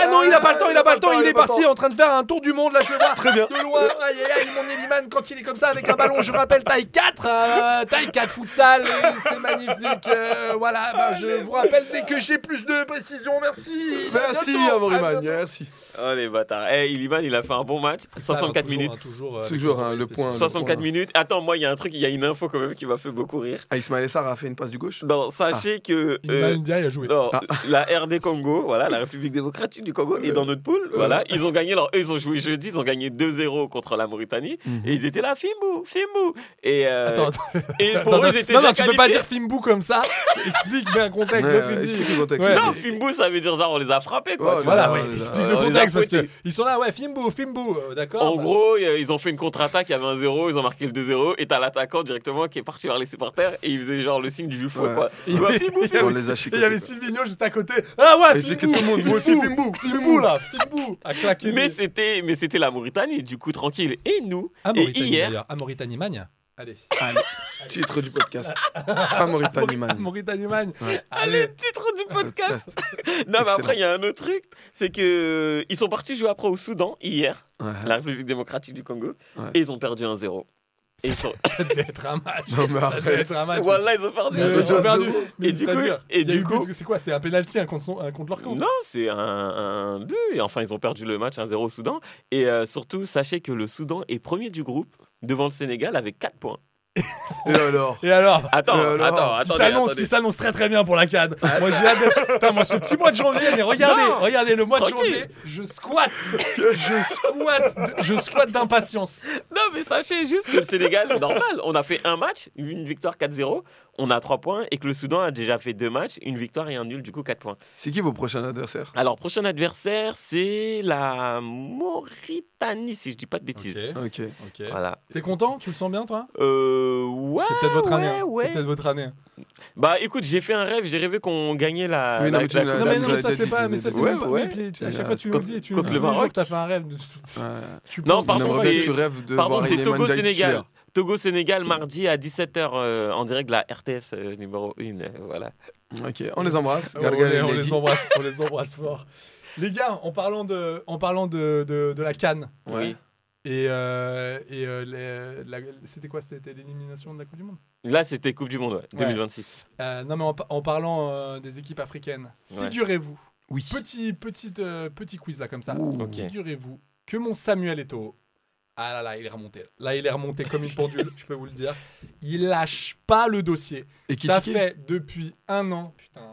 [SPEAKER 2] Ah non, il a pas le temps, il a pas le temps. Il est parti en train de faire un tour du monde. Là, je le vois
[SPEAKER 4] Très bien.
[SPEAKER 2] de loin. Aïe, aïe, aïe, mon Iliman, quand il est comme ça avec un ballon, je rappelle taille 4, euh, taille 4 futsal. et C'est magnifique. Euh, voilà, ben, je vous rappelle dès que j'ai plus de précisions. Merci. À
[SPEAKER 4] Merci
[SPEAKER 2] bientôt. À
[SPEAKER 4] Amoriman,
[SPEAKER 2] bientôt.
[SPEAKER 4] merci.
[SPEAKER 5] Oh les bâtards. Eh, Iliman, il a fait un bon match. 64 minutes.
[SPEAKER 8] Toujours, hein, le
[SPEAKER 2] Oh,
[SPEAKER 8] point. le
[SPEAKER 5] 64
[SPEAKER 8] point.
[SPEAKER 5] minutes. Attends, moi, il y a un truc, il y a une info quand même qui m'a fait beaucoup rire.
[SPEAKER 8] Ah, Ismaël Essar a fait une passe du gauche
[SPEAKER 5] Non, sachez
[SPEAKER 2] Ah,
[SPEAKER 5] que. euh,
[SPEAKER 2] Ndiaye a joué.
[SPEAKER 5] non, la RD Congo, voilà, la République démocratique du Congo est dans notre poule.
[SPEAKER 2] Euh.
[SPEAKER 5] Voilà, ils ont gagné leur, eux, ils ont joué jeudi, ils ont gagné 2-0 contre la Mauritanie et ils étaient là, Fimbou, Fimbou. Et, euh,
[SPEAKER 2] Mhm. Attends, attends.
[SPEAKER 5] et pour
[SPEAKER 2] Attends,
[SPEAKER 5] eux, ils étaient
[SPEAKER 2] non,
[SPEAKER 5] déjà
[SPEAKER 2] non, tu peux pas
[SPEAKER 5] qualifiés.
[SPEAKER 2] dire Fimbou comme ça. Explique bien le contexte.
[SPEAKER 8] Ouais,
[SPEAKER 2] l'autre,
[SPEAKER 8] ouais,
[SPEAKER 2] il dit-
[SPEAKER 8] explique le contexte.
[SPEAKER 2] Ouais.
[SPEAKER 5] Non, Fimbou, ça veut dire genre on les a frappés quoi.
[SPEAKER 8] Ouais,
[SPEAKER 5] tu
[SPEAKER 2] Voilà,
[SPEAKER 5] vois.
[SPEAKER 8] ouais,
[SPEAKER 2] ouais,
[SPEAKER 8] ouais,
[SPEAKER 2] explique
[SPEAKER 5] ouais,
[SPEAKER 2] le
[SPEAKER 5] on les a
[SPEAKER 2] contexte parce
[SPEAKER 5] fouettés.
[SPEAKER 2] que ils sont là, ouais, Fimbou, Fimbou, euh, d'accord.
[SPEAKER 5] En
[SPEAKER 2] bah,
[SPEAKER 5] gros, euh, ils ont fait une contre-attaque, il y avait un 0, ils ont marqué le 2-0, et t'as l'attaquant directement qui est parti vers les supporters, et il faisait genre le signe du fou,
[SPEAKER 8] Ouais.
[SPEAKER 5] quoi. Tu vois, Fimbou,
[SPEAKER 8] On
[SPEAKER 5] Fimbou.
[SPEAKER 8] les a
[SPEAKER 2] Et
[SPEAKER 8] chicotés.
[SPEAKER 2] il y avait Silvino juste à côté. Ah ouais,
[SPEAKER 4] Et j'ai que
[SPEAKER 2] Fimbou,
[SPEAKER 4] tout le monde, moi aussi,
[SPEAKER 2] Fimbou, Fimbou là, Fimbou, à claquer.
[SPEAKER 5] Mais
[SPEAKER 2] des-
[SPEAKER 5] c'était, mais c'était la Mauritanie, du coup tranquille. Et nous,
[SPEAKER 2] À Ah,
[SPEAKER 5] et
[SPEAKER 2] Mauritanie
[SPEAKER 5] hier,
[SPEAKER 2] d'ailleurs, à Mauritanie Magne. Allez,
[SPEAKER 8] Titre du podcast. Amauritanie
[SPEAKER 2] à
[SPEAKER 8] Man.
[SPEAKER 2] Mauritanie Magne.
[SPEAKER 8] Ouais.
[SPEAKER 5] ah, le
[SPEAKER 2] Allez. Ah,
[SPEAKER 5] titre du podcast. non, mais après il y a un autre truc, c'est que euh, ils sont partis jouer après au Soudan hier,
[SPEAKER 8] Ouais.
[SPEAKER 2] Ah.
[SPEAKER 5] la République démocratique du Congo,
[SPEAKER 8] Ouais.
[SPEAKER 5] et ils ont perdu 1-0. Et ils sont...
[SPEAKER 2] Ça devait être un match.
[SPEAKER 8] Non, mais
[SPEAKER 2] Ça devait
[SPEAKER 8] arrête.
[SPEAKER 2] être un match.
[SPEAKER 5] voilà, ils ont perdu.
[SPEAKER 2] Ils
[SPEAKER 4] Ils
[SPEAKER 2] ont
[SPEAKER 4] ont
[SPEAKER 2] perdu.
[SPEAKER 4] zéro.
[SPEAKER 2] Mais
[SPEAKER 5] Et du coup-
[SPEAKER 2] c'est-à-dire,
[SPEAKER 5] et
[SPEAKER 2] il y a
[SPEAKER 5] du
[SPEAKER 2] eu
[SPEAKER 5] coup-
[SPEAKER 2] but- c'est quoi C'est un penalty hein, contre son- euh, contre leur camp.
[SPEAKER 5] Non, c'est un, un but. Et enfin, ils ont perdu le match 1-0 au Soudan. Et euh, surtout, sachez que le Soudan est premier du groupe devant le Sénégal avec 4 points.
[SPEAKER 8] Et alors
[SPEAKER 2] Et alors
[SPEAKER 5] Attends,
[SPEAKER 8] Euh, alors,
[SPEAKER 5] attends,
[SPEAKER 2] qui
[SPEAKER 5] attendez,
[SPEAKER 2] s'annonce,
[SPEAKER 5] attendez. Ah.
[SPEAKER 2] qui s'annonce très très bien pour la CAD. moi j'ai hâte. de- Putain, moi ce petit mois de janvier, mais regardez,
[SPEAKER 5] Non.
[SPEAKER 2] regardez le mois de
[SPEAKER 5] Tranquille.
[SPEAKER 2] janvier, je squatte, je squatte, de- je squatte d'impatience.
[SPEAKER 5] Non, mais sachez juste que le Sénégal, c'est normal, on a fait un match, une victoire 4-0, on a 3 points, et que le Soudan a déjà fait deux matchs, une victoire et un nul, du coup 4 points.
[SPEAKER 8] C'est qui vos prochains adversaires
[SPEAKER 5] Alors, prochain adversaire, c'est la Mauritanie, si je dis pas de bêtises.
[SPEAKER 8] Ok.
[SPEAKER 2] ok.
[SPEAKER 5] Voilà.
[SPEAKER 2] T'es content Tu le sens bien toi
[SPEAKER 5] Euh, ouais.
[SPEAKER 2] C'est peut-être votre année.
[SPEAKER 5] ouais,
[SPEAKER 2] hein.
[SPEAKER 5] ouais.
[SPEAKER 2] C'est peut-être votre année.
[SPEAKER 5] Bah écoute, j'ai fait un rêve, j'ai rêvé qu'on gagnait la.
[SPEAKER 8] Oui, non,
[SPEAKER 5] la-
[SPEAKER 8] mais tu
[SPEAKER 5] la
[SPEAKER 8] me l'as-
[SPEAKER 5] Coupe
[SPEAKER 2] Non
[SPEAKER 8] là,
[SPEAKER 2] mais
[SPEAKER 5] d'Afrique.
[SPEAKER 8] vous
[SPEAKER 2] non, mais
[SPEAKER 8] avez
[SPEAKER 2] ça
[SPEAKER 8] déjà
[SPEAKER 2] c'est
[SPEAKER 8] dit,
[SPEAKER 2] pas,
[SPEAKER 8] vous
[SPEAKER 2] mais
[SPEAKER 8] avez
[SPEAKER 2] ça
[SPEAKER 8] dit.
[SPEAKER 2] c'est
[SPEAKER 5] Ouais,
[SPEAKER 2] même pas.
[SPEAKER 5] ouais.
[SPEAKER 2] mais puis, à
[SPEAKER 8] Euh,
[SPEAKER 2] chaque fois tu me
[SPEAKER 5] contre-
[SPEAKER 2] le dis, tu
[SPEAKER 5] contre
[SPEAKER 2] me
[SPEAKER 5] le
[SPEAKER 2] dis toujours
[SPEAKER 5] Maroc.
[SPEAKER 2] que t'as fait un rêve. de-
[SPEAKER 8] Ouais.
[SPEAKER 5] Tu
[SPEAKER 2] Non,
[SPEAKER 5] penses-
[SPEAKER 2] par
[SPEAKER 8] Non,
[SPEAKER 2] contre,
[SPEAKER 8] mais
[SPEAKER 2] c'est-
[SPEAKER 8] tu rêves de
[SPEAKER 5] Pardon,
[SPEAKER 8] voir
[SPEAKER 5] c'est
[SPEAKER 8] Iliman Ndiaye
[SPEAKER 5] Togo-Sénégal.
[SPEAKER 8] titulaire.
[SPEAKER 5] Togo-Sénégal, mardi à 17h euh, en direct de la RTS euh, numéro 1. euh, voilà.
[SPEAKER 8] Ok, on les embrasse.
[SPEAKER 2] Oh, on,
[SPEAKER 8] Gargale
[SPEAKER 2] les,
[SPEAKER 8] et
[SPEAKER 2] on les
[SPEAKER 8] Lady.
[SPEAKER 2] embrasse, on les embrasse fort. Les gars, en parlant de, en parlant de, de, de la canne,
[SPEAKER 8] Ouais.
[SPEAKER 2] Et, euh, et euh, les- la- c'était quoi C'était l'élimination de la Coupe du Monde
[SPEAKER 5] Là, c'était Coupe du Monde, ouais, 2026.
[SPEAKER 2] Euh, Non, mais en, pa- en parlant euh, des équipes africaines,
[SPEAKER 5] Ouais.
[SPEAKER 2] figurez-vous,
[SPEAKER 8] Oui.
[SPEAKER 2] petit, petit, euh, petit quiz là comme ça.
[SPEAKER 5] Ok.
[SPEAKER 2] Figurez-vous que mon Samuel Eto'o, ah là là, il est remonté. Là, il est remonté comme une pendule, je peux vous le dire. Il lâche pas le dossier.
[SPEAKER 8] Et qui
[SPEAKER 2] ça
[SPEAKER 8] tiquait
[SPEAKER 2] fait depuis un an. Putain,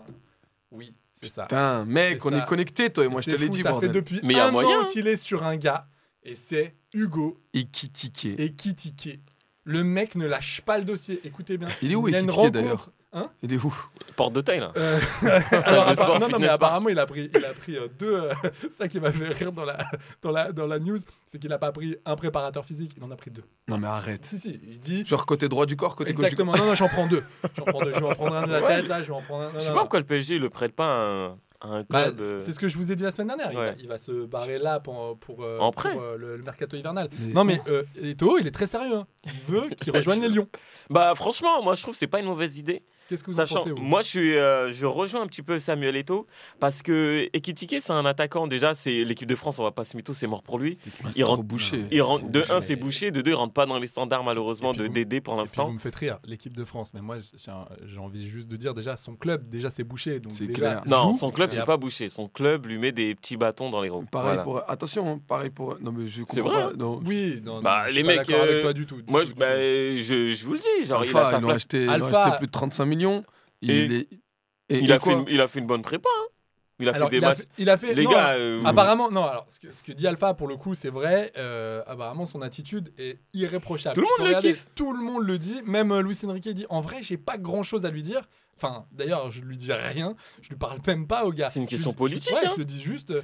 [SPEAKER 2] oui, c'est ça.
[SPEAKER 8] Putain, mec,
[SPEAKER 2] C'est
[SPEAKER 8] on
[SPEAKER 2] ça.
[SPEAKER 8] est connecté, toi et moi,
[SPEAKER 2] Et
[SPEAKER 8] je te
[SPEAKER 2] c'est
[SPEAKER 8] l'ai
[SPEAKER 2] fou,
[SPEAKER 8] dit,
[SPEAKER 2] ça
[SPEAKER 8] bordel.
[SPEAKER 2] fait depuis
[SPEAKER 5] Mais y a
[SPEAKER 2] un
[SPEAKER 5] moyen,
[SPEAKER 2] an
[SPEAKER 5] hein.
[SPEAKER 2] qu'il est sur un gars, et c'est Hugo
[SPEAKER 8] Et qui tiquait.
[SPEAKER 2] et Kitike. Le mec ne lâche pas le dossier. Écoutez bien.
[SPEAKER 8] Il est où,
[SPEAKER 2] y a une
[SPEAKER 8] Ekitike,
[SPEAKER 2] rencontre.
[SPEAKER 8] d'ailleurs
[SPEAKER 2] Hein
[SPEAKER 8] Il est où
[SPEAKER 5] Porte de taille, là.
[SPEAKER 2] Euh, alors,
[SPEAKER 5] de
[SPEAKER 2] apparemment-
[SPEAKER 5] sport,
[SPEAKER 2] non, non, mais
[SPEAKER 5] fitness bar.
[SPEAKER 2] apparemment, il a pris, il a pris euh, deux. euh, ça qui m'a fait rire dans la, dans la, dans la news, c'est qu'il n'a pas pris un préparateur physique, il en a pris deux.
[SPEAKER 8] Non, mais arrête.
[SPEAKER 2] Si, si, il dit.
[SPEAKER 8] Genre côté droit du corps, côté gauche du corps.
[SPEAKER 2] Exactement, non, non, j'en prends deux. J'en prends deux. Je vais en prendre un de la tête, là, je vais en prendre un. non,
[SPEAKER 5] Je sais
[SPEAKER 2] non,
[SPEAKER 5] pas
[SPEAKER 2] non.
[SPEAKER 5] pourquoi le PSG le prête pas à un, à un
[SPEAKER 2] Bah,
[SPEAKER 5] club. euh,
[SPEAKER 2] c'est c'est ce que je vous ai dit la semaine dernière. Il,
[SPEAKER 5] Ouais.
[SPEAKER 2] va, il va se barrer là pour, pour, euh,
[SPEAKER 5] En prêt.
[SPEAKER 2] pour, euh, le, le mercato hivernal.
[SPEAKER 8] Mais
[SPEAKER 2] non, mais euh, Eto'o, il est très sérieux. hein. Il veut qu'il rejoigne les Lions.
[SPEAKER 5] Bah, franchement, moi, je trouve que c'est pas une mauvaise idée.
[SPEAKER 2] Qu'est-ce que vous en
[SPEAKER 5] Sachant,
[SPEAKER 2] pensez vous
[SPEAKER 5] moi, je, suis, euh, je rejoins un petit peu Samuel Eto'o parce que Ekitike, c'est un attaquant. Déjà, c'est l'équipe de France, on va pas se mytho, c'est mort pour lui.
[SPEAKER 8] Ah, c'est
[SPEAKER 5] il
[SPEAKER 8] trop
[SPEAKER 5] rentre-
[SPEAKER 8] bouché.
[SPEAKER 5] Il rentre- de
[SPEAKER 8] Trop
[SPEAKER 5] un,
[SPEAKER 8] bouché.
[SPEAKER 5] c'est bouché. De deux, il rentre pas dans les standards, malheureusement,
[SPEAKER 2] Et puis
[SPEAKER 5] de
[SPEAKER 2] vous-
[SPEAKER 5] DD pour
[SPEAKER 2] Et puis vous
[SPEAKER 5] l'instant.
[SPEAKER 2] me faites rire, l'équipe de France. Mais moi, j'ai un- j'ai envie juste de dire déjà, son club, déjà, c'est bouché. Donc
[SPEAKER 8] C'est
[SPEAKER 2] déjà,
[SPEAKER 8] clair.
[SPEAKER 5] Non,
[SPEAKER 2] joue.
[SPEAKER 5] son club,
[SPEAKER 2] Et
[SPEAKER 5] c'est
[SPEAKER 2] après-
[SPEAKER 5] pas bouché. Son club lui met des petits bâtons dans les roues.
[SPEAKER 8] Pareil
[SPEAKER 5] Voilà.
[SPEAKER 8] pour. Attention, hein, pareil pour. Non, mais je comprends
[SPEAKER 5] vrai,
[SPEAKER 8] pas. Non.
[SPEAKER 2] Oui, non,
[SPEAKER 5] Bah,
[SPEAKER 2] non, je
[SPEAKER 5] les
[SPEAKER 2] suis pas
[SPEAKER 5] mecs,
[SPEAKER 2] d'accord
[SPEAKER 5] euh,
[SPEAKER 2] avec toi du tout. du
[SPEAKER 5] Moi,
[SPEAKER 2] tout,
[SPEAKER 5] je,
[SPEAKER 2] du
[SPEAKER 5] bah,
[SPEAKER 2] tout.
[SPEAKER 5] je, je vous le dis. Genre, il a
[SPEAKER 8] Alpha,
[SPEAKER 5] sa
[SPEAKER 8] ils l'ont
[SPEAKER 5] place.
[SPEAKER 8] acheté, ils l'ont
[SPEAKER 2] Alpha.
[SPEAKER 8] acheté plus de 35 millions. Il
[SPEAKER 5] Et-
[SPEAKER 8] est- et-
[SPEAKER 5] Il
[SPEAKER 8] et
[SPEAKER 5] a, fait
[SPEAKER 8] quoi
[SPEAKER 5] une, il a fait une bonne prépa. hein. Il a
[SPEAKER 2] Alors,
[SPEAKER 5] fait des
[SPEAKER 2] il, a
[SPEAKER 5] matchs.
[SPEAKER 2] fait, il a fait-
[SPEAKER 5] Les
[SPEAKER 2] non,
[SPEAKER 5] gars, euh,
[SPEAKER 2] apparemment, non. Alors, ce que, ce que dit Alpha, pour le coup, c'est vrai. euh, apparemment, son attitude est irréprochable.
[SPEAKER 5] Tout le
[SPEAKER 2] Je peux
[SPEAKER 5] monde le
[SPEAKER 2] regarder,
[SPEAKER 5] kiffe.
[SPEAKER 2] Tout le monde le dit. Même euh, Luis Enrique dit en vrai, j'ai pas grand chose à lui dire. Enfin, d'ailleurs, je lui dis rien. Je lui parle même pas au gars.
[SPEAKER 5] C'est une
[SPEAKER 2] Je lui
[SPEAKER 5] question
[SPEAKER 2] dis- je-
[SPEAKER 5] politique,
[SPEAKER 2] ouais,
[SPEAKER 5] hein.
[SPEAKER 2] je le dis juste. euh,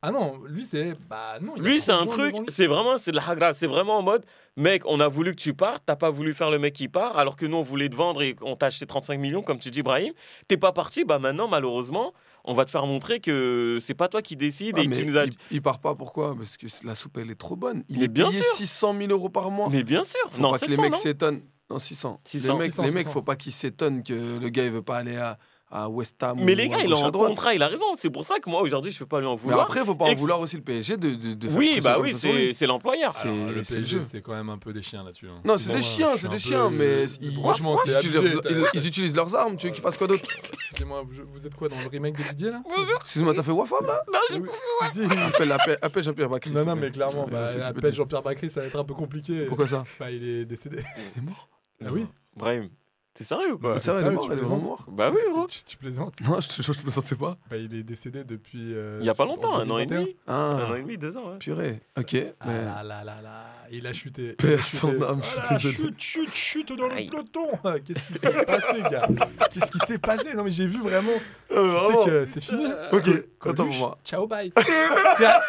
[SPEAKER 2] ah non, lui, c'est. Bah non. il y a
[SPEAKER 5] Lui,
[SPEAKER 2] trop
[SPEAKER 5] c'est
[SPEAKER 2] de
[SPEAKER 5] un
[SPEAKER 2] gens
[SPEAKER 5] truc,
[SPEAKER 2] devant lui.
[SPEAKER 5] c'est vraiment, c'est de la hagra. C'est vraiment en mode, mec, on a voulu que tu partes, t'as pas voulu faire le mec qui part, alors que nous, on voulait te vendre et on t'a acheté 35 millions, comme tu dis, Brahim. T'es pas parti, bah maintenant, malheureusement, on va te faire montrer que c'est pas toi qui décide
[SPEAKER 8] Ah,
[SPEAKER 5] et
[SPEAKER 8] mais
[SPEAKER 5] qui
[SPEAKER 8] il,
[SPEAKER 5] nous a.
[SPEAKER 8] il part pas pourquoi Parce que la soupe elle est trop bonne. Il
[SPEAKER 5] Mais
[SPEAKER 8] est
[SPEAKER 5] bien
[SPEAKER 8] payé
[SPEAKER 5] sûr.
[SPEAKER 8] 600 000 euros par mois.
[SPEAKER 5] Mais bien sûr,
[SPEAKER 8] faut
[SPEAKER 5] non,
[SPEAKER 8] pas que les
[SPEAKER 5] 700,
[SPEAKER 8] mecs
[SPEAKER 5] non
[SPEAKER 8] s'étonnent. Non, 600.
[SPEAKER 5] 600,
[SPEAKER 8] les mecs,
[SPEAKER 2] 600,
[SPEAKER 8] les mecs
[SPEAKER 2] 600.
[SPEAKER 8] faut pas qu'ils s'étonnent que le gars il veut pas aller à, à West Ham.
[SPEAKER 5] Mais
[SPEAKER 8] ou
[SPEAKER 5] les
[SPEAKER 8] à
[SPEAKER 5] gars, il est
[SPEAKER 8] gauche, à
[SPEAKER 5] en
[SPEAKER 8] droite.
[SPEAKER 5] contrat, il a raison. C'est pour ça que moi, aujourd'hui, je peux pas lui en
[SPEAKER 8] Mais
[SPEAKER 5] vouloir.
[SPEAKER 8] après, faut pas en
[SPEAKER 5] Ex-
[SPEAKER 8] vouloir aussi le PSG de, de, de faire
[SPEAKER 5] Oui,
[SPEAKER 8] pression
[SPEAKER 5] bah
[SPEAKER 8] comme
[SPEAKER 5] oui,
[SPEAKER 8] ça sur lui.
[SPEAKER 5] c'est c'est l'employeur.
[SPEAKER 8] C'est-
[SPEAKER 2] Alors, le
[SPEAKER 8] c'est le
[SPEAKER 2] PSG,
[SPEAKER 8] jeu.
[SPEAKER 2] c'est quand même un peu des chiens là-dessus. hein.
[SPEAKER 8] Non, c'est des
[SPEAKER 2] Excusez-moi,
[SPEAKER 8] chiens,
[SPEAKER 2] je suis
[SPEAKER 8] c'est
[SPEAKER 2] un
[SPEAKER 8] des
[SPEAKER 2] peu- euh,
[SPEAKER 8] chiens, mais ils,
[SPEAKER 2] franchement,
[SPEAKER 8] ils
[SPEAKER 2] c'est
[SPEAKER 8] utilisent
[SPEAKER 2] abusé.
[SPEAKER 8] leurs, ils- ils utilisent leurs armes, tu veux qu'ils fassent quoi d'autre
[SPEAKER 2] Excusez-moi, vous- vous êtes quoi dans le remake de Didier là
[SPEAKER 8] Excuse-moi, t'as fait wafab là
[SPEAKER 2] Oui, si, si.
[SPEAKER 8] Appelle, appelle, appelle Jean-Pierre Bacry.
[SPEAKER 2] Non,
[SPEAKER 8] s'il te
[SPEAKER 2] non,
[SPEAKER 8] plaît.
[SPEAKER 2] mais clairement, bah,
[SPEAKER 8] Euh, s'il te
[SPEAKER 2] à
[SPEAKER 8] plaît.
[SPEAKER 2] peine Jean-Pierre Bacry, ça va être un peu compliqué.
[SPEAKER 8] Pourquoi ça
[SPEAKER 2] Bah, il est décédé.
[SPEAKER 8] Il est mort
[SPEAKER 2] Ah oui
[SPEAKER 5] Brahim, t'es sérieux ou quoi
[SPEAKER 8] Mais ça va, il
[SPEAKER 2] ça,
[SPEAKER 8] est mort,
[SPEAKER 2] tu
[SPEAKER 8] il est vraiment
[SPEAKER 2] plaisantes
[SPEAKER 8] mort
[SPEAKER 5] Bah oui, gros.
[SPEAKER 2] tu, tu plaisantes
[SPEAKER 8] Non, je te jure, je me sentais pas.
[SPEAKER 2] Bah, il est décédé depuis. euh,
[SPEAKER 5] Il y a pas
[SPEAKER 2] en
[SPEAKER 5] longtemps, un an et
[SPEAKER 2] 2021.
[SPEAKER 5] demi. Un an
[SPEAKER 8] Ah,
[SPEAKER 5] et demi, deux ans, ouais.
[SPEAKER 8] purée. Ok, mais.
[SPEAKER 2] Ah là là là là, il a chuté. il a
[SPEAKER 8] Père son
[SPEAKER 2] chuté.
[SPEAKER 8] âme,
[SPEAKER 2] Ah
[SPEAKER 8] je
[SPEAKER 2] là,
[SPEAKER 8] suis désolé.
[SPEAKER 2] chute, chute, chute dans
[SPEAKER 5] Aïe.
[SPEAKER 2] le peloton. Ah, Qu'est-ce qui s'est passé, gars Qu'est-ce qui s'est passé Non, mais j'ai vu vraiment.
[SPEAKER 8] Euh,
[SPEAKER 2] Tu
[SPEAKER 8] vraiment.
[SPEAKER 2] sais que c'est fini.
[SPEAKER 8] Ok, attends pour
[SPEAKER 2] Coluche,
[SPEAKER 8] moi.
[SPEAKER 2] Ciao, bye. T'es à,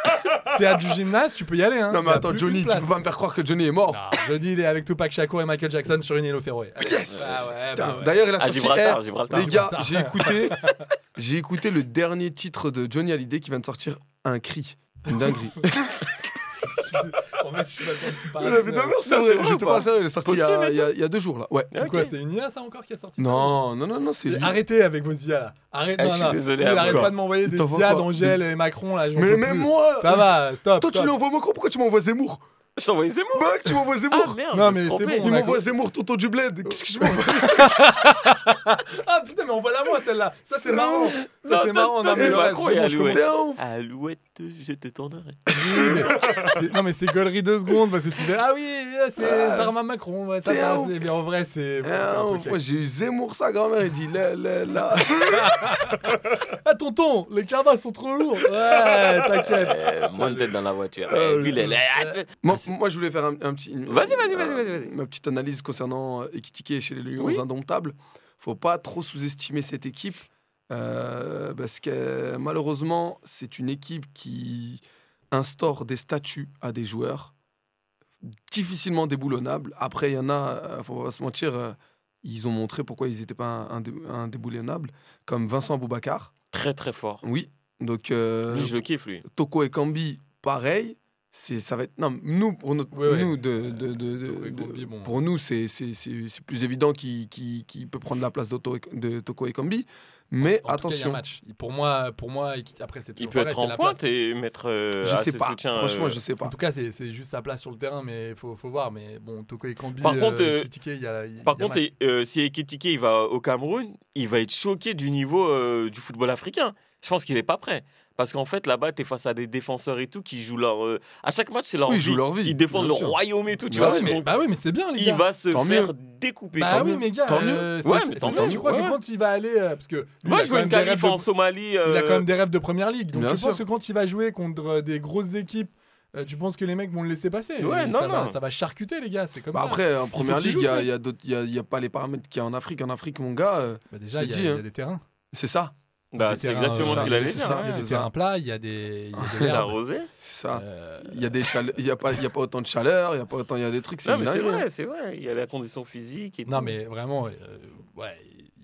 [SPEAKER 2] t'es à du gymnase, tu peux y aller. Hein.
[SPEAKER 8] Non,
[SPEAKER 2] Y
[SPEAKER 8] mais
[SPEAKER 2] a
[SPEAKER 8] attends,
[SPEAKER 2] plus de
[SPEAKER 8] Johnny, tu
[SPEAKER 2] place.
[SPEAKER 8] peux pas me faire croire que Johnny est mort.
[SPEAKER 2] Ah, Johnny, il est avec Tupac Shakur et Michael Jackson sur une île au Féroé.
[SPEAKER 8] Yes
[SPEAKER 2] Ah ouais, bah
[SPEAKER 8] Putain,
[SPEAKER 2] ouais.
[SPEAKER 8] D'ailleurs, il a
[SPEAKER 5] À
[SPEAKER 8] sorti.
[SPEAKER 5] Gibraltar,
[SPEAKER 8] Eh,
[SPEAKER 5] Gibraltar.
[SPEAKER 8] Les gars, j'ai écouté, j'ai écouté le dernier titre de Johnny Hallyday qui vient de sortir un cri. Une dinguerie.
[SPEAKER 2] En fait, Oh, je suis pas
[SPEAKER 8] Mais de merde, c'est vrai, J'étais pas sérieux, il est sorti il y,
[SPEAKER 5] Possible
[SPEAKER 8] a,
[SPEAKER 5] et
[SPEAKER 8] il y a- il y a deux jours là. Ouais.
[SPEAKER 5] Ah, ok.
[SPEAKER 2] Quoi, c'est une IA ça encore qui a sorti ça
[SPEAKER 8] Non, non, non, non, c'est
[SPEAKER 2] Et
[SPEAKER 8] lui.
[SPEAKER 2] Arrêtez avec vos IA là. Arrête,
[SPEAKER 5] Eh,
[SPEAKER 2] non,
[SPEAKER 5] je suis
[SPEAKER 2] non.
[SPEAKER 5] désolé,
[SPEAKER 2] Lui, il
[SPEAKER 5] Abou.
[SPEAKER 2] arrête
[SPEAKER 8] Quoi
[SPEAKER 2] pas de m'envoyer des
[SPEAKER 8] T'envoies
[SPEAKER 2] IA
[SPEAKER 8] quoi
[SPEAKER 2] d'Angèle et Macron là. j'en
[SPEAKER 8] Mais
[SPEAKER 2] peux
[SPEAKER 8] même
[SPEAKER 2] plus.
[SPEAKER 8] moi
[SPEAKER 2] Ça va, stop.
[SPEAKER 8] Toi, tu
[SPEAKER 2] stop.
[SPEAKER 8] l'envoies Macron, pourquoi tu m'envoies Zemmour
[SPEAKER 5] Je t'ai envoyé Zemmour.
[SPEAKER 8] Mec, tu m'envoies
[SPEAKER 5] Ah
[SPEAKER 8] Zemmour
[SPEAKER 5] merde,
[SPEAKER 2] Non,
[SPEAKER 5] je me
[SPEAKER 2] mais
[SPEAKER 5] suis
[SPEAKER 2] c'est
[SPEAKER 5] trompé.
[SPEAKER 2] bon,
[SPEAKER 8] Il
[SPEAKER 2] on a
[SPEAKER 8] m'envoie Zemmour, tonton du bled Qu'est-ce que je m'envoie
[SPEAKER 2] Ah putain, mais envoie la moi celle-là. Ça c'est marrant. Ça c'est
[SPEAKER 5] Non,
[SPEAKER 2] marrant.
[SPEAKER 5] t'as-
[SPEAKER 2] Non,
[SPEAKER 5] t'as-
[SPEAKER 2] mais le reste,
[SPEAKER 5] Macron,
[SPEAKER 2] c'est
[SPEAKER 5] il
[SPEAKER 2] bon,
[SPEAKER 5] a
[SPEAKER 2] je
[SPEAKER 5] loué.
[SPEAKER 2] comprends.
[SPEAKER 8] T'es ouf
[SPEAKER 5] Alouette, je te t'endoré.
[SPEAKER 2] C'est- Non, mais c'est gaulerie deux secondes parce que tu dis Ah oui, c'est
[SPEAKER 5] Euh,
[SPEAKER 2] Zarma Macron. ouais, Ça
[SPEAKER 8] T'es
[SPEAKER 2] passe.
[SPEAKER 8] ouf.
[SPEAKER 2] Mais en vrai, c'est. c'est
[SPEAKER 8] Ah,
[SPEAKER 2] un peu
[SPEAKER 8] ouf. Moi
[SPEAKER 2] sec.
[SPEAKER 8] j'ai eu Zemmour sa grand-mère, il dit là là là.
[SPEAKER 2] Ah tonton, les carvas sont trop lourds. Ouais, t'inquiète.
[SPEAKER 5] Euh, moins de tête dans la voiture.
[SPEAKER 8] Ah,
[SPEAKER 5] Eh, lui, il est là.
[SPEAKER 8] Moi, moi, je voulais faire un, un petit. une-
[SPEAKER 5] Vas-y, vas-y, vas-y,
[SPEAKER 8] un-
[SPEAKER 5] vas-y, vas-y.
[SPEAKER 8] Ma petite analyse concernant euh, Ekitike chez les Lions
[SPEAKER 5] Oui.
[SPEAKER 8] indomptables. Faut pas trop sous-estimer cette équipe euh, parce que euh, malheureusement, c'est une équipe qui instaure des statuts à des joueurs difficilement déboulonnables. Après, il y en a, euh, faut pas se mentir, euh, ils ont montré pourquoi ils n'étaient pas indé- indéboulonnables, comme Vincent Boubacar.
[SPEAKER 5] Très, très fort.
[SPEAKER 8] Oui. Donc, euh,
[SPEAKER 5] Lui, je le kiffe, lui.
[SPEAKER 8] Toko et Kambi, pareil. c'est ça va être non nous pour notre-
[SPEAKER 2] Ouais, ouais.
[SPEAKER 8] nous de, de- de- de-
[SPEAKER 2] Toko et
[SPEAKER 8] de-
[SPEAKER 2] Combi, bon.
[SPEAKER 8] pour nous c'est c'est- c'est- c'est plus évident qui qui, qui peut prendre la place d'Otto et- de Toko et Combi mais
[SPEAKER 2] En tout cas, il y a un
[SPEAKER 8] attention
[SPEAKER 2] match. Pour moi, pour moi équi- après, c'est
[SPEAKER 5] Il
[SPEAKER 2] toujours
[SPEAKER 5] peut
[SPEAKER 2] pareil,
[SPEAKER 5] être
[SPEAKER 2] c'est
[SPEAKER 5] en
[SPEAKER 2] la
[SPEAKER 5] pointe
[SPEAKER 2] place.
[SPEAKER 5] et mettre euh,
[SPEAKER 8] je
[SPEAKER 5] à
[SPEAKER 8] sais
[SPEAKER 5] ses
[SPEAKER 8] pas
[SPEAKER 5] soutiens,
[SPEAKER 8] franchement
[SPEAKER 5] euh,
[SPEAKER 8] je sais
[SPEAKER 2] En
[SPEAKER 8] pas
[SPEAKER 2] tout cas, c'est c'est juste sa place sur le terrain, mais faut, faut voir. Mais bon, Toko et Kambi,
[SPEAKER 5] Par contre, euh,
[SPEAKER 2] Ekitike, il y a- il y a
[SPEAKER 5] Par contre,
[SPEAKER 2] match.
[SPEAKER 5] euh, si Ekitike il va au Cameroun, il va être choqué du niveau euh, du football africain. Je pense qu'il n'est pas prêt. Parce qu'en fait, là-bas, tu es face à des défenseurs et tout qui jouent leur. euh, à chaque match, c'est leur,
[SPEAKER 8] Oui, ils
[SPEAKER 5] vie.
[SPEAKER 8] jouent leur vie,
[SPEAKER 5] Ils défendent
[SPEAKER 8] bien
[SPEAKER 5] leur
[SPEAKER 8] sûr.
[SPEAKER 5] royaume et tout, tu
[SPEAKER 8] Bah
[SPEAKER 5] vois.
[SPEAKER 8] oui,
[SPEAKER 2] mais,
[SPEAKER 5] Donc,
[SPEAKER 2] bah oui, mais c'est bien, les
[SPEAKER 5] il
[SPEAKER 2] gars.
[SPEAKER 5] va se
[SPEAKER 8] Tant
[SPEAKER 5] faire
[SPEAKER 8] mieux.
[SPEAKER 5] découper.
[SPEAKER 2] Bah
[SPEAKER 5] Tant
[SPEAKER 2] oui,
[SPEAKER 5] mieux.
[SPEAKER 2] mais gars,
[SPEAKER 8] Tant mieux.
[SPEAKER 2] euh,
[SPEAKER 5] Ouais,
[SPEAKER 2] c'est-
[SPEAKER 5] mais
[SPEAKER 2] c'est
[SPEAKER 5] tant
[SPEAKER 2] là,
[SPEAKER 5] mieux,
[SPEAKER 2] tu crois
[SPEAKER 5] ouais.
[SPEAKER 2] que quand il va aller. euh, parce que lui, il
[SPEAKER 5] Moi,
[SPEAKER 2] a
[SPEAKER 5] je
[SPEAKER 2] quand
[SPEAKER 5] veux
[SPEAKER 2] même
[SPEAKER 5] une
[SPEAKER 2] des
[SPEAKER 5] qualif
[SPEAKER 2] rêves de-
[SPEAKER 5] en Somalie.
[SPEAKER 2] Il a
[SPEAKER 5] euh,
[SPEAKER 2] quand même des rêves de première ligue. Donc
[SPEAKER 8] Bien
[SPEAKER 2] tu
[SPEAKER 8] sûr.
[SPEAKER 2] penses que quand il va jouer contre euh, des grosses équipes, euh, tu penses que les mecs vont le laisser passer
[SPEAKER 5] Ouais,
[SPEAKER 2] Et
[SPEAKER 5] non,
[SPEAKER 2] ça, Va,
[SPEAKER 5] non.
[SPEAKER 2] ça va charcuter, les gars. C'est comme
[SPEAKER 8] Bah
[SPEAKER 2] ça.
[SPEAKER 8] après en première
[SPEAKER 2] qu'il
[SPEAKER 8] ligue
[SPEAKER 2] joue,
[SPEAKER 8] il y a,
[SPEAKER 2] ce
[SPEAKER 8] il y a d'autres- il y a- il y a pas les paramètres qu'il y a en Afrique en Afrique mon gars euh,
[SPEAKER 2] Bah déjà,
[SPEAKER 8] je
[SPEAKER 2] il y, a-
[SPEAKER 8] dis,
[SPEAKER 2] il y
[SPEAKER 8] hein.
[SPEAKER 2] a des terrains.
[SPEAKER 8] c'est ça
[SPEAKER 5] bah,
[SPEAKER 2] des
[SPEAKER 5] c'est
[SPEAKER 2] terrains,
[SPEAKER 5] exactement
[SPEAKER 2] euh,
[SPEAKER 5] ce qu'il allait
[SPEAKER 8] c'est
[SPEAKER 5] dire.
[SPEAKER 8] ça,
[SPEAKER 2] Il y a
[SPEAKER 8] c'est
[SPEAKER 2] des
[SPEAKER 8] ça.
[SPEAKER 2] terrains plats, il y a des. il y a des
[SPEAKER 5] C'est
[SPEAKER 2] herbes.
[SPEAKER 5] arrosé.
[SPEAKER 8] c'est ça
[SPEAKER 2] Euh,
[SPEAKER 8] il y a des chale- il y a pas il y a pas autant de chaleur il y a pas autant il y a des trucs c'est
[SPEAKER 5] Non, mais c'est
[SPEAKER 8] dingue.
[SPEAKER 5] vrai, c'est vrai. Il y a la condition physique et
[SPEAKER 2] Non,
[SPEAKER 5] tout.
[SPEAKER 2] mais vraiment, euh, ouais,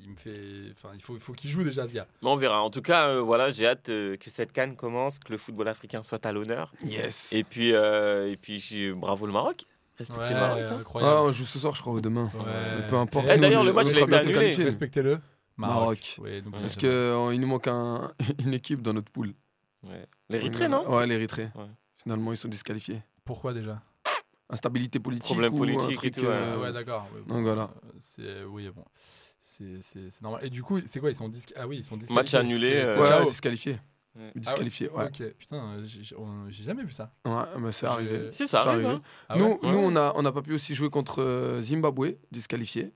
[SPEAKER 2] il me fait. Enfin, il faut, il faut qu'il joue déjà, ce gars.
[SPEAKER 5] Mais on verra. En tout cas, euh, voilà, j'ai hâte euh, que cette canne commence, que le football africain soit à l'honneur.
[SPEAKER 8] yes
[SPEAKER 5] Et puis, euh, et puis j'ai- bravo le Maroc. Respectez
[SPEAKER 2] Ouais,
[SPEAKER 5] le Maroc. hein.
[SPEAKER 8] Ah,
[SPEAKER 2] incroyable.
[SPEAKER 8] on joue ce soir je crois ou demain
[SPEAKER 2] Ouais.
[SPEAKER 8] Mais peu importe
[SPEAKER 2] Eh,
[SPEAKER 8] nous,
[SPEAKER 5] d'ailleurs, le
[SPEAKER 8] on
[SPEAKER 5] match, il
[SPEAKER 8] sera
[SPEAKER 5] a été
[SPEAKER 8] bientôt
[SPEAKER 5] annulé.
[SPEAKER 8] qualifiés.
[SPEAKER 2] Respectez-le.
[SPEAKER 8] Maroc.
[SPEAKER 2] Ouais, euh, n'oubliez
[SPEAKER 8] Parce
[SPEAKER 2] jamais.
[SPEAKER 8] qu'il nous manque un- une équipe dans notre poule.
[SPEAKER 5] Ouais. L'Érythrée, non
[SPEAKER 8] Ouais, l'Érythrée.
[SPEAKER 5] Ouais.
[SPEAKER 8] Finalement, ils sont disqualifiés.
[SPEAKER 2] Pourquoi déjà
[SPEAKER 8] Instabilité politique.
[SPEAKER 5] Problème
[SPEAKER 8] ou
[SPEAKER 5] politique
[SPEAKER 8] un
[SPEAKER 5] et
[SPEAKER 8] truc,
[SPEAKER 5] tout, ouais.
[SPEAKER 8] euh,
[SPEAKER 2] Ouais, d'accord. ouais, bon,
[SPEAKER 8] Donc voilà.
[SPEAKER 2] euh, C'est oui, bon. C'est c'est- c'est normal. Et du coup, c'est quoi Ils sont dis- Ah oui, ils sont
[SPEAKER 5] Match
[SPEAKER 2] disqualifiés.
[SPEAKER 5] annulé. euh,
[SPEAKER 8] Ouais,
[SPEAKER 2] Ciao.
[SPEAKER 8] disqualifié.
[SPEAKER 5] Ouais.
[SPEAKER 8] Disqualifié, ouais.
[SPEAKER 2] Ok, putain, euh, j'ai- j'ai on- j'ai jamais vu ça.
[SPEAKER 8] Ouais, mais c'est
[SPEAKER 2] J'ai-
[SPEAKER 8] arrivé.
[SPEAKER 5] Si, ça
[SPEAKER 8] C'est
[SPEAKER 5] arrive.
[SPEAKER 8] arrivé.
[SPEAKER 5] hein.
[SPEAKER 2] Ah
[SPEAKER 8] nous,
[SPEAKER 2] ouais
[SPEAKER 8] nous, on n'a on n'a pas pu aussi jouer contre euh, Zimbabwe, disqualifié.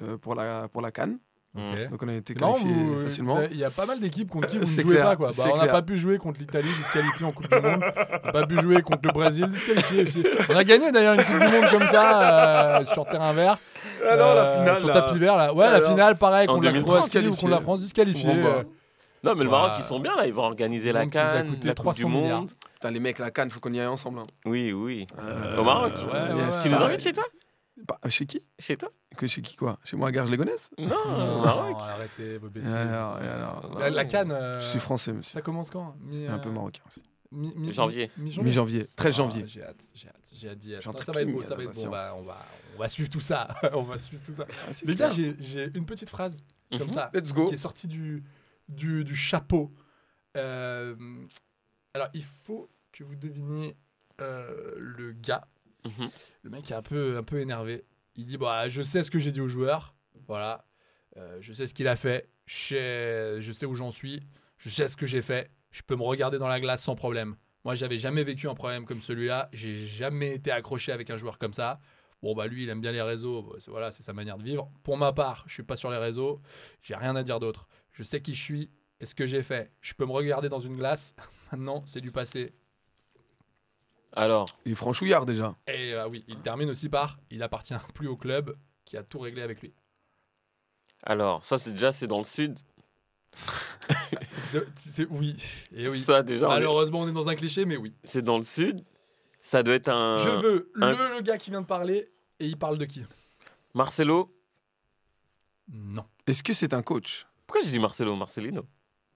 [SPEAKER 8] euh, pour la pour la Cannes
[SPEAKER 5] Mm.
[SPEAKER 2] Ok.
[SPEAKER 8] donc on a été
[SPEAKER 2] C'est marrant,
[SPEAKER 8] qualifié
[SPEAKER 2] vous- euh, vous-
[SPEAKER 8] facilement
[SPEAKER 2] Il y a pas mal d'équipes contre qui
[SPEAKER 8] Euh,
[SPEAKER 2] vous ne
[SPEAKER 8] c'est
[SPEAKER 2] jouez
[SPEAKER 8] clair,
[SPEAKER 2] pas. Quoi. Bah,
[SPEAKER 8] c'est
[SPEAKER 2] on n'a
[SPEAKER 8] clair.
[SPEAKER 2] pas pu jouer contre l'Italie, disqualifié en Coupe du Monde. On n'a pas pu jouer contre le Brésil, disqualifié aussi. On a gagné d'ailleurs une Coupe du Monde comme ça, euh, sur terrain vert.
[SPEAKER 5] Ah
[SPEAKER 4] Alors, la
[SPEAKER 2] Euh,
[SPEAKER 4] finale,
[SPEAKER 2] Sur
[SPEAKER 4] là.
[SPEAKER 2] tapis vert, là. Ouais, la
[SPEAKER 4] Alors,
[SPEAKER 2] finale, pareil,
[SPEAKER 5] en
[SPEAKER 2] contre la
[SPEAKER 5] 2030,
[SPEAKER 2] Croatie ou contre la
[SPEAKER 8] qualifié.
[SPEAKER 2] France, disqualifié.
[SPEAKER 8] Bon, bah,
[SPEAKER 5] Non, mais le
[SPEAKER 2] Bah,
[SPEAKER 5] Maroc, ils sont bien là. Ils vont organiser la
[SPEAKER 2] donc, ça nous a
[SPEAKER 5] canne,
[SPEAKER 2] coûté
[SPEAKER 5] la Coupe du
[SPEAKER 2] 300 milliards.
[SPEAKER 5] Monde.
[SPEAKER 8] Putain, les mecs la Cannes faut qu'on y aille ensemble hein. Euh,
[SPEAKER 5] Oui, oui. Au Maroc.
[SPEAKER 2] Euh, ouais, ouais,
[SPEAKER 8] yes.
[SPEAKER 5] Tu nous
[SPEAKER 8] Ça-
[SPEAKER 5] invites chez toi
[SPEAKER 8] Bah, chez qui
[SPEAKER 5] Chez toi
[SPEAKER 8] que chez qui quoi chez moi à Garges les
[SPEAKER 5] Non, au
[SPEAKER 2] Euh, Non,
[SPEAKER 5] Maroc.
[SPEAKER 2] arrêtez vos
[SPEAKER 8] et
[SPEAKER 2] bêtises.
[SPEAKER 8] alors, et alors,
[SPEAKER 2] la, la canne. euh,
[SPEAKER 8] je suis français monsieur
[SPEAKER 2] Ça commence quand Mi-
[SPEAKER 8] un peu
[SPEAKER 2] euh,
[SPEAKER 8] marocain aussi.
[SPEAKER 2] mi- mi-
[SPEAKER 5] Janvier.
[SPEAKER 2] mi-janvier.
[SPEAKER 8] Mi-janvier, 13 janvier.
[SPEAKER 2] Ah, j'ai hâte, j'ai hâte, j'ai hâte d'y être.
[SPEAKER 8] J'ai un
[SPEAKER 2] Non, ça va être
[SPEAKER 8] tracking,
[SPEAKER 2] beau, ça va être bon.
[SPEAKER 8] patience.
[SPEAKER 2] Bah, on, va, on va suivre tout ça. on va suivre tout ça. Les gars, j'ai j'ai une petite phrase comme
[SPEAKER 5] Mhm.
[SPEAKER 2] ça
[SPEAKER 8] Let's go.
[SPEAKER 2] qui est sortie du, du, du chapeau. Euh, alors, il faut que vous deviniez euh, le gars.
[SPEAKER 5] Mhm.
[SPEAKER 2] Le mec est un peu, un peu énervé. Il dit bah, Je sais ce que j'ai dit au joueur. Voilà. Euh, je sais ce qu'il a fait. Je sais, je sais où j'en suis. Je sais ce que j'ai fait. Je peux me regarder dans la glace sans problème. Moi, j'avais jamais vécu un problème comme celui-là. J'ai jamais été accroché avec un joueur comme ça. Bon, bah lui, il aime bien les réseaux. Bah, c'est- Voilà, c'est sa manière de vivre. Pour ma part, je suis pas sur les réseaux. J'ai rien à dire d'autre. Je sais qui je suis et ce que j'ai fait. Je peux me regarder dans une glace. Maintenant, c'est du passé.
[SPEAKER 5] Alors,
[SPEAKER 8] Il est franchouillard déjà.
[SPEAKER 2] Et euh, oui, il termine aussi par il appartient plus au club qui a tout réglé avec lui.
[SPEAKER 5] alors, ça, c'est déjà, c'est dans le sud.
[SPEAKER 2] De- c'est- oui, et Eh oui.
[SPEAKER 5] Ça, déjà, on est-
[SPEAKER 2] Malheureusement, on est dans un cliché, mais oui.
[SPEAKER 5] c'est dans le sud. Ça doit être un.
[SPEAKER 2] Je veux
[SPEAKER 5] un-
[SPEAKER 2] le, le gars qui vient de parler et il parle de qui
[SPEAKER 5] Marcelo.
[SPEAKER 2] Non.
[SPEAKER 8] Est-ce que c'est un coach
[SPEAKER 5] Pourquoi j'ai dit Marcelo Marcelino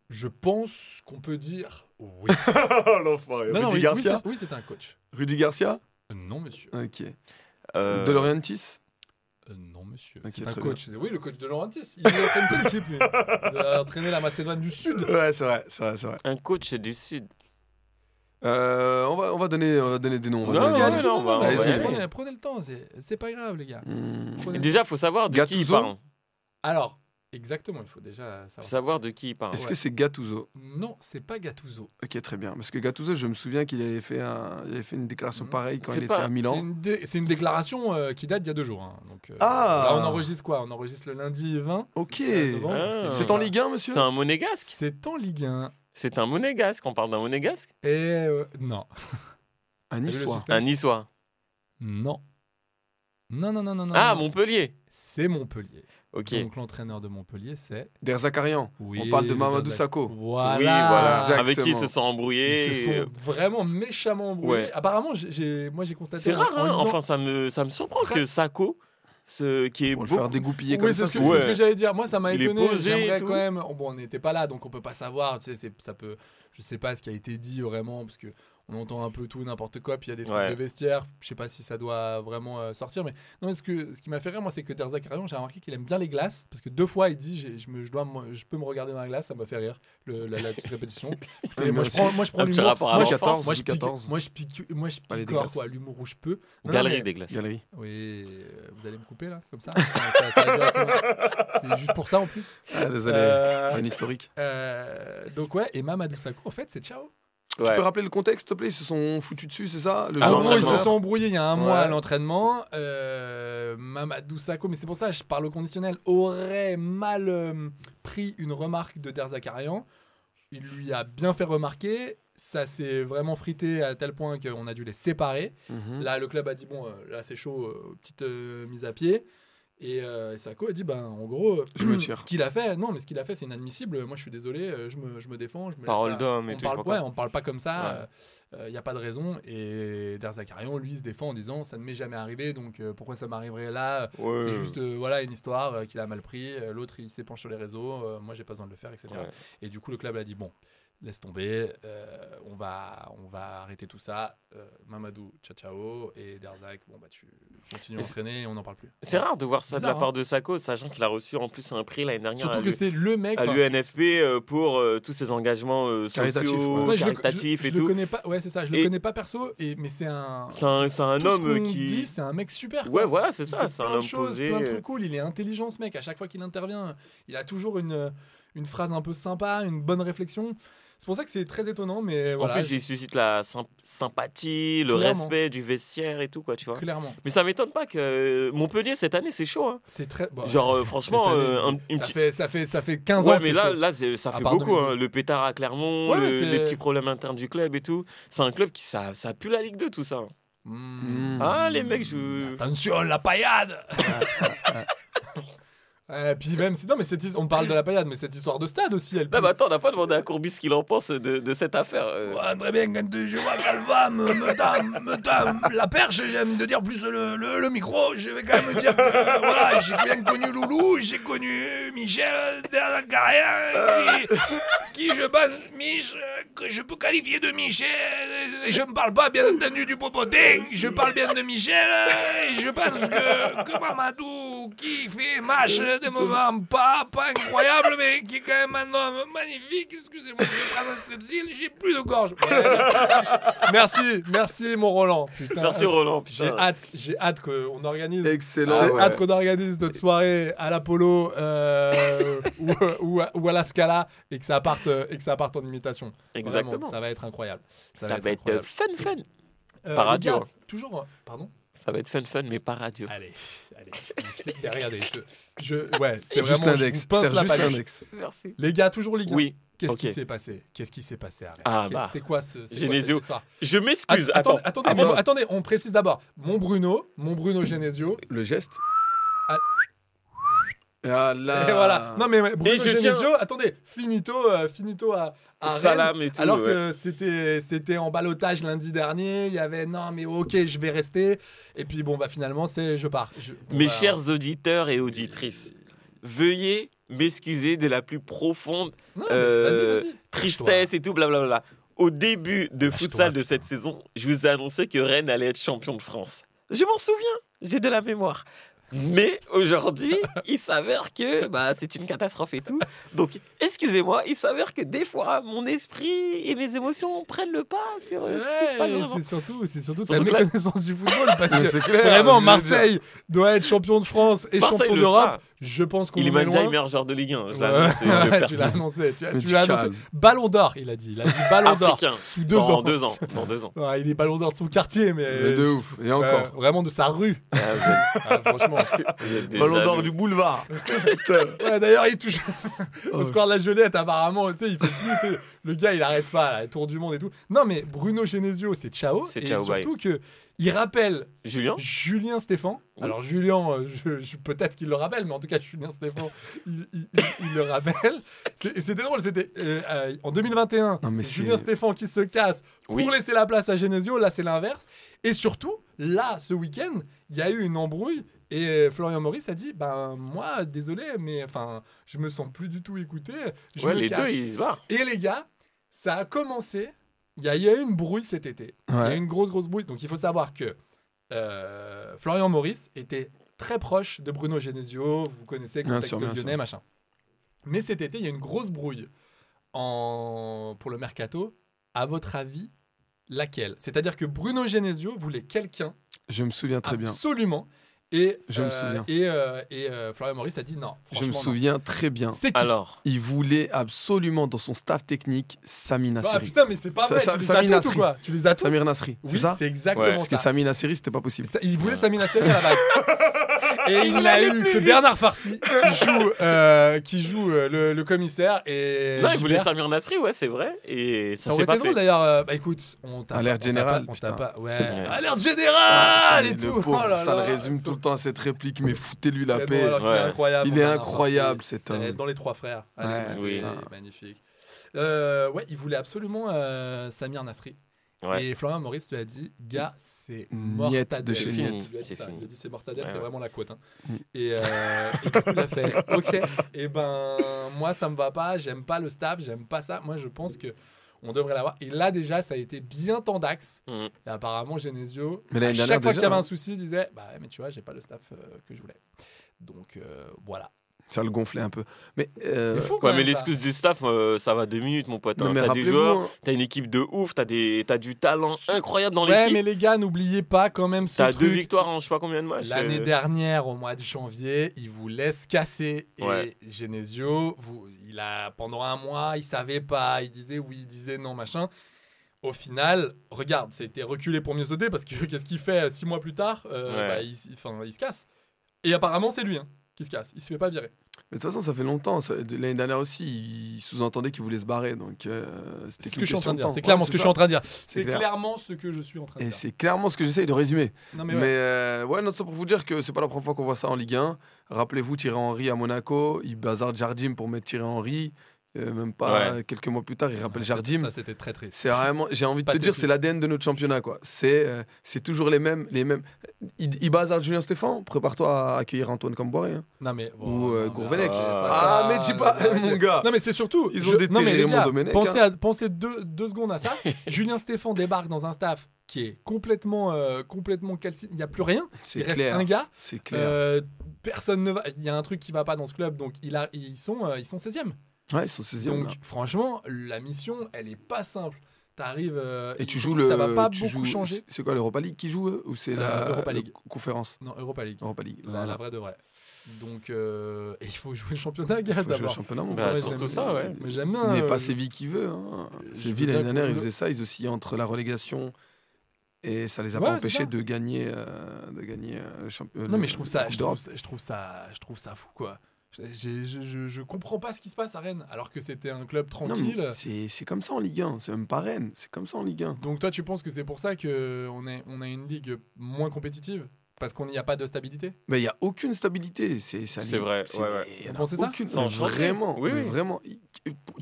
[SPEAKER 2] Je pense qu'on peut dire oui.
[SPEAKER 4] Oh, l'enfoiré.
[SPEAKER 2] non, non,
[SPEAKER 4] Rudy
[SPEAKER 2] oui, oui,
[SPEAKER 4] Garcia.
[SPEAKER 2] c'est- oui, c'est un coach.
[SPEAKER 8] Rudy Garcia
[SPEAKER 2] Euh, Non, monsieur.
[SPEAKER 8] Ok.
[SPEAKER 5] Euh,
[SPEAKER 8] Delorentis
[SPEAKER 2] Euh, non, monsieur.
[SPEAKER 8] Ok,
[SPEAKER 2] c'est un
[SPEAKER 8] très
[SPEAKER 2] coach. Oui, le coach de Laurentis. Il a entraîné quelle équipe lui Il a entraîné la Macédoine du Sud.
[SPEAKER 8] Ouais, c'est vrai, c'est vrai, c'est vrai.
[SPEAKER 5] Un coach du sud.
[SPEAKER 8] Euh, on, va, on, va donner, on va donner des noms. on va
[SPEAKER 5] Non,
[SPEAKER 8] donner
[SPEAKER 5] non,
[SPEAKER 8] des
[SPEAKER 5] non,
[SPEAKER 8] noms.
[SPEAKER 5] non,
[SPEAKER 2] Allez-y,
[SPEAKER 5] non,
[SPEAKER 8] on va-
[SPEAKER 2] allez-y,
[SPEAKER 8] on va-
[SPEAKER 2] prenez- Prenez le temps, c'est c'est pas grave, les gars.
[SPEAKER 8] Hmm.
[SPEAKER 2] Prenez le
[SPEAKER 5] Déjà, faut savoir de qui il
[SPEAKER 8] Gattuso
[SPEAKER 5] parle.
[SPEAKER 2] Alors, exactement, il faut déjà
[SPEAKER 5] Faut
[SPEAKER 2] savoir.
[SPEAKER 5] savoir de qui il parle.
[SPEAKER 8] Est-ce
[SPEAKER 2] Ouais.
[SPEAKER 8] que c'est Gattuso
[SPEAKER 2] Non, c'est pas Gattuso.
[SPEAKER 8] Ok, très bien. Parce que Gattuso, je me souviens qu'il avait, fait un- il avait fait une déclaration
[SPEAKER 2] Mhm.
[SPEAKER 8] pareille quand
[SPEAKER 5] C'est
[SPEAKER 8] il
[SPEAKER 5] pas-
[SPEAKER 8] était à
[SPEAKER 2] C'est
[SPEAKER 8] Milan.
[SPEAKER 2] une, dé- c'est une déclaration euh, qui date d'il y a deux jours. hein. Donc, euh,
[SPEAKER 8] Ah.
[SPEAKER 2] Là, on enregistre quoi On enregistre le lundi 20
[SPEAKER 8] Ok.
[SPEAKER 2] euh, novembre.
[SPEAKER 5] Ah.
[SPEAKER 8] C'est en Ligue 1, monsieur
[SPEAKER 5] C'est un monégasque.
[SPEAKER 2] C'est en Ligue 1.
[SPEAKER 5] C'est un monégasque. On parle d'un monégasque.
[SPEAKER 2] Et euh, non.
[SPEAKER 8] À
[SPEAKER 2] T'as vu le
[SPEAKER 8] Nice, soit.
[SPEAKER 2] suspense
[SPEAKER 5] Un niçois.
[SPEAKER 2] Non. Non, non, non, non. non,
[SPEAKER 5] Ah,
[SPEAKER 2] non.
[SPEAKER 5] Montpellier.
[SPEAKER 2] C'est Montpellier.
[SPEAKER 5] Ok.
[SPEAKER 2] Donc, l'entraîneur de Montpellier, c'est.
[SPEAKER 8] Der Zakarian.
[SPEAKER 2] Oui,
[SPEAKER 8] on parle de
[SPEAKER 2] le
[SPEAKER 8] Mamadou
[SPEAKER 2] Kazakh.
[SPEAKER 8] Sakho.
[SPEAKER 2] Voilà.
[SPEAKER 5] Oui, voilà.
[SPEAKER 8] Exactement.
[SPEAKER 5] Avec qui ils se sont
[SPEAKER 2] Ils
[SPEAKER 5] embrouillés.
[SPEAKER 2] se sont vraiment méchamment embrouillés.
[SPEAKER 5] euh, Ouais.
[SPEAKER 2] Apparemment, j'ai- j'ai- moi j'ai constaté.
[SPEAKER 5] C'est
[SPEAKER 2] en-
[SPEAKER 5] rare,
[SPEAKER 2] en
[SPEAKER 5] hein.
[SPEAKER 2] lisant-
[SPEAKER 5] Enfin, ça me, ça me surprend que Sako, ce qui est
[SPEAKER 8] Pour le
[SPEAKER 5] beaucoup-
[SPEAKER 8] faire dégoupiller comme
[SPEAKER 2] Oui, c'est
[SPEAKER 8] ça.
[SPEAKER 2] ce que,
[SPEAKER 8] c'est-
[SPEAKER 2] c'est ce
[SPEAKER 5] Ouais.
[SPEAKER 2] que j'allais dire. Moi, ça m'a
[SPEAKER 5] Il est
[SPEAKER 2] étonné.
[SPEAKER 5] posé et
[SPEAKER 2] J'aimerais
[SPEAKER 5] tout.
[SPEAKER 2] quand oh, même. Bon, on n'était pas là, donc on peut pas savoir. Tu sais, c'est- ça peut. Je sais pas ce qui a été dit vraiment, parce que on entend un peu tout, n'importe quoi, puis il y a des trucs
[SPEAKER 5] Ouais.
[SPEAKER 2] de vestiaire. Je sais pas si ça doit vraiment euh, sortir, mais non, mais ce, que, ce qui m'a fait rire, moi, c'est que Derzak Rayon, j'ai remarqué qu'il aime bien les glaces, parce que deux fois, il dit j'ai- je, me, je, dois, me- je peux me regarder dans la glace, ça m'a fait rire, le- la, la petite répétition. Et moi, je prends, moi, je prends
[SPEAKER 5] Un petit
[SPEAKER 2] l'humour.
[SPEAKER 5] rapport à
[SPEAKER 2] Ah, Moi, je-
[SPEAKER 8] l'enfance.
[SPEAKER 2] moi, je pique-
[SPEAKER 8] 14.
[SPEAKER 2] moi, je pique- moi, je
[SPEAKER 8] Allez, des
[SPEAKER 2] picore,
[SPEAKER 8] glaces.
[SPEAKER 2] quoi, l'humour où je peux. Non, non,
[SPEAKER 5] Galerie
[SPEAKER 2] mais-
[SPEAKER 5] des glaces.
[SPEAKER 8] Galerie.
[SPEAKER 2] Oui, euh, vous allez me couper là, comme ça. Ça- ça- ça directement. hein. c'est juste pour ça en plus.
[SPEAKER 8] Ah, désolé.
[SPEAKER 2] Euh,
[SPEAKER 8] Un historique.
[SPEAKER 2] euh, donc ouais, et Mamadou Sakho, en fait, c'est ciao.
[SPEAKER 8] Tu peux
[SPEAKER 5] Ouais.
[SPEAKER 8] rappeler le contexte, s'il te plaît Ils se sont foutus dessus, c'est ça Le
[SPEAKER 5] Ah,
[SPEAKER 2] en
[SPEAKER 8] genre
[SPEAKER 5] non,
[SPEAKER 2] gros, ils se
[SPEAKER 5] vraiment.
[SPEAKER 2] sont embrouillés il y a un
[SPEAKER 8] Ouais.
[SPEAKER 2] mois à l'entraînement. Euh, Mamadou Sakho, mais c'est pour ça, je parle au conditionnel, aurait mal euh, pris une remarque de Derzakarian. Il lui a bien fait remarquer. Ça s'est vraiment frité à tel point qu'on a dû les séparer.
[SPEAKER 8] Mhm.
[SPEAKER 2] Là, le club a dit bon, euh, là c'est chaud, euh, petite euh, mise à pied. Et euh, Sako a dit ben en gros, euh,
[SPEAKER 8] Je me tire.
[SPEAKER 2] ce qu'il a fait, non mais ce qu'il a fait c'est inadmissible. Moi je suis désolé, euh, je me, je me défends, je me laisse
[SPEAKER 5] Parole
[SPEAKER 2] pas-
[SPEAKER 5] d'homme et
[SPEAKER 2] On
[SPEAKER 5] tout.
[SPEAKER 2] parle,
[SPEAKER 5] je m'en
[SPEAKER 2] ouais,
[SPEAKER 5] fous.
[SPEAKER 2] on parle pas comme ça.
[SPEAKER 5] Ouais.
[SPEAKER 2] Il n'y a pas de raison. Et Derzakarian lui se défend en disant ça ne m'est jamais arrivé, donc euh, pourquoi ça m'arriverait là
[SPEAKER 5] Ouais,
[SPEAKER 2] C'est
[SPEAKER 5] ouais,
[SPEAKER 2] juste euh, voilà une histoire euh, qu'il a mal pris. euh, L'autre il s'épanche sur les réseaux. euh, moi j'ai pas besoin de le faire, etc.
[SPEAKER 5] ouais.
[SPEAKER 2] Et du coup, le club a dit bon, laisse tomber, euh, on va, on va arrêter tout ça. Euh, Mamadou, ciao ciao, et Derzak, bon bah tu continues à
[SPEAKER 5] Mais c'est-
[SPEAKER 2] entraîner et on n'en parle plus.
[SPEAKER 5] C'est rare de voir ça de
[SPEAKER 2] Bizarre, hein.
[SPEAKER 5] la part de Sako, sachant qu'il a reçu en plus un prix l'année dernière à
[SPEAKER 2] Surtout que
[SPEAKER 5] l'U-
[SPEAKER 2] c'est le mec.
[SPEAKER 5] à
[SPEAKER 2] enfin,
[SPEAKER 5] l'UNFP euh, pour euh, tous ses engagements euh,
[SPEAKER 8] Caritatif,
[SPEAKER 5] sociaux,
[SPEAKER 8] ouais.
[SPEAKER 2] moi, je le-
[SPEAKER 5] caritatifs
[SPEAKER 2] je-
[SPEAKER 5] et
[SPEAKER 2] je le
[SPEAKER 5] tout.
[SPEAKER 2] connais pas, ouais c'est ça, je le
[SPEAKER 5] Et-
[SPEAKER 2] connais pas perso, et mais c'est un.
[SPEAKER 5] C'est un, c'est un
[SPEAKER 2] tout ce
[SPEAKER 5] homme euh,
[SPEAKER 2] qu'on
[SPEAKER 5] qui.
[SPEAKER 2] dit, c'est un mec super. quoi.
[SPEAKER 5] Ouais, voilà, c'est
[SPEAKER 2] Il
[SPEAKER 5] ça.
[SPEAKER 2] fait
[SPEAKER 5] C'est un
[SPEAKER 2] plein de
[SPEAKER 5] homme
[SPEAKER 2] choses,
[SPEAKER 5] posé.
[SPEAKER 2] Plein de
[SPEAKER 5] euh,
[SPEAKER 2] trucs cool. Il est intelligent, ce mec. À chaque fois qu'il intervient, il a toujours une, une phrase un peu sympa, une bonne réflexion. C'est pour ça que c'est très étonnant, mais voilà.
[SPEAKER 5] en plus, il suscite la symp- sympathie, le
[SPEAKER 2] Clairement.
[SPEAKER 5] respect du vestiaire et tout, quoi, tu vois.
[SPEAKER 2] clairement,
[SPEAKER 5] Mais ça m'étonne pas que euh, Montpellier, cette année, c'est chaud. hein.
[SPEAKER 2] c'est très. bah,
[SPEAKER 5] Genre, euh, franchement,
[SPEAKER 2] cette année,
[SPEAKER 5] euh, un- une
[SPEAKER 2] ça,
[SPEAKER 5] petite-
[SPEAKER 2] fait, ça, fait, ça fait 15 ans
[SPEAKER 5] Ouais,
[SPEAKER 2] que
[SPEAKER 5] mais
[SPEAKER 2] c'est
[SPEAKER 5] là,
[SPEAKER 2] chaud.
[SPEAKER 5] là c'est- ça
[SPEAKER 2] À
[SPEAKER 5] fait
[SPEAKER 2] part
[SPEAKER 5] beaucoup.
[SPEAKER 2] 2000.
[SPEAKER 5] hein, le pétard à Clermont,
[SPEAKER 2] Ouais, mais
[SPEAKER 5] le-
[SPEAKER 2] c'est-
[SPEAKER 5] les petits problèmes internes du club et tout. C'est un club qui, ça, ça pue la Ligue 2, tout ça.
[SPEAKER 2] Mmh.
[SPEAKER 5] Ah, les mecs, je-
[SPEAKER 2] Attention, la paillade Et puis même, c'est- non, mais cette, his- on parle de la paillade, mais cette histoire de stade aussi, elle.
[SPEAKER 5] Non, mais attends, on n'a pas demandé à Courbis ce qu'il en pense de, de cette affaire. euh.
[SPEAKER 2] Ouais, très bien, quand je vois Calva me, me, dame, me dame la perche, j'aime de dire plus le, le, le micro, je vais quand même dire que euh, voilà, j'ai bien connu Loulou, j'ai connu Michel dans la carrière, qui, qui je pense, Mich, euh, que je peux qualifier de Michel, euh, je ne parle pas bien entendu du popotin, je parle bien de Michel, euh, et je pense que, que Mamadou, qui fait match de moments pas, pas incroyable, mais qui est quand même un homme magnifique, excusez-moi, je vais prendre un strepsil, j'ai plus de gorge. merci, merci mon Roland, putain.
[SPEAKER 5] Merci Roland.
[SPEAKER 2] J'ai
[SPEAKER 5] putain.
[SPEAKER 2] hâte, j'ai hâte qu'on organise.
[SPEAKER 8] Excellent.
[SPEAKER 2] J'ai
[SPEAKER 8] ouais.
[SPEAKER 2] hâte qu'on organise notre soirée à l'Apollo euh, ou, ou à- ou à la Scala et que ça parte euh, et que ça parte en imitation. Vraiment,
[SPEAKER 5] Exactement.
[SPEAKER 2] ça va être incroyable.
[SPEAKER 5] Ça, va être,
[SPEAKER 2] incroyable.
[SPEAKER 5] fun, fun.
[SPEAKER 2] Euh,
[SPEAKER 5] par
[SPEAKER 2] les
[SPEAKER 5] radio.
[SPEAKER 2] gars, toujours. euh, Pardon.
[SPEAKER 5] Ça va être fun, fun, mais pas radio.
[SPEAKER 2] Allez, allez. c'est- Regardez, je, je- ouais, c'est
[SPEAKER 8] Juste
[SPEAKER 2] vraiment. je
[SPEAKER 8] l'index.
[SPEAKER 2] vous pince
[SPEAKER 8] Serre
[SPEAKER 2] la
[SPEAKER 8] juste
[SPEAKER 2] paluche.
[SPEAKER 8] l'index.
[SPEAKER 5] Merci.
[SPEAKER 2] Les gars, toujours Ligue 1.
[SPEAKER 5] Oui,
[SPEAKER 2] Qu'est-ce
[SPEAKER 5] ok.
[SPEAKER 2] qui s'est passé Qu'est-ce qui s'est passé Arrête.
[SPEAKER 5] Ah,
[SPEAKER 2] Qu'est-
[SPEAKER 5] bah.
[SPEAKER 2] C'est quoi ce c'est quoi
[SPEAKER 5] Genesio.
[SPEAKER 2] cette histoire
[SPEAKER 5] je m'excuse.
[SPEAKER 2] Att-
[SPEAKER 5] Attends,
[SPEAKER 2] attendez,
[SPEAKER 8] attends.
[SPEAKER 2] mon- attendez, on précise d'abord. Mon Bruno, mon Bruno Genesio,
[SPEAKER 8] Le geste.
[SPEAKER 2] Ah.
[SPEAKER 8] Ah là.
[SPEAKER 2] Et voilà. Non mais ouais, Bruno
[SPEAKER 5] je
[SPEAKER 2] Genesio,
[SPEAKER 5] tiens-
[SPEAKER 2] attendez, finito, euh, finito à, à Rennes.
[SPEAKER 5] Salam et tout,
[SPEAKER 2] alors
[SPEAKER 5] ouais.
[SPEAKER 2] que c'était c'était en balotage lundi dernier. Il y avait non mais ok, je vais rester. Et puis bon bah finalement c'est je pars. Je- bon,
[SPEAKER 5] Mes
[SPEAKER 2] bah,
[SPEAKER 5] chers auditeurs et auditrices, veuillez m'excuser de la plus profonde
[SPEAKER 2] non,
[SPEAKER 5] euh,
[SPEAKER 2] vas-y, vas-y.
[SPEAKER 5] tristesse et tout, blablabla. Au début
[SPEAKER 2] Ah,
[SPEAKER 5] de futsal de cette saison, je vous ai annoncé que Rennes allait être champion de France. Je m'en souviens, j'ai de la mémoire. Mais aujourd'hui, il s'avère que bah, c'est une catastrophe et tout. Donc, excusez-moi, il s'avère que des fois, mon esprit et mes émotions prennent le pas sur euh, ce qui se passe
[SPEAKER 2] Ouais,
[SPEAKER 5] vraiment.
[SPEAKER 2] c'est surtout c'est surtout ta
[SPEAKER 5] Surtout que là-
[SPEAKER 2] méconnaissance du football parce
[SPEAKER 8] Mais
[SPEAKER 2] que
[SPEAKER 8] c'est clair,
[SPEAKER 2] vraiment
[SPEAKER 8] je veux dire.
[SPEAKER 2] Marseille doit être champion de France et
[SPEAKER 5] Marseille
[SPEAKER 2] champion
[SPEAKER 5] le
[SPEAKER 2] d'Europe.
[SPEAKER 5] sera.
[SPEAKER 2] Je pense qu'on
[SPEAKER 5] Il est
[SPEAKER 2] en est
[SPEAKER 5] même
[SPEAKER 2] loin.
[SPEAKER 5] meilleur joueur de Ligue 1. Je
[SPEAKER 2] Ouais,
[SPEAKER 5] l'annonce euh, et je
[SPEAKER 2] ouais, tu
[SPEAKER 5] perds.
[SPEAKER 2] l'as annoncé, tu, as-
[SPEAKER 8] Mais
[SPEAKER 2] tu
[SPEAKER 8] du
[SPEAKER 2] l'as annoncé.
[SPEAKER 8] calme.
[SPEAKER 2] Ballon d'or, il a dit, il a dit ballon d'or
[SPEAKER 5] Africain.
[SPEAKER 2] sous deux
[SPEAKER 5] dans
[SPEAKER 2] ans.
[SPEAKER 5] deux ans. Dans deux ans.
[SPEAKER 2] Ouais, il est ballon d'or de son quartier, mais,
[SPEAKER 8] Mais de ouf. Et
[SPEAKER 2] Euh,
[SPEAKER 8] encore.
[SPEAKER 2] vraiment de sa rue. Ah, franchement.
[SPEAKER 5] Vous êtes des
[SPEAKER 4] Ballon
[SPEAKER 5] jaloux.
[SPEAKER 4] d'or du boulevard.
[SPEAKER 2] Ouais, D'ailleurs, il touche au square de la Joliette. Apparemment, tu sais, il fait plus. tu sais, Le gars, il arrête pas, là, tour du monde et tout. Non, mais Bruno Genesio, c'est ciao.
[SPEAKER 5] C'est
[SPEAKER 2] et
[SPEAKER 5] ciao, bye.
[SPEAKER 2] surtout que il rappelle
[SPEAKER 5] Julien
[SPEAKER 2] Julien Stéphan. Alors, Julien, euh, je, je- peut-être qu'il le rappelle, mais en tout cas, Julien Stéphan, il, il- il- il le rappelle. C'est- C'était drôle, c'était euh, euh, en 2021.
[SPEAKER 8] Non,
[SPEAKER 2] c'est
[SPEAKER 8] mais c'est-
[SPEAKER 2] Julien Stéphan qui se casse pour
[SPEAKER 5] Oui.
[SPEAKER 2] laisser la place à Genesio. Là, c'est l'inverse. Et surtout, là, ce week-end, il y a eu une embrouille. Et euh, Florian Maurice a dit Ben, moi, désolé, mais enfin, je me sens plus du tout écouté. Je
[SPEAKER 5] Ouais,
[SPEAKER 2] me
[SPEAKER 5] les
[SPEAKER 2] casse.
[SPEAKER 5] deux, ils se barrent.
[SPEAKER 2] Et les gars, ça a commencé il y, a- il y a eu une brouille cet été. Il y a
[SPEAKER 8] Ouais.
[SPEAKER 2] eu une grosse, grosse brouille. Donc il faut savoir que euh, Florian Maurice était très proche de Bruno Genesio. Vous connaissez,
[SPEAKER 8] Bien
[SPEAKER 2] contexte
[SPEAKER 8] sûr, bien
[SPEAKER 2] lyonnais,
[SPEAKER 8] sûr.
[SPEAKER 2] machin. Mais cet été, il y a eu une grosse brouille en... pour le mercato. À votre avis, laquelle C'est-à-dire que Bruno Genesio voulait quelqu'un
[SPEAKER 8] Je me souviens très bien.
[SPEAKER 2] absolument. Et,
[SPEAKER 8] Je me
[SPEAKER 2] euh,
[SPEAKER 8] souviens.
[SPEAKER 2] Et, euh, et, euh, Florian Maurice a dit non.
[SPEAKER 8] Je me
[SPEAKER 2] franchement, non.
[SPEAKER 8] souviens très bien.
[SPEAKER 2] C'est qui
[SPEAKER 5] Alors,
[SPEAKER 8] Il voulait absolument dans son staff technique Sami
[SPEAKER 2] Ah
[SPEAKER 8] Nasseri.
[SPEAKER 2] putain, mais c'est pas
[SPEAKER 8] Ça-
[SPEAKER 2] vrai.
[SPEAKER 8] ça-
[SPEAKER 2] tu les
[SPEAKER 8] Samir
[SPEAKER 2] as toutes ou
[SPEAKER 8] Nasri.
[SPEAKER 2] quoi Tu les as toutes
[SPEAKER 8] Samir Nasseri,
[SPEAKER 2] Oui,
[SPEAKER 8] c'est ça
[SPEAKER 2] c'est exactement
[SPEAKER 8] Parce que
[SPEAKER 2] ça.
[SPEAKER 8] Sami Nasseri, c'était pas possible.
[SPEAKER 2] Ça, Il voulait Samir Nasri à la base. Et il n'a
[SPEAKER 5] voulait aller
[SPEAKER 2] eu
[SPEAKER 5] plus
[SPEAKER 2] que
[SPEAKER 5] vite.
[SPEAKER 2] Bernard Farsi qui joue, euh, qui joue euh, le, le commissaire. Et
[SPEAKER 5] non, il voulait
[SPEAKER 2] Gilbert.
[SPEAKER 5] Samir Nasri, ouais, c'est vrai. Et
[SPEAKER 2] Ça
[SPEAKER 5] ça
[SPEAKER 2] aurait
[SPEAKER 5] s'est
[SPEAKER 2] été
[SPEAKER 5] pas
[SPEAKER 2] drôle
[SPEAKER 5] fait.
[SPEAKER 2] d'ailleurs. euh, bah écoute, on t'a
[SPEAKER 8] Alerte
[SPEAKER 2] on t'a pas-
[SPEAKER 8] générale,
[SPEAKER 2] on t'a
[SPEAKER 8] putain.
[SPEAKER 2] pas. Ouais.
[SPEAKER 5] C'est vrai.
[SPEAKER 2] Alerte générale
[SPEAKER 8] Ah,
[SPEAKER 2] et
[SPEAKER 8] mais le
[SPEAKER 2] tout.
[SPEAKER 8] pauvre,
[SPEAKER 2] Oh là
[SPEAKER 8] ça
[SPEAKER 2] là,
[SPEAKER 8] le résume tout le temps à cette réplique, mais foutez-lui la
[SPEAKER 2] tellement
[SPEAKER 8] paix.
[SPEAKER 2] alors qu'il
[SPEAKER 5] Ouais.
[SPEAKER 2] est incroyable.
[SPEAKER 8] Il
[SPEAKER 2] mon
[SPEAKER 8] est
[SPEAKER 2] Bernard Farsi.
[SPEAKER 8] incroyable cet
[SPEAKER 2] Euh,
[SPEAKER 8] homme.
[SPEAKER 2] Dans les trois frères.
[SPEAKER 8] Ouais,
[SPEAKER 2] Allez,
[SPEAKER 5] oui.
[SPEAKER 2] magnifique, magnifique. Euh, ouais, il voulait absolument euh, Samir Nasri.
[SPEAKER 5] Ouais.
[SPEAKER 2] Et Florian Maurice lui a dit, gars, c'est
[SPEAKER 8] Miette
[SPEAKER 2] mortadelle.
[SPEAKER 8] de chez
[SPEAKER 2] Il lui a
[SPEAKER 5] Miette.
[SPEAKER 2] dit
[SPEAKER 5] C'est
[SPEAKER 2] ça. Il lui a dit c'est mortadelle,
[SPEAKER 5] Ouais,
[SPEAKER 2] c'est
[SPEAKER 5] ouais.
[SPEAKER 2] vraiment la quote. hein.
[SPEAKER 8] Mm.
[SPEAKER 2] Et, euh, et du coup, il a fait, ok, et ben moi ça me va pas, j'aime pas le staff, j'aime pas ça. Moi je pense que on devrait l'avoir. Et là déjà, ça a été bien tant d'axes.
[SPEAKER 5] Mm.
[SPEAKER 2] Et apparemment, Genesio,
[SPEAKER 8] Mais
[SPEAKER 2] à
[SPEAKER 8] l'année dernière,
[SPEAKER 2] chaque fois qu'il y
[SPEAKER 8] déjà,
[SPEAKER 2] avait
[SPEAKER 8] hein.
[SPEAKER 2] un souci, il disait, bah mais tu vois, j'ai pas le staff euh, que je voulais. Donc euh, voilà.
[SPEAKER 8] Ça le gonflait un peu. Mais, euh,
[SPEAKER 2] C'est fou quand
[SPEAKER 5] Ouais,
[SPEAKER 2] même,
[SPEAKER 5] mais
[SPEAKER 2] ça.
[SPEAKER 5] l'excuse du staff, euh, ça va deux minutes, mon pote.
[SPEAKER 8] non,
[SPEAKER 5] hein.
[SPEAKER 8] mais
[SPEAKER 5] T'as des
[SPEAKER 8] rappelez-vous,
[SPEAKER 5] joueurs,
[SPEAKER 8] hein,
[SPEAKER 5] t'as une équipe de ouf, t'as des- t'as du talent incroyable dans
[SPEAKER 2] Ouais,
[SPEAKER 5] l'équipe.
[SPEAKER 2] mais les gars, n'oubliez pas quand même ce
[SPEAKER 5] T'as
[SPEAKER 2] truc.
[SPEAKER 5] deux victoires en je sais pas combien de matchs.
[SPEAKER 2] L'année
[SPEAKER 5] euh,
[SPEAKER 2] dernière, au mois de janvier, il vous laisse casser. Et
[SPEAKER 5] Ouais.
[SPEAKER 2] Genesio, vous, il a, pendant un mois, il savait pas. Il disait oui, il disait non, machin. Au final, regarde, c'était reculé pour mieux sauter parce que qu'est-ce qu'il fait euh, six mois plus tard Euh,
[SPEAKER 5] Ouais.
[SPEAKER 2] bah, il, s- enfin, il se casse. Et apparemment, c'est lui hein, qui se casse. Il se fait pas virer.
[SPEAKER 8] mais de toute façon, ça fait longtemps. ça- de- L'année dernière aussi, il sous-entendait qu'il voulait se barrer. Donc, euh,
[SPEAKER 2] C'est
[SPEAKER 8] c'était
[SPEAKER 2] ce
[SPEAKER 8] qu'une
[SPEAKER 2] que je suis en
[SPEAKER 8] question
[SPEAKER 2] train de
[SPEAKER 8] temps.
[SPEAKER 2] dire. C'est clairement
[SPEAKER 8] Ouais,
[SPEAKER 2] ce que je
[SPEAKER 8] ça.
[SPEAKER 2] suis en train de dire. C'est
[SPEAKER 8] clair.
[SPEAKER 2] clairement ce que je suis en train de
[SPEAKER 8] Et
[SPEAKER 2] dire.
[SPEAKER 8] c'est clairement ce que j'essaye de résumer.
[SPEAKER 2] Non,
[SPEAKER 8] Mais,
[SPEAKER 2] mais ouais.
[SPEAKER 8] euh, ouais, non, ça pour vous dire que c'est pas la première fois qu'on voit ça en Ligue 1. Rappelez-vous, Thierry Henry à Monaco, il bazarde Jardim pour mettre Thierry Henry. Euh, même pas quelques mois plus tard, il rappelle
[SPEAKER 2] Ouais,
[SPEAKER 8] Jardim.
[SPEAKER 2] Ah, Ça, c'était très triste.
[SPEAKER 8] C'est vraiment, j'ai envie de te dire,
[SPEAKER 2] Pathétique.
[SPEAKER 8] c'est l'ADN de notre championnat, quoi. C'est, euh, c'est toujours les mêmes, les mêmes. Il, il bazarde Julien Stéphane, prépare-toi à accueillir Antoine Camboire.
[SPEAKER 2] Non, mais.
[SPEAKER 8] Ou,
[SPEAKER 2] non,
[SPEAKER 8] euh,
[SPEAKER 2] mais
[SPEAKER 8] Gourvenec.
[SPEAKER 2] arrêtez pas
[SPEAKER 8] Ah,
[SPEAKER 2] ça.
[SPEAKER 8] mais dis pas,
[SPEAKER 2] Arrêtez.
[SPEAKER 8] mon gars.
[SPEAKER 2] Non mais c'est surtout
[SPEAKER 8] Ils ont
[SPEAKER 2] je- non,
[SPEAKER 8] déterré
[SPEAKER 2] mais les
[SPEAKER 8] Raymond
[SPEAKER 2] gars,
[SPEAKER 8] Domenech, hein.
[SPEAKER 2] Pensez, à, pensez deux, deux secondes à ça. Julien Stéphane débarque dans un staff qui est complètement euh, complètement calciné. Il n'y a plus rien.
[SPEAKER 8] C'est
[SPEAKER 2] Il reste
[SPEAKER 8] clair,
[SPEAKER 2] un gars.
[SPEAKER 8] c'est clair.
[SPEAKER 2] Euh, personne ne va. Il y a un truc qui va pas dans ce club. Donc il a, ils sont euh, ils sont 16e.
[SPEAKER 8] ouais, ils sont 16
[SPEAKER 2] Donc franchement la mission elle est pas simple. T'arrives euh,
[SPEAKER 8] Et tu
[SPEAKER 2] surtout
[SPEAKER 8] joues
[SPEAKER 2] que
[SPEAKER 8] le.
[SPEAKER 2] ça va pas
[SPEAKER 8] tu
[SPEAKER 2] beaucoup
[SPEAKER 8] joues-
[SPEAKER 2] changer.
[SPEAKER 8] c'est- C'est quoi l'Europa League qui joue eux, ou c'est
[SPEAKER 2] Euh,
[SPEAKER 8] la
[SPEAKER 2] Europa
[SPEAKER 8] le-
[SPEAKER 2] League. Bah,
[SPEAKER 8] conférence
[SPEAKER 2] Non Europa League.
[SPEAKER 8] Europa League.
[SPEAKER 2] La,
[SPEAKER 8] voilà.
[SPEAKER 2] la vraie de vraie. Donc euh, et il faut jouer le championnat
[SPEAKER 8] Il
[SPEAKER 2] gars
[SPEAKER 8] faut jouer le
[SPEAKER 2] d'abord.
[SPEAKER 8] championnat. mon
[SPEAKER 5] Bah,
[SPEAKER 8] gars.
[SPEAKER 2] Ouais,
[SPEAKER 5] surtout
[SPEAKER 2] j'aime-
[SPEAKER 5] ça, ouais.
[SPEAKER 2] Mais j'aime bien.
[SPEAKER 8] Il n'est
[SPEAKER 2] euh,
[SPEAKER 8] pas Séville qui veut. Hein.
[SPEAKER 2] je
[SPEAKER 8] Séville,
[SPEAKER 2] veux bien
[SPEAKER 8] l'année dernière,
[SPEAKER 2] qu'on joue
[SPEAKER 8] ils
[SPEAKER 2] le-
[SPEAKER 8] faisaient ça. Ils oscillaient entre la relégation et ça les a
[SPEAKER 2] Ouais, c'est
[SPEAKER 8] pas
[SPEAKER 2] ça.
[SPEAKER 8] empêchés de gagner, euh, de gagner euh, le championnat.
[SPEAKER 2] Non mais je trouve ça, je trouve, ça- je trouve ça, je trouve ça fou quoi. Je, je, je, je comprends pas ce qui se passe à Rennes alors que c'était un club
[SPEAKER 8] Non, mais
[SPEAKER 2] tranquille.
[SPEAKER 8] c'est- C'est comme ça en Ligue 1. C'est même pas Rennes. C'est comme ça en Ligue 1.
[SPEAKER 2] Donc toi tu penses que c'est pour ça que on est on a une ligue moins compétitive parce qu'on n'y a pas de stabilité
[SPEAKER 8] Mais il n'y a aucune stabilité. C'est ça-
[SPEAKER 5] C'est vrai,
[SPEAKER 8] c'est-
[SPEAKER 5] ouais, ouais.
[SPEAKER 8] il y en a
[SPEAKER 2] Vous pensez ça
[SPEAKER 8] aucune-
[SPEAKER 5] Sans
[SPEAKER 8] mais
[SPEAKER 5] changer.
[SPEAKER 8] Vraiment.
[SPEAKER 5] Oui,
[SPEAKER 8] mais
[SPEAKER 5] oui.
[SPEAKER 8] vraiment.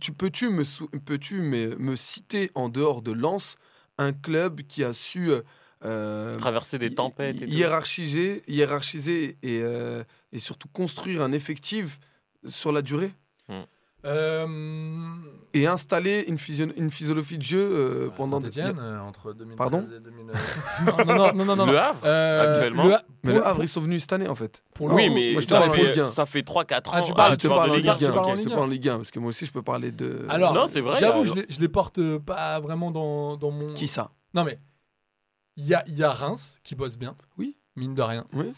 [SPEAKER 8] Tu peux-tu me, sou- peux-tu me, me citer en dehors de Lens un club qui a su euh, euh,
[SPEAKER 5] Traverser des
[SPEAKER 8] hi-
[SPEAKER 5] tempêtes et tout.
[SPEAKER 8] hiérarchiser, hiérarchiser et, euh, et surtout construire un effectif sur la durée
[SPEAKER 2] euh,
[SPEAKER 8] et installer une, physio- une physiologie de jeu euh, pendant des-
[SPEAKER 2] Saint-Etienne, euh, entre 2013
[SPEAKER 8] Pardon
[SPEAKER 2] et 2000 non non non non, non, non.
[SPEAKER 5] Le Havre
[SPEAKER 2] Euh,
[SPEAKER 5] actuellement.
[SPEAKER 2] le Ha-
[SPEAKER 8] Mais
[SPEAKER 2] pour-
[SPEAKER 8] le Havre, ils sont venus cette année en fait.
[SPEAKER 2] pour le
[SPEAKER 5] Oui,
[SPEAKER 2] Havre,
[SPEAKER 5] mais
[SPEAKER 8] moi, je te
[SPEAKER 5] ça,
[SPEAKER 8] parle en
[SPEAKER 5] fait,
[SPEAKER 8] Ligue 1.
[SPEAKER 5] ça fait 3-4 ans.
[SPEAKER 2] Ah, tu parles-
[SPEAKER 8] je te
[SPEAKER 2] parles
[SPEAKER 8] parle
[SPEAKER 2] de
[SPEAKER 5] de
[SPEAKER 8] en Ligue
[SPEAKER 2] Ligue
[SPEAKER 8] 1.
[SPEAKER 2] un, tu parles en
[SPEAKER 8] Je te
[SPEAKER 2] Ligue
[SPEAKER 8] parle en Ligue 1 parce que moi aussi je peux parler de.
[SPEAKER 2] alors
[SPEAKER 5] Non, c'est vrai,
[SPEAKER 2] J'avoue
[SPEAKER 5] il y a-
[SPEAKER 2] je les, je les porte euh, pas vraiment dans dans mon.
[SPEAKER 8] qui ça
[SPEAKER 2] Non mais il y a il y a Reims qui bosse bien.
[SPEAKER 8] Oui.
[SPEAKER 2] Mine de rien.
[SPEAKER 8] Oui.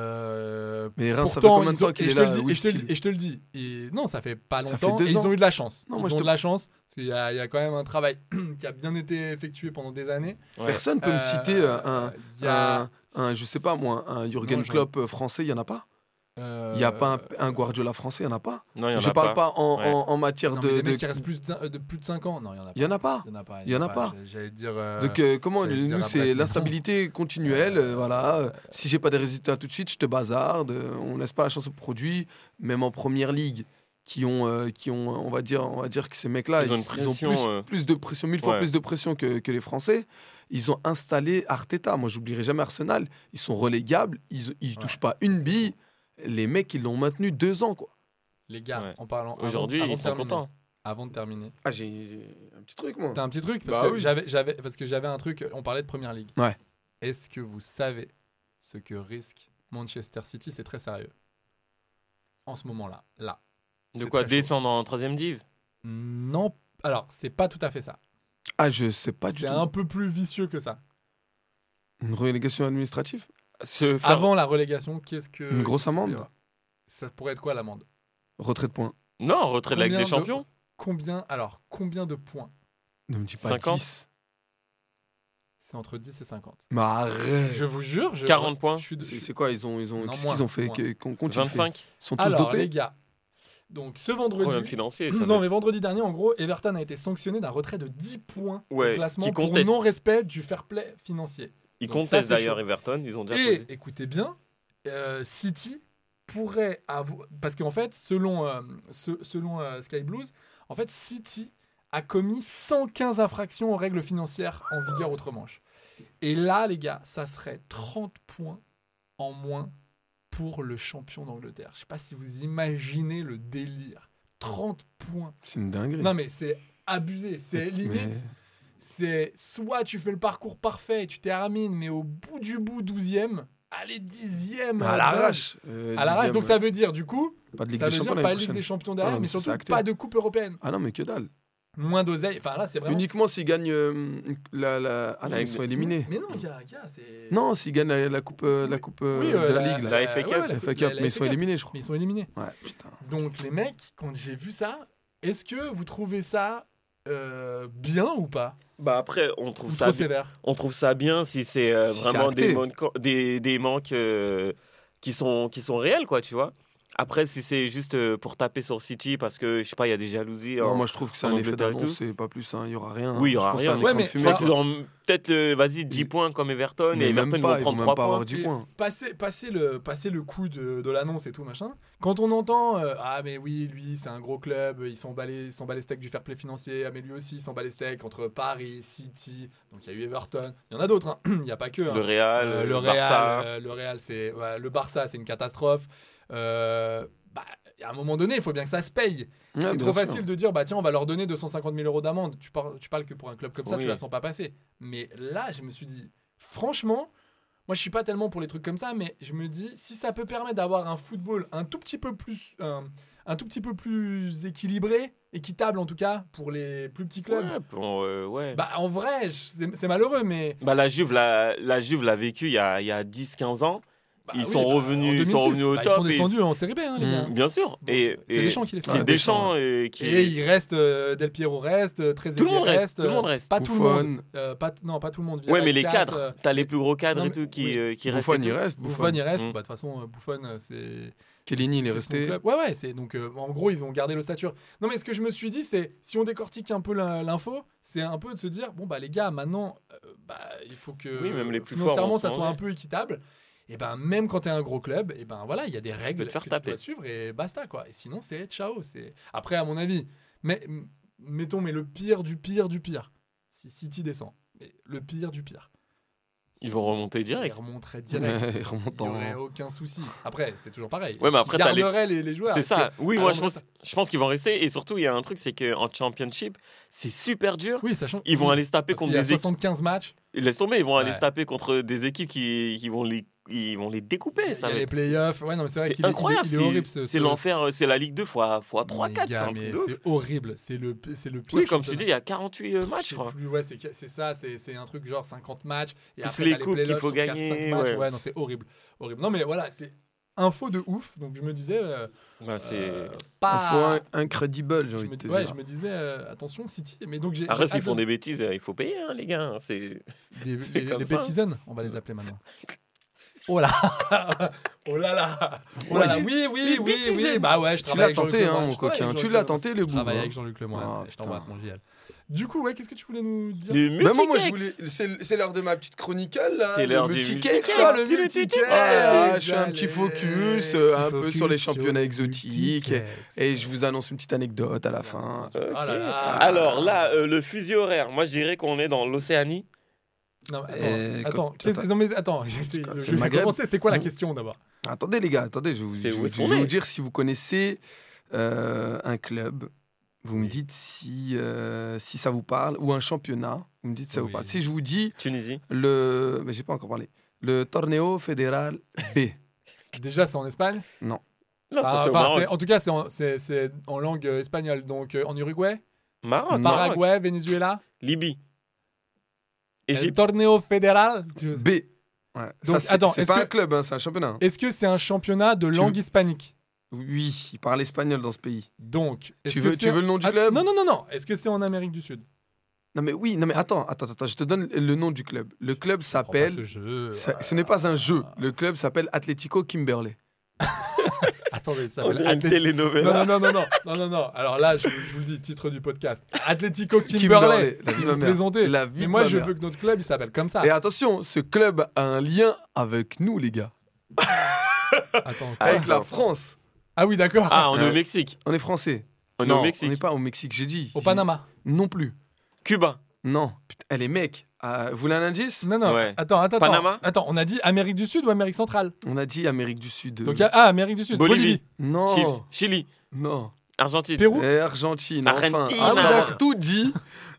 [SPEAKER 2] Euh,
[SPEAKER 8] Mais Reims, ça fait
[SPEAKER 2] Pourtant,
[SPEAKER 8] combien de
[SPEAKER 2] ils ont-
[SPEAKER 8] temps
[SPEAKER 2] et
[SPEAKER 8] qu'il est
[SPEAKER 2] je te le
[SPEAKER 8] là
[SPEAKER 2] dis-
[SPEAKER 8] Will
[SPEAKER 2] et je te le
[SPEAKER 8] Steele
[SPEAKER 2] dis- et je te le dis. Et non, ça fait pas
[SPEAKER 8] Ça fait
[SPEAKER 2] longtemps.
[SPEAKER 8] deux
[SPEAKER 2] et ils
[SPEAKER 8] ans.
[SPEAKER 2] ont eu de la chance.
[SPEAKER 8] Non,
[SPEAKER 2] ils
[SPEAKER 8] moi,
[SPEAKER 2] ont
[SPEAKER 8] je te-
[SPEAKER 2] de la chance. Parce qu'il y, a il y a quand même un travail qui a bien été effectué pendant des années.
[SPEAKER 5] Ouais.
[SPEAKER 8] Personne peut
[SPEAKER 2] Euh,
[SPEAKER 8] me citer euh, un,
[SPEAKER 2] il y a,
[SPEAKER 8] un, un- je sais pas moi, un Jürgen
[SPEAKER 2] Non, j'en ai-
[SPEAKER 8] Klopp euh, français, il y en a pas.
[SPEAKER 2] euh,
[SPEAKER 8] Il y a pas un, un Guardiola français, il y en a pas.
[SPEAKER 5] Non, il y en
[SPEAKER 8] je
[SPEAKER 5] a
[SPEAKER 8] parle pas, en,
[SPEAKER 5] Ouais.
[SPEAKER 8] en- en matière
[SPEAKER 2] non, mais
[SPEAKER 8] de,
[SPEAKER 2] des mecs
[SPEAKER 8] de-
[SPEAKER 2] qui restent plus de, cin- de plus de 5 ans. Non, il y en a
[SPEAKER 8] il y en a pas.
[SPEAKER 2] pas. Il y en a pas.
[SPEAKER 8] Il y en a pas.
[SPEAKER 2] J'allais- J'allais dire. euh,
[SPEAKER 8] Donc euh, comment
[SPEAKER 2] j'allais dire
[SPEAKER 8] nous
[SPEAKER 2] après,
[SPEAKER 8] c'est
[SPEAKER 2] c'est
[SPEAKER 8] l'instabilité continuelle, euh, voilà. euh, si j'ai pas des résultats tout de suite, je te bazarde. euh, on laisse pas la chance au produit, même en première ligue, qui ont, euh, qui ont, euh, on va dire, on va dire que ces mecs-là,
[SPEAKER 5] Ils ont une pression,
[SPEAKER 8] plus,
[SPEAKER 5] euh.
[SPEAKER 8] plus de pression, mille fois
[SPEAKER 5] Ouais.
[SPEAKER 8] plus de pression que, que les Français. Ils ont installé Arteta. Moi, j'oublierai jamais Arsenal. Ils sont relégables. Ils, ils touchent pas une bille. Les mecs, ils l'ont maintenu deux ans, quoi.
[SPEAKER 2] Les gars,
[SPEAKER 5] Ouais.
[SPEAKER 2] en parlant. avant-
[SPEAKER 5] Aujourd'hui,
[SPEAKER 2] avant
[SPEAKER 5] ils
[SPEAKER 2] de
[SPEAKER 5] sont
[SPEAKER 2] terminer,
[SPEAKER 5] contents.
[SPEAKER 2] avant de terminer.
[SPEAKER 8] Ah, j'ai j'ai un petit truc, moi.
[SPEAKER 2] T'as un petit truc parce
[SPEAKER 8] Bah
[SPEAKER 2] que
[SPEAKER 8] oui.
[SPEAKER 2] j'avais, j'avais, parce que j'avais un truc. On parlait de première ligue.
[SPEAKER 8] Ouais.
[SPEAKER 2] Est-ce que vous savez ce que risque Manchester City C'est très sérieux. En ce moment-là, là.
[SPEAKER 5] De
[SPEAKER 2] C'est
[SPEAKER 5] quoi
[SPEAKER 2] très chaud.
[SPEAKER 5] descendre en troisième div
[SPEAKER 2] Non. Alors, c'est pas tout à fait ça.
[SPEAKER 8] Ah, je sais pas du
[SPEAKER 2] c'est
[SPEAKER 8] tout.
[SPEAKER 2] un peu plus vicieux que ça.
[SPEAKER 8] Une relégation administrative
[SPEAKER 5] Se faire-
[SPEAKER 2] Avant la relégation, qu'est-ce que
[SPEAKER 8] Une grosse amende
[SPEAKER 2] Ça pourrait être quoi l'amende
[SPEAKER 8] Retrait de points
[SPEAKER 5] Non, retrait de la Ligue
[SPEAKER 2] Combien
[SPEAKER 5] des
[SPEAKER 2] de-
[SPEAKER 5] Champions.
[SPEAKER 2] Combien Alors, combien de points
[SPEAKER 8] Ne me dis pas
[SPEAKER 5] 50.
[SPEAKER 8] 10.
[SPEAKER 2] C'est entre 10 et 50.
[SPEAKER 8] Mais arrête
[SPEAKER 2] Je vous jure, je
[SPEAKER 5] 40 points.
[SPEAKER 2] Je suis
[SPEAKER 8] C'est
[SPEAKER 2] dessus.
[SPEAKER 8] c'est quoi Ils ont, ils ont,
[SPEAKER 2] Non,
[SPEAKER 8] qu'est-ce
[SPEAKER 2] moins,
[SPEAKER 8] qu'ils ont fait
[SPEAKER 2] moins.
[SPEAKER 8] Que- qu'on- qu'ont-ils fait
[SPEAKER 5] 25.
[SPEAKER 8] Ils sont tous
[SPEAKER 2] Alors les
[SPEAKER 8] dopés
[SPEAKER 2] gars, donc ce
[SPEAKER 5] Problème
[SPEAKER 2] vendredi,
[SPEAKER 5] financier, ça.
[SPEAKER 2] non
[SPEAKER 5] doit-
[SPEAKER 2] mais vendredi dernier en gros, Everton a été sanctionné d'un retrait de 10 points
[SPEAKER 5] Ouais,
[SPEAKER 2] au classement
[SPEAKER 5] qui
[SPEAKER 2] pour
[SPEAKER 5] conteste.
[SPEAKER 2] non-respect du fair play financier.
[SPEAKER 5] Ils
[SPEAKER 2] Donc ça,
[SPEAKER 5] contestent
[SPEAKER 2] c'est
[SPEAKER 5] d'ailleurs
[SPEAKER 2] chaud.
[SPEAKER 5] Everton. Ils ont déjà
[SPEAKER 2] Et
[SPEAKER 5] posé.
[SPEAKER 2] écoutez bien, euh, City pourrait avoir... Parce qu'en fait, selon, euh, ce- selon euh, Sky Blues, en fait, City a commis 115 infractions aux règles financières en vigueur outre-Manche. Et là, les gars, ça serait 30 points en moins pour le champion d'Angleterre. Je sais pas si vous imaginez le délire. 30 points.
[SPEAKER 8] C'est une dinguerie.
[SPEAKER 2] Non mais c'est abusé, c'est limite
[SPEAKER 8] Mais-
[SPEAKER 2] c'est soit tu fais le parcours parfait, tu termines, mais au bout du bout, 12e, allez, 10e.
[SPEAKER 8] à
[SPEAKER 2] euh,
[SPEAKER 8] l'arrache.
[SPEAKER 2] dingue. À l'arrache, donc ça veut dire, du coup,
[SPEAKER 8] Pas de Ligue
[SPEAKER 2] ça
[SPEAKER 8] des
[SPEAKER 2] veut
[SPEAKER 8] Champions
[SPEAKER 2] dire
[SPEAKER 8] l'année
[SPEAKER 2] pas Ligue
[SPEAKER 8] prochaine.
[SPEAKER 2] des Champions
[SPEAKER 8] Ah
[SPEAKER 2] derrière,
[SPEAKER 8] non,
[SPEAKER 2] mais
[SPEAKER 8] mais ça,
[SPEAKER 2] surtout
[SPEAKER 8] c'est acté.
[SPEAKER 2] pas de Coupe européenne.
[SPEAKER 8] Ah non, mais que dalle.
[SPEAKER 2] Moins d'oseille. Enfin là, c'est vraiment.
[SPEAKER 8] Uniquement s'ils gagnent euh, la, la... Ah non,
[SPEAKER 5] La-
[SPEAKER 8] ils sont éliminés.
[SPEAKER 2] Mais non, gars, gars, c'est.
[SPEAKER 8] Non, s'ils gagnent la, la coupe, euh, la coupe euh,
[SPEAKER 2] Oui,
[SPEAKER 8] de
[SPEAKER 2] euh,
[SPEAKER 8] la, Ligue, là.
[SPEAKER 5] la FA Cup.
[SPEAKER 2] ouais, ouais,
[SPEAKER 8] La
[SPEAKER 2] la
[SPEAKER 8] FA
[SPEAKER 2] Coupe-
[SPEAKER 8] Cup,
[SPEAKER 2] la- la
[SPEAKER 8] mais ils sont
[SPEAKER 2] FA Cup.
[SPEAKER 8] éliminés, je crois.
[SPEAKER 2] Mais ils sont éliminés.
[SPEAKER 8] Ouais, putain.
[SPEAKER 2] Donc les mecs, quand j'ai vu ça, est-ce que vous trouvez ça euh, bien ou pas
[SPEAKER 5] Bah après, on trouve
[SPEAKER 2] Ou
[SPEAKER 5] ça
[SPEAKER 2] trop
[SPEAKER 5] bien.
[SPEAKER 2] sévère
[SPEAKER 5] On trouve ça bien si c'est euh,
[SPEAKER 8] Si c'est
[SPEAKER 5] vraiment
[SPEAKER 8] acté.
[SPEAKER 5] des, manqu- des, des manques euh, qui, sont, qui sont réels, quoi, tu vois. Après, si c'est juste euh, pour taper sur City parce que, je sais pas, il y a des jalousies. hein.
[SPEAKER 8] Non,
[SPEAKER 5] en-
[SPEAKER 8] moi je trouve que c'est
[SPEAKER 5] en
[SPEAKER 8] un effet
[SPEAKER 5] Angleterre et tout.
[SPEAKER 8] d'annonce, c'est pas plus, hein, il y aura rien.
[SPEAKER 5] Oui, il y aura
[SPEAKER 8] Je pense
[SPEAKER 5] rien.
[SPEAKER 8] que c'est un
[SPEAKER 2] Ouais,
[SPEAKER 8] écran de
[SPEAKER 2] mais-
[SPEAKER 5] Je
[SPEAKER 8] fumée.
[SPEAKER 5] pense qu'ils auront peut-être, euh, vas-y, 10
[SPEAKER 8] Ils-
[SPEAKER 5] points comme Everton
[SPEAKER 8] Mais
[SPEAKER 5] et
[SPEAKER 8] même
[SPEAKER 5] Everton
[SPEAKER 8] pas,
[SPEAKER 5] vont prendre
[SPEAKER 8] ils
[SPEAKER 5] 3
[SPEAKER 8] vont même pas
[SPEAKER 5] points.
[SPEAKER 8] avoir 10 points.
[SPEAKER 2] Passer, passer, le, passer le coup de, de l'annonce et tout machin. Quand on entend euh, ah mais oui lui c'est un gros club, ils sont balés, ils sont les steaks du fair play financier, ah mais lui aussi ils sont les steaks entre Paris, City, donc il y a eu Everton, il y en a d'autres, hein. il n'y a pas que hein.
[SPEAKER 5] Le Real,
[SPEAKER 2] Euh,
[SPEAKER 5] le,
[SPEAKER 2] le Real,
[SPEAKER 5] Barça.
[SPEAKER 2] euh, le Real c'est ouais, le Barça c'est une catastrophe. Euh, bah, à un moment donné il faut bien que ça se paye.
[SPEAKER 8] Ouais,
[SPEAKER 2] c'est
[SPEAKER 8] bien
[SPEAKER 2] trop
[SPEAKER 8] sûr.
[SPEAKER 2] facile de dire bah tiens on va leur donner 250 000 euros d'amende. Tu, par- tu parles que pour un club comme ça
[SPEAKER 5] Oui.
[SPEAKER 2] tu la sens pas passer. Mais là je me suis dit franchement moi, je suis pas tellement pour les trucs comme ça, mais je me dis si ça peut permettre d'avoir un football un tout petit peu plus, un, un tout petit peu plus équilibré, équitable en tout cas pour les plus petits clubs.
[SPEAKER 5] Ouais, bon, euh, ouais. Bah,
[SPEAKER 2] Bah, en vrai, je- c'est c'est malheureux, mais
[SPEAKER 5] la Juve l'a la Juve l'a vécu il y a, il y a 10-15 ans.
[SPEAKER 2] bah
[SPEAKER 5] Ils
[SPEAKER 2] oui,
[SPEAKER 5] sont
[SPEAKER 2] bah,
[SPEAKER 5] revenus-
[SPEAKER 2] en
[SPEAKER 5] ils
[SPEAKER 2] 2006,
[SPEAKER 5] sont revenus au
[SPEAKER 2] bah,
[SPEAKER 5] top
[SPEAKER 2] Ils sont
[SPEAKER 5] et ils-
[SPEAKER 2] descendus en série B, hein, les
[SPEAKER 8] Mm.
[SPEAKER 2] gars.
[SPEAKER 5] Bien sûr.
[SPEAKER 2] Donc,
[SPEAKER 5] Et,
[SPEAKER 2] c'est
[SPEAKER 5] et-
[SPEAKER 2] Deschamps qui les fait.
[SPEAKER 5] c'est
[SPEAKER 8] Ah,
[SPEAKER 5] Deschamps, euh, qui.
[SPEAKER 2] Et il reste euh, Del Piero reste, euh, Trezeguet
[SPEAKER 5] Tout le monde reste, tout le
[SPEAKER 2] euh,
[SPEAKER 5] monde reste.
[SPEAKER 2] Pas tout le
[SPEAKER 8] Buffon.
[SPEAKER 2] monde. euh, pas t- non, pas tout le monde.
[SPEAKER 5] Ouais,
[SPEAKER 2] Villas
[SPEAKER 5] mais les
[SPEAKER 2] Casas, euh,
[SPEAKER 5] cadres, t'as les plus gros cadres
[SPEAKER 2] Non,
[SPEAKER 5] et
[SPEAKER 2] mais-
[SPEAKER 5] tout qui,
[SPEAKER 2] oui.
[SPEAKER 5] euh, qui restent.
[SPEAKER 8] Buffon,
[SPEAKER 5] et
[SPEAKER 8] il
[SPEAKER 5] tout.
[SPEAKER 8] reste.
[SPEAKER 2] Buffon,
[SPEAKER 8] Buffon,
[SPEAKER 2] il reste.
[SPEAKER 5] Mm.
[SPEAKER 2] Bah, De toute façon, euh, Buffon, euh, c'est.
[SPEAKER 8] Kellini, il est
[SPEAKER 2] C'est son
[SPEAKER 8] resté.
[SPEAKER 2] club. Ouais, ouais, c'est donc euh, en gros, ils ont gardé l'ossature. Non, mais ce que je me suis dit, c'est si on décortique un peu la- l'info, c'est un peu de se dire bon, bah les gars, maintenant, euh, bah, il faut que
[SPEAKER 5] Oui, même les plus forts
[SPEAKER 2] financièrement
[SPEAKER 5] vont se
[SPEAKER 2] ça soit
[SPEAKER 5] manger.
[SPEAKER 2] un peu équitable. Et ben, même quand t'es un gros club, et ben voilà, il y a des règles
[SPEAKER 5] te faire
[SPEAKER 2] que tu
[SPEAKER 5] taper.
[SPEAKER 2] dois suivre et basta quoi. Et sinon, c'est ciao. C'est après, à mon avis, mais m- mettons, mais le pire du pire du pire, si City descend, mais le pire du pire.
[SPEAKER 5] Ils vont remonter
[SPEAKER 2] Ils
[SPEAKER 5] direct.
[SPEAKER 2] remonteraient direct.
[SPEAKER 8] Ouais, ils
[SPEAKER 2] Il
[SPEAKER 8] remontent
[SPEAKER 2] y aurait
[SPEAKER 8] en-
[SPEAKER 2] aucun souci. Après, c'est toujours pareil.
[SPEAKER 5] Ouais, mais
[SPEAKER 2] Ils
[SPEAKER 5] après, t'as les-
[SPEAKER 2] garderaient les, les joueurs.
[SPEAKER 5] C'est
[SPEAKER 2] Est-ce que-
[SPEAKER 5] ça. Oui,
[SPEAKER 2] à
[SPEAKER 5] moi je pense,
[SPEAKER 2] l'Angleterre-
[SPEAKER 5] je pense qu'ils vont rester. Et surtout, il y a un truc, c'est qu'en championship, c'est super dur.
[SPEAKER 2] Oui, sachant
[SPEAKER 5] Ils vont aller se taper
[SPEAKER 2] Parce
[SPEAKER 5] contre
[SPEAKER 2] qu'il y a
[SPEAKER 5] des équipes.
[SPEAKER 2] 75 matchs.
[SPEAKER 5] Laisse tomber, ils vont aller
[SPEAKER 2] Ouais.
[SPEAKER 5] se taper contre des équipes qui, qui vont les, ils vont les découper.
[SPEAKER 2] Il y
[SPEAKER 5] Ça
[SPEAKER 2] a
[SPEAKER 5] va
[SPEAKER 2] les
[SPEAKER 5] être-
[SPEAKER 2] playoffs. Ouais, non, mais c'est vrai
[SPEAKER 5] C'est
[SPEAKER 2] qu'il est- il est-
[SPEAKER 5] incroyable.
[SPEAKER 2] il est
[SPEAKER 5] c'est-
[SPEAKER 2] horrible, ce-
[SPEAKER 5] C'est
[SPEAKER 2] ce-
[SPEAKER 5] l'enfer. euh, C'est la Ligue 2 fois, fois
[SPEAKER 2] Mais
[SPEAKER 5] 3, 4. C'est
[SPEAKER 2] gars,
[SPEAKER 5] un
[SPEAKER 2] mais
[SPEAKER 5] truc de ouf.
[SPEAKER 2] C'est horrible. C'est le, p- c'est le pire.
[SPEAKER 5] Oui, comme tu dis, il
[SPEAKER 2] championnat.
[SPEAKER 5] y a 48 euh, matchs,
[SPEAKER 2] Je
[SPEAKER 5] je
[SPEAKER 2] sais
[SPEAKER 5] crois.
[SPEAKER 2] plus, ouais, c'est, c'est ça, c'est, c'est un truc genre 50 matchs. Et
[SPEAKER 5] Plus
[SPEAKER 2] après,
[SPEAKER 5] les
[SPEAKER 2] t'as
[SPEAKER 5] coupes qu'il
[SPEAKER 2] playoffs
[SPEAKER 5] faut
[SPEAKER 2] sur 4-5
[SPEAKER 5] gagner,
[SPEAKER 2] matchs.
[SPEAKER 5] ouais.
[SPEAKER 2] non, c'est horrible. horrible. Non, mais voilà, c'est info de ouf. Donc je me disais, euh,
[SPEAKER 5] Bah, c'est-
[SPEAKER 2] euh,
[SPEAKER 8] Il faut
[SPEAKER 2] pas.
[SPEAKER 8] un incredible, hein, j'ai
[SPEAKER 2] Je
[SPEAKER 8] envie
[SPEAKER 2] me,
[SPEAKER 8] de te
[SPEAKER 2] ouais,
[SPEAKER 8] dire.
[SPEAKER 2] je me disais, euh, attention, City. Mais donc j'ai.
[SPEAKER 5] Après,
[SPEAKER 2] j'ai
[SPEAKER 5] s'ils
[SPEAKER 2] hâte
[SPEAKER 5] font
[SPEAKER 2] de-
[SPEAKER 5] des bêtises, euh, il faut payer, hein, les gars. hein, C'est
[SPEAKER 2] Des,
[SPEAKER 5] C'est
[SPEAKER 2] les,
[SPEAKER 5] comme
[SPEAKER 2] les
[SPEAKER 5] ça.
[SPEAKER 2] bêtisonnes, on va les appeler maintenant. Oh là Oh là là Oh là là Oui, oui, oui, oui Bah ouais, je
[SPEAKER 8] Tu
[SPEAKER 2] travaille
[SPEAKER 8] l'as
[SPEAKER 2] avec Jean-Luc
[SPEAKER 8] tenté, hein,
[SPEAKER 2] Lemoine.
[SPEAKER 8] mon
[SPEAKER 2] Je travaille
[SPEAKER 8] coquin.
[SPEAKER 2] avec
[SPEAKER 8] Tu
[SPEAKER 2] Jean-Luc
[SPEAKER 8] l'as
[SPEAKER 2] Lemoine.
[SPEAKER 8] tenté, le
[SPEAKER 2] Je
[SPEAKER 8] bout.
[SPEAKER 2] travaille avec Jean-Luc Lemoine.
[SPEAKER 8] Ah,
[SPEAKER 2] je t'embrasse,
[SPEAKER 8] putain.
[SPEAKER 2] mon JL. Du coup, ouais, qu'est-ce que tu voulais nous dire
[SPEAKER 5] le
[SPEAKER 8] Ben moi, moi, je
[SPEAKER 5] multiplex.
[SPEAKER 8] voulais. C'est c'est l'heure de ma petite chronicale, là.
[SPEAKER 5] C'est
[SPEAKER 8] le
[SPEAKER 5] l'heure du
[SPEAKER 8] multi-cake,
[SPEAKER 5] multi-cake.
[SPEAKER 8] là.
[SPEAKER 5] le petit ticket.
[SPEAKER 8] Ah,
[SPEAKER 2] Allez,
[SPEAKER 8] je fais un petit focus,
[SPEAKER 2] petit
[SPEAKER 8] euh, un peu
[SPEAKER 2] focus
[SPEAKER 8] sur les championnats
[SPEAKER 2] le
[SPEAKER 8] exotiques,
[SPEAKER 2] multiplex.
[SPEAKER 8] Et je vous annonce une petite anecdote à la fin.
[SPEAKER 2] Oh là là.
[SPEAKER 5] Alors là, euh, le fusil horaire, moi je dirais qu'on est dans l'Océanie.
[SPEAKER 2] Non, mais
[SPEAKER 8] Euh,
[SPEAKER 2] attends, attends,
[SPEAKER 8] comme-
[SPEAKER 2] qu'est-ce- non, mais attends, j'essaie-
[SPEAKER 8] quoi, c'est
[SPEAKER 2] je
[SPEAKER 8] le
[SPEAKER 2] vais
[SPEAKER 8] Maghreb
[SPEAKER 2] commencer. C'est quoi la
[SPEAKER 8] Non.
[SPEAKER 2] question d'abord
[SPEAKER 8] Attendez les gars, attendez, je, vous-
[SPEAKER 5] C'est
[SPEAKER 8] je
[SPEAKER 5] où
[SPEAKER 8] vous-
[SPEAKER 5] est-ce
[SPEAKER 8] je
[SPEAKER 5] qu'on
[SPEAKER 8] vais
[SPEAKER 5] est
[SPEAKER 8] vous dire si vous connaissez euh, un club Vous me dites si, euh, si ça vous parle, ou un championnat, vous me dites si ça vous
[SPEAKER 2] Oui.
[SPEAKER 8] parle. Si je vous dis
[SPEAKER 5] Tunisie.
[SPEAKER 8] le. Mais j'ai pas encore parlé. Le Torneo Fédéral B.
[SPEAKER 2] Déjà, c'est en Espagne
[SPEAKER 5] Non,
[SPEAKER 2] Ah,
[SPEAKER 8] Bah,
[SPEAKER 5] ça, c'est au
[SPEAKER 2] enfin,
[SPEAKER 5] Maroc.
[SPEAKER 2] c'est- En tout cas, c'est en, c'est- c'est en langue euh, espagnole. Donc euh, en Uruguay,
[SPEAKER 5] Maroc, Maroc.
[SPEAKER 2] Paraguay, Venezuela,
[SPEAKER 5] Libye.
[SPEAKER 2] le
[SPEAKER 5] Égypte.
[SPEAKER 2] Torneo Fédéral. Tu-
[SPEAKER 8] B. Ouais.
[SPEAKER 2] Donc,
[SPEAKER 8] ça, c'est-
[SPEAKER 2] attends,
[SPEAKER 8] c'est
[SPEAKER 2] est-ce
[SPEAKER 8] pas
[SPEAKER 2] que-
[SPEAKER 8] un club, hein, c'est un championnat. hein.
[SPEAKER 2] Est-ce que c'est un championnat de langue
[SPEAKER 8] veux-
[SPEAKER 2] hispanique
[SPEAKER 8] Oui, il parle espagnol dans ce pays.
[SPEAKER 2] Donc, est-ce
[SPEAKER 8] Tu
[SPEAKER 2] que
[SPEAKER 8] veux- tu
[SPEAKER 2] c'est-
[SPEAKER 8] veux le nom du
[SPEAKER 2] Ah,
[SPEAKER 8] club
[SPEAKER 2] Non, non, non, non. Est-ce que c'est en Amérique du Sud Oh,
[SPEAKER 8] Non mais oui, non mais attends, attends, attends, je te donne le nom du club. Le club s'appelle.
[SPEAKER 2] Oh, bah, ce jeu.
[SPEAKER 8] ça- ce n'est pas un jeu. Le club s'appelle Atlético Kimberley.
[SPEAKER 2] Attendez, ça
[SPEAKER 5] On
[SPEAKER 2] s'appelle
[SPEAKER 5] dirait une
[SPEAKER 2] Atlético. Non,
[SPEAKER 5] telenovela.
[SPEAKER 2] non, non, non, non, non, non, non. Alors là, je, je vous le dis, titre du podcast. Atlético Kimberley.
[SPEAKER 8] Kimberley, la vie de
[SPEAKER 2] Vous
[SPEAKER 8] ma mère.
[SPEAKER 2] plaisantez.
[SPEAKER 8] La vie
[SPEAKER 2] Mais
[SPEAKER 8] de
[SPEAKER 2] moi,
[SPEAKER 8] ma
[SPEAKER 2] je
[SPEAKER 8] mère.
[SPEAKER 2] veux que notre club, il s'appelle comme ça.
[SPEAKER 8] Et attention, ce club a un lien avec nous les gars,
[SPEAKER 2] Attends, quoi
[SPEAKER 8] avec la France.
[SPEAKER 2] Ah oui, d'accord.
[SPEAKER 5] Ah, on est
[SPEAKER 8] Ouais.
[SPEAKER 5] au Mexique.
[SPEAKER 8] On est français.
[SPEAKER 5] On est
[SPEAKER 8] non,
[SPEAKER 5] au
[SPEAKER 8] on n'est
[SPEAKER 5] Mexique.
[SPEAKER 8] pas au Mexique. J'ai dit.
[SPEAKER 2] Au Panama.
[SPEAKER 8] Non plus.
[SPEAKER 5] Cuba.
[SPEAKER 8] Non. Putain, les mecs. euh, vous voulez un indice
[SPEAKER 2] Non, non.
[SPEAKER 5] Ouais.
[SPEAKER 2] Attends, attends, attends.
[SPEAKER 5] Panama
[SPEAKER 2] Attends, on a dit Amérique du Sud ou Amérique centrale
[SPEAKER 8] On a dit Amérique du Sud. euh.
[SPEAKER 2] Donc, il y a- ah, Amérique du Sud.
[SPEAKER 5] Bolivie.
[SPEAKER 8] Non.
[SPEAKER 5] Chips. Chili.
[SPEAKER 8] Non.
[SPEAKER 5] Argentine.
[SPEAKER 2] Pérou.
[SPEAKER 8] Eh, Argentine. Enfin.
[SPEAKER 5] Argentine.
[SPEAKER 8] Ah, mais
[SPEAKER 5] Ah.
[SPEAKER 8] t'as tout dit.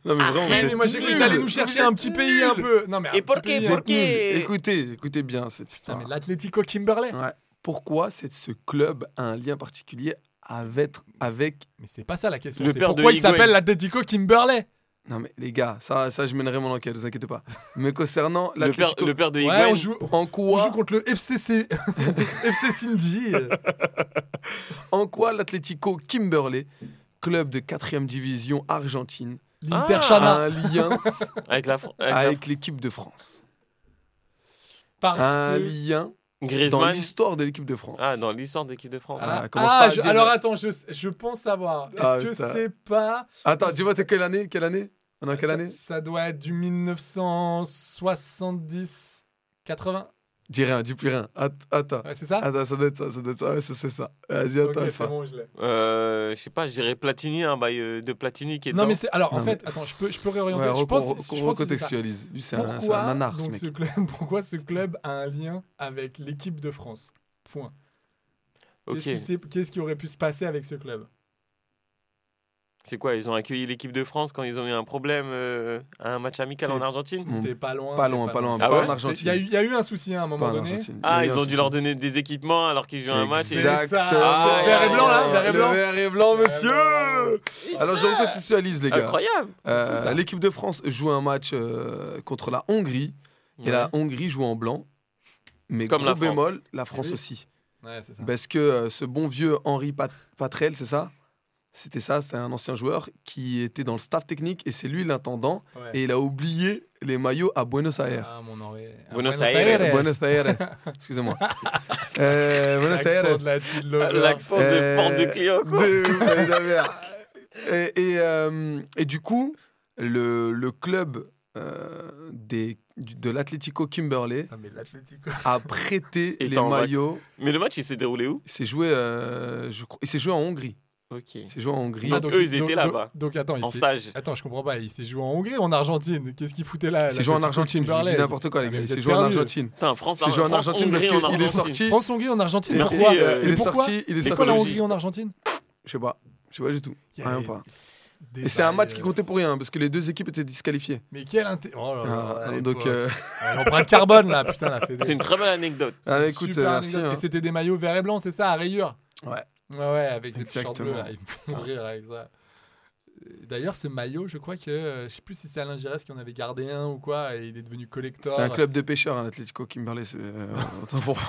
[SPEAKER 8] Non mais
[SPEAKER 5] Arrête.
[SPEAKER 8] vraiment. vous
[SPEAKER 2] Ouais,
[SPEAKER 8] êtes
[SPEAKER 2] mais moi, j'ai cru que
[SPEAKER 8] nuls.
[SPEAKER 2] t'allais nous chercher un petit pays un peu. Non, mais un petit
[SPEAKER 5] Et por qué,
[SPEAKER 2] pays,
[SPEAKER 5] por
[SPEAKER 2] hein.
[SPEAKER 5] qué
[SPEAKER 8] Nul. Écoutez, écoutez bien cette
[SPEAKER 2] Putain,
[SPEAKER 8] histoire.
[SPEAKER 2] mais l'Atlético Kimberley.
[SPEAKER 8] Ouais. Pourquoi c'est ce club a un lien particulier avec avec
[SPEAKER 2] Mais c'est pas ça la question.
[SPEAKER 5] Le
[SPEAKER 2] C'est
[SPEAKER 5] père de
[SPEAKER 2] pourquoi il
[SPEAKER 5] Higuain.
[SPEAKER 2] s'appelle l'Atlético Kimberley
[SPEAKER 8] Non mais les gars, ça ça je mènerai mon enquête, vous inquiétez pas. Mais concernant
[SPEAKER 5] Le père,
[SPEAKER 8] l'Atlético
[SPEAKER 5] le père de
[SPEAKER 2] Ouais,
[SPEAKER 5] Higuain.
[SPEAKER 2] on joue,
[SPEAKER 8] en
[SPEAKER 2] on
[SPEAKER 8] quoi
[SPEAKER 2] joue contre le FCC. FC Cindy. euh,
[SPEAKER 8] en quoi l'Atlético Kimberley, club de 4 division argentine, a
[SPEAKER 2] L'Interchana.
[SPEAKER 8] un lien
[SPEAKER 5] avec la, Fran- avec la-
[SPEAKER 8] avec l'équipe de France.
[SPEAKER 2] Parce
[SPEAKER 8] Un
[SPEAKER 2] que-
[SPEAKER 8] lien dans
[SPEAKER 5] Griezmann.
[SPEAKER 8] l'histoire de l'équipe de France.
[SPEAKER 5] Ah, dans l'histoire de l'équipe de France.
[SPEAKER 8] Ah.
[SPEAKER 2] Ah,
[SPEAKER 8] commence pas
[SPEAKER 2] je-
[SPEAKER 8] à dire-
[SPEAKER 2] alors attends, je, je pense savoir. Est-ce
[SPEAKER 8] Ah,
[SPEAKER 2] que
[SPEAKER 8] putain.
[SPEAKER 2] c'est pas.
[SPEAKER 8] Attends, dis-moi t'es quelle année Quelle année On est en quelle
[SPEAKER 2] ça,
[SPEAKER 8] année
[SPEAKER 2] ça doit être du 1970. 80
[SPEAKER 8] Dis rien, dis plus rien. Att- Attends.
[SPEAKER 2] Ouais, c'est ça
[SPEAKER 8] Attends, ça doit être ça, ça doit être ça. Ouais, c'est c'est ça. Vas-y, Ah, attends.
[SPEAKER 2] Ah. Ok, c'est
[SPEAKER 8] Alpha.
[SPEAKER 2] bon, je l'ai.
[SPEAKER 5] Euh, je sais pas, j'irais Platini, un bail euh, de Platini qui est
[SPEAKER 2] Non, mais
[SPEAKER 5] dedans.
[SPEAKER 2] c'est. Alors, en
[SPEAKER 8] Non,
[SPEAKER 2] fait,
[SPEAKER 8] mais-
[SPEAKER 2] attends, je peux, je peux réorienter.
[SPEAKER 8] Ouais,
[SPEAKER 2] je
[SPEAKER 8] re-
[SPEAKER 2] pense, je
[SPEAKER 8] re-
[SPEAKER 2] pense que c'est ça.
[SPEAKER 8] recontextualise. Lui, c'est un, c'est
[SPEAKER 2] Pourquoi,
[SPEAKER 8] un nanar, ce
[SPEAKER 2] donc,
[SPEAKER 8] mec.
[SPEAKER 2] ce club, pourquoi ce club a un lien avec l'équipe de France Point.
[SPEAKER 5] Ok.
[SPEAKER 2] Qu'est-ce qui s'est- Qu'est-ce qui aurait pu se passer avec ce club
[SPEAKER 5] C'est quoi Ils ont accueilli l'équipe de France quand ils ont eu un problème euh, à un match amical en Argentine
[SPEAKER 8] Bon,
[SPEAKER 2] T'es pas loin.
[SPEAKER 8] Mm. Pas
[SPEAKER 2] t'es
[SPEAKER 8] loin, pas loin.
[SPEAKER 5] Ah
[SPEAKER 8] Pas
[SPEAKER 5] ouais
[SPEAKER 8] en
[SPEAKER 2] Il y, a eu-
[SPEAKER 8] Argentine.
[SPEAKER 2] il y a eu un souci hein, à un
[SPEAKER 8] Pas
[SPEAKER 2] moment
[SPEAKER 8] en
[SPEAKER 2] donné.
[SPEAKER 8] Argentine.
[SPEAKER 5] Ah,
[SPEAKER 8] Il y a
[SPEAKER 5] ils
[SPEAKER 8] eu
[SPEAKER 5] ont
[SPEAKER 8] un
[SPEAKER 5] dû
[SPEAKER 8] souci.
[SPEAKER 5] leur donner des équipements alors qu'ils jouaient un match. et-
[SPEAKER 2] Exact.
[SPEAKER 8] Exactement.
[SPEAKER 5] Ah,
[SPEAKER 2] vert et blanc, là, vert et
[SPEAKER 8] Le
[SPEAKER 2] blanc.
[SPEAKER 8] vert et
[SPEAKER 5] Oh,
[SPEAKER 8] blanc,
[SPEAKER 2] Euh,
[SPEAKER 8] messieurs. Alors, je recontextualise, les gars.
[SPEAKER 5] Incroyable
[SPEAKER 8] Euh, L'équipe de France joue un match euh, contre la Hongrie. Et la Hongrie joue en blanc. Mais
[SPEAKER 5] Comme
[SPEAKER 8] gros
[SPEAKER 5] la France.
[SPEAKER 8] bémol, la France
[SPEAKER 2] Oui.
[SPEAKER 8] aussi.
[SPEAKER 2] Ouais, c'est ça.
[SPEAKER 8] Parce que euh, ce bon vieux Henri Pat- Patrel, c'est ça C'était ça, c'était un ancien joueur qui était dans le staff technique et c'est lui l'intendant.
[SPEAKER 2] Ouais.
[SPEAKER 8] Et il a oublié les maillots à Buenos Aires. Euh,
[SPEAKER 2] Ah, mon enré- ah,
[SPEAKER 5] Buenos Aires.
[SPEAKER 8] Buenos Aires. Excusez-moi. Euh, Buenos
[SPEAKER 2] L'accent
[SPEAKER 8] Aires.
[SPEAKER 2] de la Jill
[SPEAKER 5] Ah,
[SPEAKER 2] Lover.
[SPEAKER 5] L'accent de
[SPEAKER 8] Euh,
[SPEAKER 5] porte de client, quoi
[SPEAKER 8] de- ouais, de la merde. Et, et, euh, et du coup, le, le club euh, des, du- de l'Atlético Kimberley
[SPEAKER 2] Ah, mais l'Atlético.
[SPEAKER 8] a prêté
[SPEAKER 5] Et
[SPEAKER 8] les
[SPEAKER 5] t'es en vac-
[SPEAKER 8] maillots.
[SPEAKER 5] Mais le match, il s'est déroulé où
[SPEAKER 8] Il s'est joué, euh, je crois- il s'est joué en Hongrie.
[SPEAKER 5] Ok.
[SPEAKER 8] Il s'est joué en Hongrie.
[SPEAKER 5] Ah, donc, eux, ils étaient
[SPEAKER 2] donc-
[SPEAKER 5] là-bas.
[SPEAKER 2] Donc, attends, il
[SPEAKER 5] En
[SPEAKER 2] s'est-
[SPEAKER 5] stage.
[SPEAKER 2] Attends, je comprends pas. Il s'est joué en Hongrie ou en Argentine Qu'est-ce qu'il foutait là
[SPEAKER 8] Il s'est joué en Argentine. Je vous dis n'importe quoi, les
[SPEAKER 2] Ah,
[SPEAKER 8] gars.
[SPEAKER 2] mais
[SPEAKER 8] Il
[SPEAKER 2] vous
[SPEAKER 8] s'est
[SPEAKER 2] êtes
[SPEAKER 8] joué en
[SPEAKER 2] perdus.
[SPEAKER 8] Argentine.
[SPEAKER 5] Putain, France,
[SPEAKER 8] Il s'est joué en
[SPEAKER 5] France,
[SPEAKER 8] Argentine parce
[SPEAKER 5] Hongrie, en
[SPEAKER 8] qu'il est
[SPEAKER 5] Argentine.
[SPEAKER 8] sorti.
[SPEAKER 2] France-Hongrie en Argentine.
[SPEAKER 8] Il est
[SPEAKER 5] Merci,
[SPEAKER 8] sorti-
[SPEAKER 5] euh,
[SPEAKER 8] il est
[SPEAKER 2] mais pourquoi
[SPEAKER 8] sorti. Il est
[SPEAKER 5] Mais
[SPEAKER 2] Pourquoi la
[SPEAKER 8] sorti.
[SPEAKER 5] écologie.
[SPEAKER 2] Hongrie en Argentine
[SPEAKER 8] Je sais pas. Je sais pas du tout.
[SPEAKER 2] Il y a
[SPEAKER 8] Rien
[SPEAKER 2] des-
[SPEAKER 8] pas.
[SPEAKER 2] des
[SPEAKER 8] Et c'est un
[SPEAKER 2] bails,
[SPEAKER 8] match qui
[SPEAKER 2] euh,
[SPEAKER 8] comptait pour rien parce que les deux équipes étaient disqualifiées.
[SPEAKER 2] Mais quel intérêt Oh là là,
[SPEAKER 8] Voilà.
[SPEAKER 2] allez,
[SPEAKER 8] donc,
[SPEAKER 2] toi.
[SPEAKER 8] euh,
[SPEAKER 2] Ouais, L'empreinte carbone là, putain, la fédé.
[SPEAKER 5] C'est une très belle anecdote.
[SPEAKER 8] ah, écoute,
[SPEAKER 2] Super
[SPEAKER 8] euh, merci.
[SPEAKER 2] anecdote.
[SPEAKER 8] hein.
[SPEAKER 2] Et c'était des maillots verts et blancs, c'est ça, à rayures
[SPEAKER 8] Ouais.
[SPEAKER 2] Ouais, ouais, avec des petits shorts
[SPEAKER 8] Exactement.
[SPEAKER 2] bleus, là, ils peuvent mourir avec ça. Euh, D'ailleurs, ce maillot, je crois que euh, je sais plus si c'est Alain Giresse qui en avait gardé un ou quoi, et il est devenu collector.
[SPEAKER 8] C'est un club de pêcheurs, hein, l'Atlético Kimberley. c'est, euh, autant pour moi.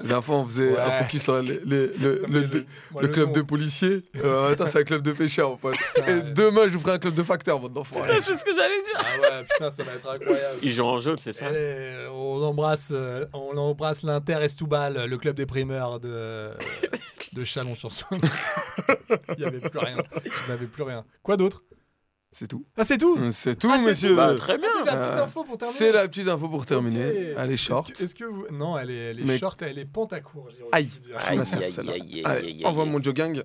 [SPEAKER 8] La dernière fois, on faisait un
[SPEAKER 2] Ouais.
[SPEAKER 8] focus sur les- les- le,
[SPEAKER 2] Non, mais
[SPEAKER 8] le- le-
[SPEAKER 2] moi,
[SPEAKER 8] le club
[SPEAKER 2] nom,
[SPEAKER 8] de policiers. Euh, attends, c'est un club de pêcheurs, mon pote. Et
[SPEAKER 2] ouais.
[SPEAKER 8] demain, je vous ferai un club de facteurs, mon enfant.
[SPEAKER 5] C'est ce que j'allais dire.
[SPEAKER 2] Ah ouais, putain, ça va être incroyable.
[SPEAKER 5] Ils jouent en jaune,
[SPEAKER 8] Hein?
[SPEAKER 5] c'est ça
[SPEAKER 8] Euh.
[SPEAKER 2] Allez, on embrasse, euh, on embrasse l'Inter Estoubal, le club des primeurs de, de Chalon-sur-Saône. Il n'y avait plus rien. Je n'avais plus rien. Quoi d'autre
[SPEAKER 8] C'est tout.
[SPEAKER 2] Ah, c'est tout
[SPEAKER 8] C'est tout,
[SPEAKER 2] Ah, c'est
[SPEAKER 8] messieurs.
[SPEAKER 5] Bah, très bien.
[SPEAKER 2] C'est la petite
[SPEAKER 8] Mm. Euh,
[SPEAKER 2] info pour terminer.
[SPEAKER 8] C'est la petite info pour terminer.
[SPEAKER 2] Ok.
[SPEAKER 8] Elle est short.
[SPEAKER 2] Est-ce que, est-ce que vous... Non, elle est, elle est
[SPEAKER 8] Mais-
[SPEAKER 2] short, elle est pantacourt. j'ai envie
[SPEAKER 8] Aïe.
[SPEAKER 2] de vous dire.
[SPEAKER 8] Tu m'as servi, celle-là. Allez, Envoie mon jogging.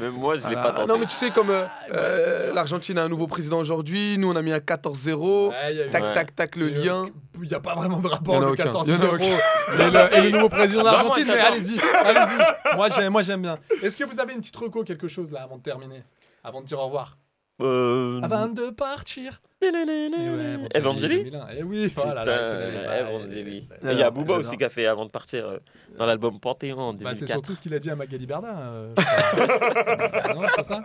[SPEAKER 5] Même moi, je l'ai
[SPEAKER 8] Voilà.
[SPEAKER 5] pas tenté.
[SPEAKER 8] Ah, Non, mais tu sais, comme euh, euh, l'Argentine a un nouveau président aujourd'hui, nous, on a mis un 14-0.
[SPEAKER 2] Ouais, il y a eu-
[SPEAKER 8] Tac,
[SPEAKER 5] Ouais.
[SPEAKER 8] tac, tac, le
[SPEAKER 2] Mais, euh,
[SPEAKER 8] lien.
[SPEAKER 2] Il n'y a pas vraiment de
[SPEAKER 8] Il y
[SPEAKER 2] rapport
[SPEAKER 8] en a
[SPEAKER 2] le
[SPEAKER 8] aucun.
[SPEAKER 2] 14
[SPEAKER 8] Il y en a
[SPEAKER 2] 0
[SPEAKER 8] aucun.
[SPEAKER 2] et, le, et le nouveau président de
[SPEAKER 5] Bah, moi,
[SPEAKER 2] l'Argentine. Mais
[SPEAKER 5] j'adore.
[SPEAKER 2] allez-y, allez-y. Moi, j'aime, moi, j'aime bien. Est-ce que vous avez une petite reco, quelque chose, là, avant de terminer avant de dire au revoir.
[SPEAKER 5] Euh...
[SPEAKER 2] Avant de partir. Et Eh ouais, Evangeli,
[SPEAKER 5] Evangeli
[SPEAKER 2] 2001. Eh oui, voilà. là, il connaît les
[SPEAKER 5] Putain,
[SPEAKER 2] bails,
[SPEAKER 5] Evangeli.
[SPEAKER 2] c'est-
[SPEAKER 5] Il y a
[SPEAKER 8] Alors,
[SPEAKER 5] Booba
[SPEAKER 8] j'adore.
[SPEAKER 5] aussi qui a fait avant de partir euh, dans l'album Panthéon en
[SPEAKER 2] Bah, c'est
[SPEAKER 5] 2004.
[SPEAKER 2] surtout ce qu'il a dit à Magali Berda. euh, non, c'est pas ça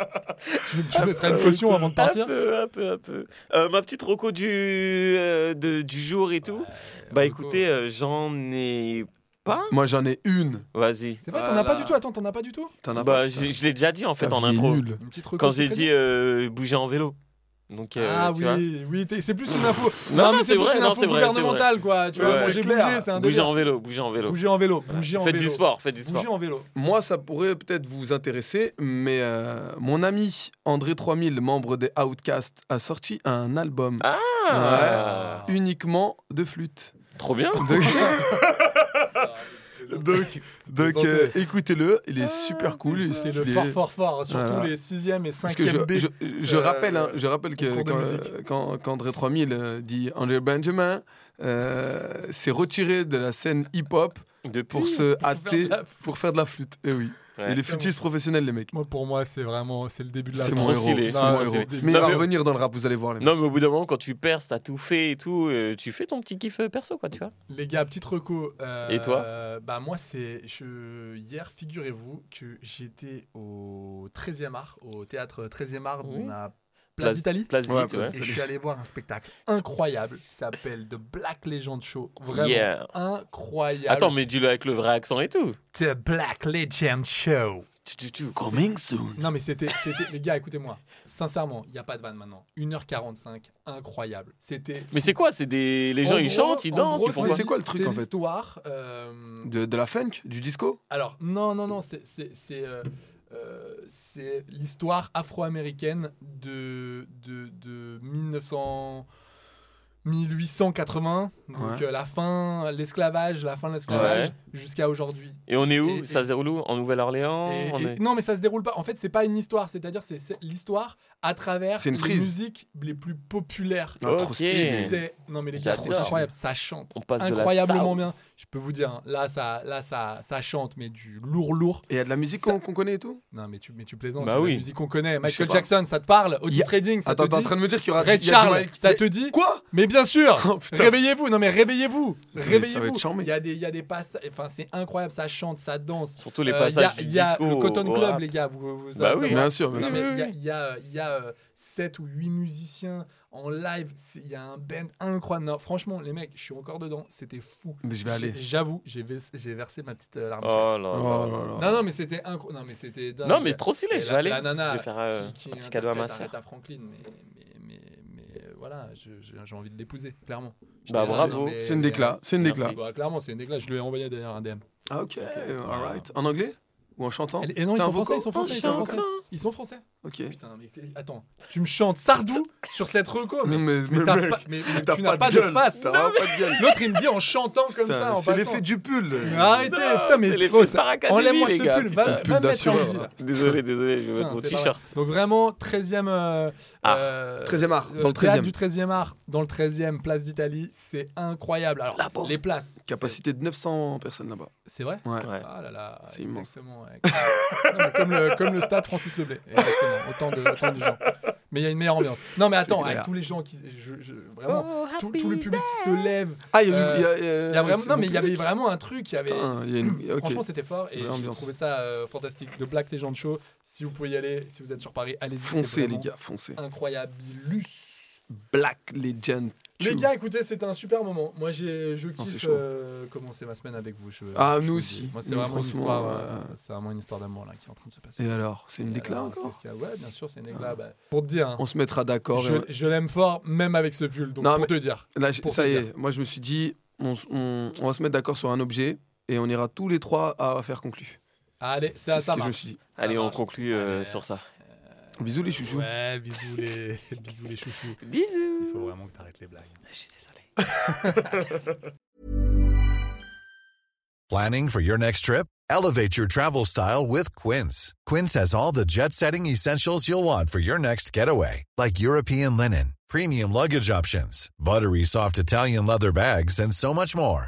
[SPEAKER 2] Tu, tu me laisseras une caution avant de
[SPEAKER 5] Un
[SPEAKER 2] partir
[SPEAKER 5] peu, un peu, un peu. Euh, ma petite roco du, euh, de- du jour et tout. bah
[SPEAKER 2] Rocco.
[SPEAKER 5] écoutez, euh, j'en ai pas.
[SPEAKER 8] Moi j'en ai une.
[SPEAKER 5] Vas-y.
[SPEAKER 2] C'est vrai, t'en as pas
[SPEAKER 8] Voilà.
[SPEAKER 2] du tout. Attends, t'en as pas du tout
[SPEAKER 8] T'en as pas,
[SPEAKER 5] Bah,
[SPEAKER 8] putain.
[SPEAKER 5] j'ai- je l'ai déjà dit en fait
[SPEAKER 8] Ta
[SPEAKER 5] en
[SPEAKER 8] vie est
[SPEAKER 5] intro.
[SPEAKER 8] nulle.
[SPEAKER 2] Une petite reco,
[SPEAKER 5] Quand
[SPEAKER 2] c'est
[SPEAKER 5] j'ai
[SPEAKER 2] très
[SPEAKER 5] dit
[SPEAKER 2] bien.
[SPEAKER 5] euh, bouger en vélo. Donc, euh,
[SPEAKER 2] ah
[SPEAKER 5] tu vois.
[SPEAKER 2] oui, oui, t'es- c'est plus une info.
[SPEAKER 5] Non,
[SPEAKER 2] Non,
[SPEAKER 5] mais
[SPEAKER 2] mais c'est
[SPEAKER 5] c'est vrai,
[SPEAKER 2] plus une
[SPEAKER 5] non,
[SPEAKER 2] info
[SPEAKER 5] c'est vrai, c'est vrai.
[SPEAKER 2] gouvernementale, quoi. Tu
[SPEAKER 5] Ouais,
[SPEAKER 2] vois,
[SPEAKER 5] c'est
[SPEAKER 2] j'ai
[SPEAKER 8] clair.
[SPEAKER 2] bougé, c'est un
[SPEAKER 5] Bouger
[SPEAKER 2] délire.
[SPEAKER 5] en vélo, bouger en vélo.
[SPEAKER 2] Bouger en vélo, bouger en
[SPEAKER 5] Faites
[SPEAKER 2] vélo.
[SPEAKER 5] du sport, faites du sport.
[SPEAKER 2] Bouger en vélo.
[SPEAKER 8] Moi, ça pourrait peut-être vous intéresser, mais euh, mon ami André 3000, membre des Outcasts, a sorti un album
[SPEAKER 5] Ah,
[SPEAKER 8] uniquement de flûte.
[SPEAKER 5] Trop bien.
[SPEAKER 8] Donc, donc
[SPEAKER 2] Présentez.
[SPEAKER 8] euh, écoutez-le,
[SPEAKER 2] Ah,
[SPEAKER 8] il est super cool. il-
[SPEAKER 2] C'est
[SPEAKER 8] il
[SPEAKER 2] le
[SPEAKER 8] est-
[SPEAKER 2] fort, fort, fort. Surtout
[SPEAKER 8] Voilà.
[SPEAKER 2] les 6e et 5e
[SPEAKER 8] Parce que je,
[SPEAKER 2] B.
[SPEAKER 8] je, je
[SPEAKER 2] euh,
[SPEAKER 8] rappelle, hein, je rappelle que
[SPEAKER 2] concours de
[SPEAKER 8] quand,
[SPEAKER 2] musique.
[SPEAKER 8] euh, quand, quand André 3000 euh, dit André Benjamin, euh, s'est retiré de la scène hip-hop
[SPEAKER 5] Depuis.
[SPEAKER 8] pour se hâter,
[SPEAKER 2] la
[SPEAKER 8] pour faire de la flûte. Et oui.
[SPEAKER 5] Ouais.
[SPEAKER 8] Et les flûtistes professionnels, les mecs.
[SPEAKER 2] Moi, pour moi, c'est vraiment c'est le début de la fin.
[SPEAKER 8] C'est mon
[SPEAKER 5] trop
[SPEAKER 8] héros.
[SPEAKER 5] stylé.
[SPEAKER 8] C'est
[SPEAKER 2] Non,
[SPEAKER 8] mon
[SPEAKER 2] c'est
[SPEAKER 8] héros.
[SPEAKER 2] débile.
[SPEAKER 8] Mais il
[SPEAKER 5] Non,
[SPEAKER 8] va
[SPEAKER 5] mais-
[SPEAKER 8] revenir dans le rap, vous allez voir, les mecs.
[SPEAKER 5] Non, mais au bout d'un moment, quand tu perds, t'as tout fait et tout, euh, tu fais ton petit kiff euh, perso, quoi, tu vois.
[SPEAKER 2] Les gars, petite reco. euh,
[SPEAKER 5] Et toi
[SPEAKER 2] euh, Bah moi c'est je hier figurez-vous que j'étais au 13e art au théâtre 13e art
[SPEAKER 5] Oui.
[SPEAKER 2] on a
[SPEAKER 5] Place-
[SPEAKER 2] Place d'Italie.
[SPEAKER 5] Place
[SPEAKER 8] Ouais,
[SPEAKER 5] vite, ouais.
[SPEAKER 8] place-
[SPEAKER 2] Et je suis allé voir un spectacle incroyable, ça s'appelle The Black Legend Show, vraiment
[SPEAKER 5] Yeah.
[SPEAKER 2] incroyable.
[SPEAKER 5] Attends, mais dis-le avec le vrai accent et tout.
[SPEAKER 2] The Black Legend Show.
[SPEAKER 5] Tu, tu, tu.
[SPEAKER 8] Coming soon.
[SPEAKER 2] Non mais c'était, c'était- les gars, écoutez-moi, sincèrement, il n'y a pas de vanne maintenant. 1h45, incroyable. C'était.
[SPEAKER 5] Mais c'est quoi C'est des les gens
[SPEAKER 2] En
[SPEAKER 5] ils
[SPEAKER 2] gros-
[SPEAKER 5] chantent, ils
[SPEAKER 2] en
[SPEAKER 5] dansent,
[SPEAKER 2] gros,
[SPEAKER 5] ils font
[SPEAKER 8] c'est-
[SPEAKER 5] quoi
[SPEAKER 8] c'est quoi le truc, en fait
[SPEAKER 2] l'histoire. euh,
[SPEAKER 8] De, de la funk Du disco
[SPEAKER 2] Alors, non, non, non, c'est c'est- c'est, euh, euh, c'est l'histoire afro-américaine de, de, de 1900 1880, donc
[SPEAKER 8] Ouais.
[SPEAKER 2] euh, la fin, l'esclavage, la fin de l'esclavage, jusqu'à aujourd'hui.
[SPEAKER 5] Et on est où
[SPEAKER 2] Et-
[SPEAKER 5] Ça se déroule où En Nouvelle-Orléans
[SPEAKER 2] Et-
[SPEAKER 5] Oh, On
[SPEAKER 2] et-
[SPEAKER 5] est-
[SPEAKER 2] Non, mais ça se déroule pas. En fait, c'est pas une histoire, c'est-à-dire c'est c'est l'histoire à travers
[SPEAKER 8] C'est une
[SPEAKER 2] les
[SPEAKER 8] frise.
[SPEAKER 2] musiques les plus populaires.
[SPEAKER 8] Ah, trop
[SPEAKER 5] Ok.
[SPEAKER 8] stylé.
[SPEAKER 2] C'est non mais les gars, c'est
[SPEAKER 5] J'adore.
[SPEAKER 2] incroyable, ça chante
[SPEAKER 5] On passe de la
[SPEAKER 2] incroyablement
[SPEAKER 5] soul.
[SPEAKER 2] bien. Je peux vous dire, hein, là ça, là ça, ça chante, mais du lourd lourd.
[SPEAKER 8] Et il y a de la musique qu'on qu'on connaît et tout
[SPEAKER 2] Non, mais tu, mais tu plaisantes.
[SPEAKER 5] Bah
[SPEAKER 2] c'est de
[SPEAKER 5] oui.
[SPEAKER 2] la musique qu'on connaît.
[SPEAKER 8] sais
[SPEAKER 2] Michael
[SPEAKER 8] pas.
[SPEAKER 2] Jackson, ça te parle. Otis
[SPEAKER 8] Y a-
[SPEAKER 2] Redding, ça
[SPEAKER 8] Attends,
[SPEAKER 2] te
[SPEAKER 8] t'es en
[SPEAKER 2] dit.
[SPEAKER 8] train de me dire qu'il y aura
[SPEAKER 2] Red
[SPEAKER 8] il y a du
[SPEAKER 2] Charles,
[SPEAKER 8] Mike-
[SPEAKER 2] ça te dit.
[SPEAKER 8] Quoi
[SPEAKER 2] Mais bien sûr.
[SPEAKER 8] Oh, putain.
[SPEAKER 2] réveillez-vous. Non, mais réveillez-vous.
[SPEAKER 8] Mais ça va
[SPEAKER 2] Réveillez-vous.
[SPEAKER 8] être charmé.
[SPEAKER 2] Il y a des, il y a des passages. Enfin, c'est incroyable. Ça chante, ça danse.
[SPEAKER 5] Surtout les
[SPEAKER 2] Euh,
[SPEAKER 5] passages
[SPEAKER 2] Il
[SPEAKER 5] du
[SPEAKER 2] y a,
[SPEAKER 5] disco.
[SPEAKER 2] il y a le Cotton
[SPEAKER 5] au
[SPEAKER 2] Club,
[SPEAKER 5] rap.
[SPEAKER 2] les gars. Vous, vous- ça-
[SPEAKER 5] Bah
[SPEAKER 2] ça
[SPEAKER 5] oui.
[SPEAKER 2] vous-
[SPEAKER 8] Bien sûr, bien
[SPEAKER 2] Non,
[SPEAKER 8] sûr.
[SPEAKER 2] mais
[SPEAKER 5] Oui,
[SPEAKER 2] il y a-
[SPEAKER 5] oui.
[SPEAKER 2] il y a, il y a, euh, 7 ou 8 musiciens en live. C'est- Il y a un band incroyable. Non, franchement, les mecs, je suis encore dedans. C'était fou.
[SPEAKER 8] Mais je vais aller.
[SPEAKER 2] J'ai- J'avoue, j'ai vers- j'ai versé ma petite euh, larme.
[SPEAKER 5] Oh là
[SPEAKER 8] Oh
[SPEAKER 5] là
[SPEAKER 8] là
[SPEAKER 5] là
[SPEAKER 8] là.
[SPEAKER 5] là.
[SPEAKER 2] Non, non, mais c'était incroyable. Non, mais c'était dingue.
[SPEAKER 5] Non, mais trop stylé,
[SPEAKER 2] Et
[SPEAKER 5] je
[SPEAKER 2] la-
[SPEAKER 5] vais aller.
[SPEAKER 2] la nana
[SPEAKER 5] Je vais faire euh,
[SPEAKER 2] qui, qui
[SPEAKER 5] un petit cadeau à ma
[SPEAKER 2] interprète
[SPEAKER 5] sœur.
[SPEAKER 2] Aretha Franklin, mais, mais, mais, mais, euh, voilà, je- je- j'ai envie de l'épouser, clairement. Je
[SPEAKER 5] Bah,
[SPEAKER 2] l'ai-
[SPEAKER 5] bravo.
[SPEAKER 2] mais-
[SPEAKER 8] C'est une
[SPEAKER 2] mais-
[SPEAKER 8] décla. C'est une
[SPEAKER 5] Merci.
[SPEAKER 8] décla.
[SPEAKER 2] Bah, clairement, c'est une décla. Je lui ai envoyé d'ailleurs un DM.
[SPEAKER 8] Ah, ok, alright. En anglais Ou en chantant
[SPEAKER 2] Et- et non,
[SPEAKER 8] C'était
[SPEAKER 2] ils
[SPEAKER 8] un
[SPEAKER 2] sont
[SPEAKER 8] vocal
[SPEAKER 2] français, ils sont français, ils sont
[SPEAKER 8] Ah,
[SPEAKER 2] français. Ils sont français.
[SPEAKER 8] Ok.
[SPEAKER 2] Putain, mais que- attends, tu me chantes Sardou sur cette reco, mais,
[SPEAKER 8] Non, mais,
[SPEAKER 2] mais
[SPEAKER 8] mais
[SPEAKER 2] t'as
[SPEAKER 8] mec,
[SPEAKER 2] pas- mais- mais
[SPEAKER 8] t'as
[SPEAKER 2] tu n'as pas de
[SPEAKER 8] gueule.
[SPEAKER 2] face.
[SPEAKER 8] T'as vraiment pas de gueule.
[SPEAKER 2] L'autre, il me dit en chantant comme ça,
[SPEAKER 8] Putain,
[SPEAKER 2] en
[SPEAKER 8] C'est
[SPEAKER 2] passant.
[SPEAKER 8] l'effet du pull.
[SPEAKER 2] Mais Arrêtez,
[SPEAKER 5] Non,
[SPEAKER 2] putain, mais
[SPEAKER 5] c'est les
[SPEAKER 2] trop,
[SPEAKER 5] Star
[SPEAKER 2] ça-
[SPEAKER 5] Academy,
[SPEAKER 2] Enlève-moi
[SPEAKER 5] les
[SPEAKER 2] ce
[SPEAKER 5] gars,
[SPEAKER 2] pull, va,
[SPEAKER 5] putain.
[SPEAKER 2] va
[SPEAKER 8] Pull
[SPEAKER 2] me mettre sur
[SPEAKER 8] d'assureur,
[SPEAKER 2] Easy, là.
[SPEAKER 8] là.
[SPEAKER 5] Désolé, désolé, je vais
[SPEAKER 2] Putain,
[SPEAKER 5] mettre mon
[SPEAKER 2] c'est pas
[SPEAKER 5] t-shirt.
[SPEAKER 2] vrai. Donc vraiment 13e euh,
[SPEAKER 5] Ah.
[SPEAKER 2] euh,
[SPEAKER 8] 13e art,
[SPEAKER 2] euh,
[SPEAKER 8] dans le
[SPEAKER 2] théâtre
[SPEAKER 8] 13e.
[SPEAKER 2] du 13e art dans le 13e place d'Italie, c'est incroyable. Alors
[SPEAKER 8] Là-bas.
[SPEAKER 2] les places
[SPEAKER 8] Capacité de 900 personnes là-bas.
[SPEAKER 2] c'est- C'est vrai
[SPEAKER 8] Ouais.
[SPEAKER 5] Ouais.
[SPEAKER 2] Ah là là,
[SPEAKER 8] C'est immense.
[SPEAKER 2] exactement. ouais. Non, mais comme, le, comme le stade Francis Leblay, exactement, autant de, autant de gens. Mais il y a une meilleure ambiance. Non mais attends,
[SPEAKER 8] clair.
[SPEAKER 2] avec tous les gens qui, je- je- vraiment,
[SPEAKER 9] Oh,
[SPEAKER 2] tout, tout le public qui se lève.
[SPEAKER 8] Ah, il y a eu.
[SPEAKER 2] Euh,
[SPEAKER 8] il y a, euh,
[SPEAKER 2] Il y a vraiment,
[SPEAKER 8] c'est
[SPEAKER 2] non
[SPEAKER 8] bon
[SPEAKER 2] mais il y avait
[SPEAKER 8] public.
[SPEAKER 2] vraiment un truc, il y avait,
[SPEAKER 8] Putain, il y a une- ok.
[SPEAKER 2] Franchement, c'était fort et
[SPEAKER 8] Vraie
[SPEAKER 2] j'ai
[SPEAKER 8] ambiance.
[SPEAKER 2] trouvé ça euh, fantastique. De Black Legend Show, si vous pouvez y aller, si vous êtes sur Paris, allez-y. c'est
[SPEAKER 8] Foncez, les
[SPEAKER 2] vraiment
[SPEAKER 8] gars, foncez.
[SPEAKER 2] Incroyabilus.
[SPEAKER 8] Black Legend.
[SPEAKER 2] Les
[SPEAKER 8] two.
[SPEAKER 2] gars, écoutez, c'était un super moment. Moi, j'ai, je
[SPEAKER 8] Non, c'est
[SPEAKER 2] kiffe
[SPEAKER 8] chaud.
[SPEAKER 2] euh, commencer ma semaine avec vous. je-
[SPEAKER 8] Ah,
[SPEAKER 2] je
[SPEAKER 8] nous
[SPEAKER 2] vous le
[SPEAKER 8] aussi.
[SPEAKER 2] dis. Moi, c'est
[SPEAKER 8] Nous,
[SPEAKER 2] vraiment, une
[SPEAKER 8] franchement,
[SPEAKER 2] histoire,
[SPEAKER 8] euh,
[SPEAKER 2] euh, c'est vraiment une histoire d'amour là qui est en train de se passer.
[SPEAKER 8] Et alors C'est une
[SPEAKER 2] Et
[SPEAKER 8] décla
[SPEAKER 2] Euh, alors,
[SPEAKER 8] encore Ah.
[SPEAKER 2] qu'est-ce qu'il y a Ouais, bien sûr, c'est une décla. bah, pour te dire, hein,
[SPEAKER 8] On se mettra d'accord. et
[SPEAKER 2] je, je l'aime fort, même avec ce pull. Donc,
[SPEAKER 8] Non,
[SPEAKER 2] pour
[SPEAKER 8] mais-
[SPEAKER 2] te dire.
[SPEAKER 8] on- Là, je-
[SPEAKER 2] pour
[SPEAKER 8] ça
[SPEAKER 2] te
[SPEAKER 8] y
[SPEAKER 2] dire.
[SPEAKER 8] est, moi je me suis dit, on, s- on- on va se mettre d'accord sur un objet et on ira tous les trois à affaire conclue.
[SPEAKER 2] Allez,
[SPEAKER 8] C'est
[SPEAKER 2] ça,
[SPEAKER 8] ce
[SPEAKER 2] ça
[SPEAKER 8] que je me
[SPEAKER 2] marche.
[SPEAKER 8] suis dit.
[SPEAKER 2] Ça
[SPEAKER 5] Allez, on
[SPEAKER 2] marche.
[SPEAKER 5] conclut euh,
[SPEAKER 2] Allez. hein.
[SPEAKER 5] sur ça.
[SPEAKER 8] Bisous les chouchous.
[SPEAKER 2] Ouais, bisous les, bisous les chouchous.
[SPEAKER 5] Bisous.
[SPEAKER 2] Il faut vraiment que t'arrêtes les blagues.
[SPEAKER 5] Je suis désolé.
[SPEAKER 10] Planning for your next trip? Elevate your travel style with Quince. Quince has all the jet setting essentials you'll want for your next getaway, like European linen, premium luggage options, buttery soft Italian leather bags, and so much more.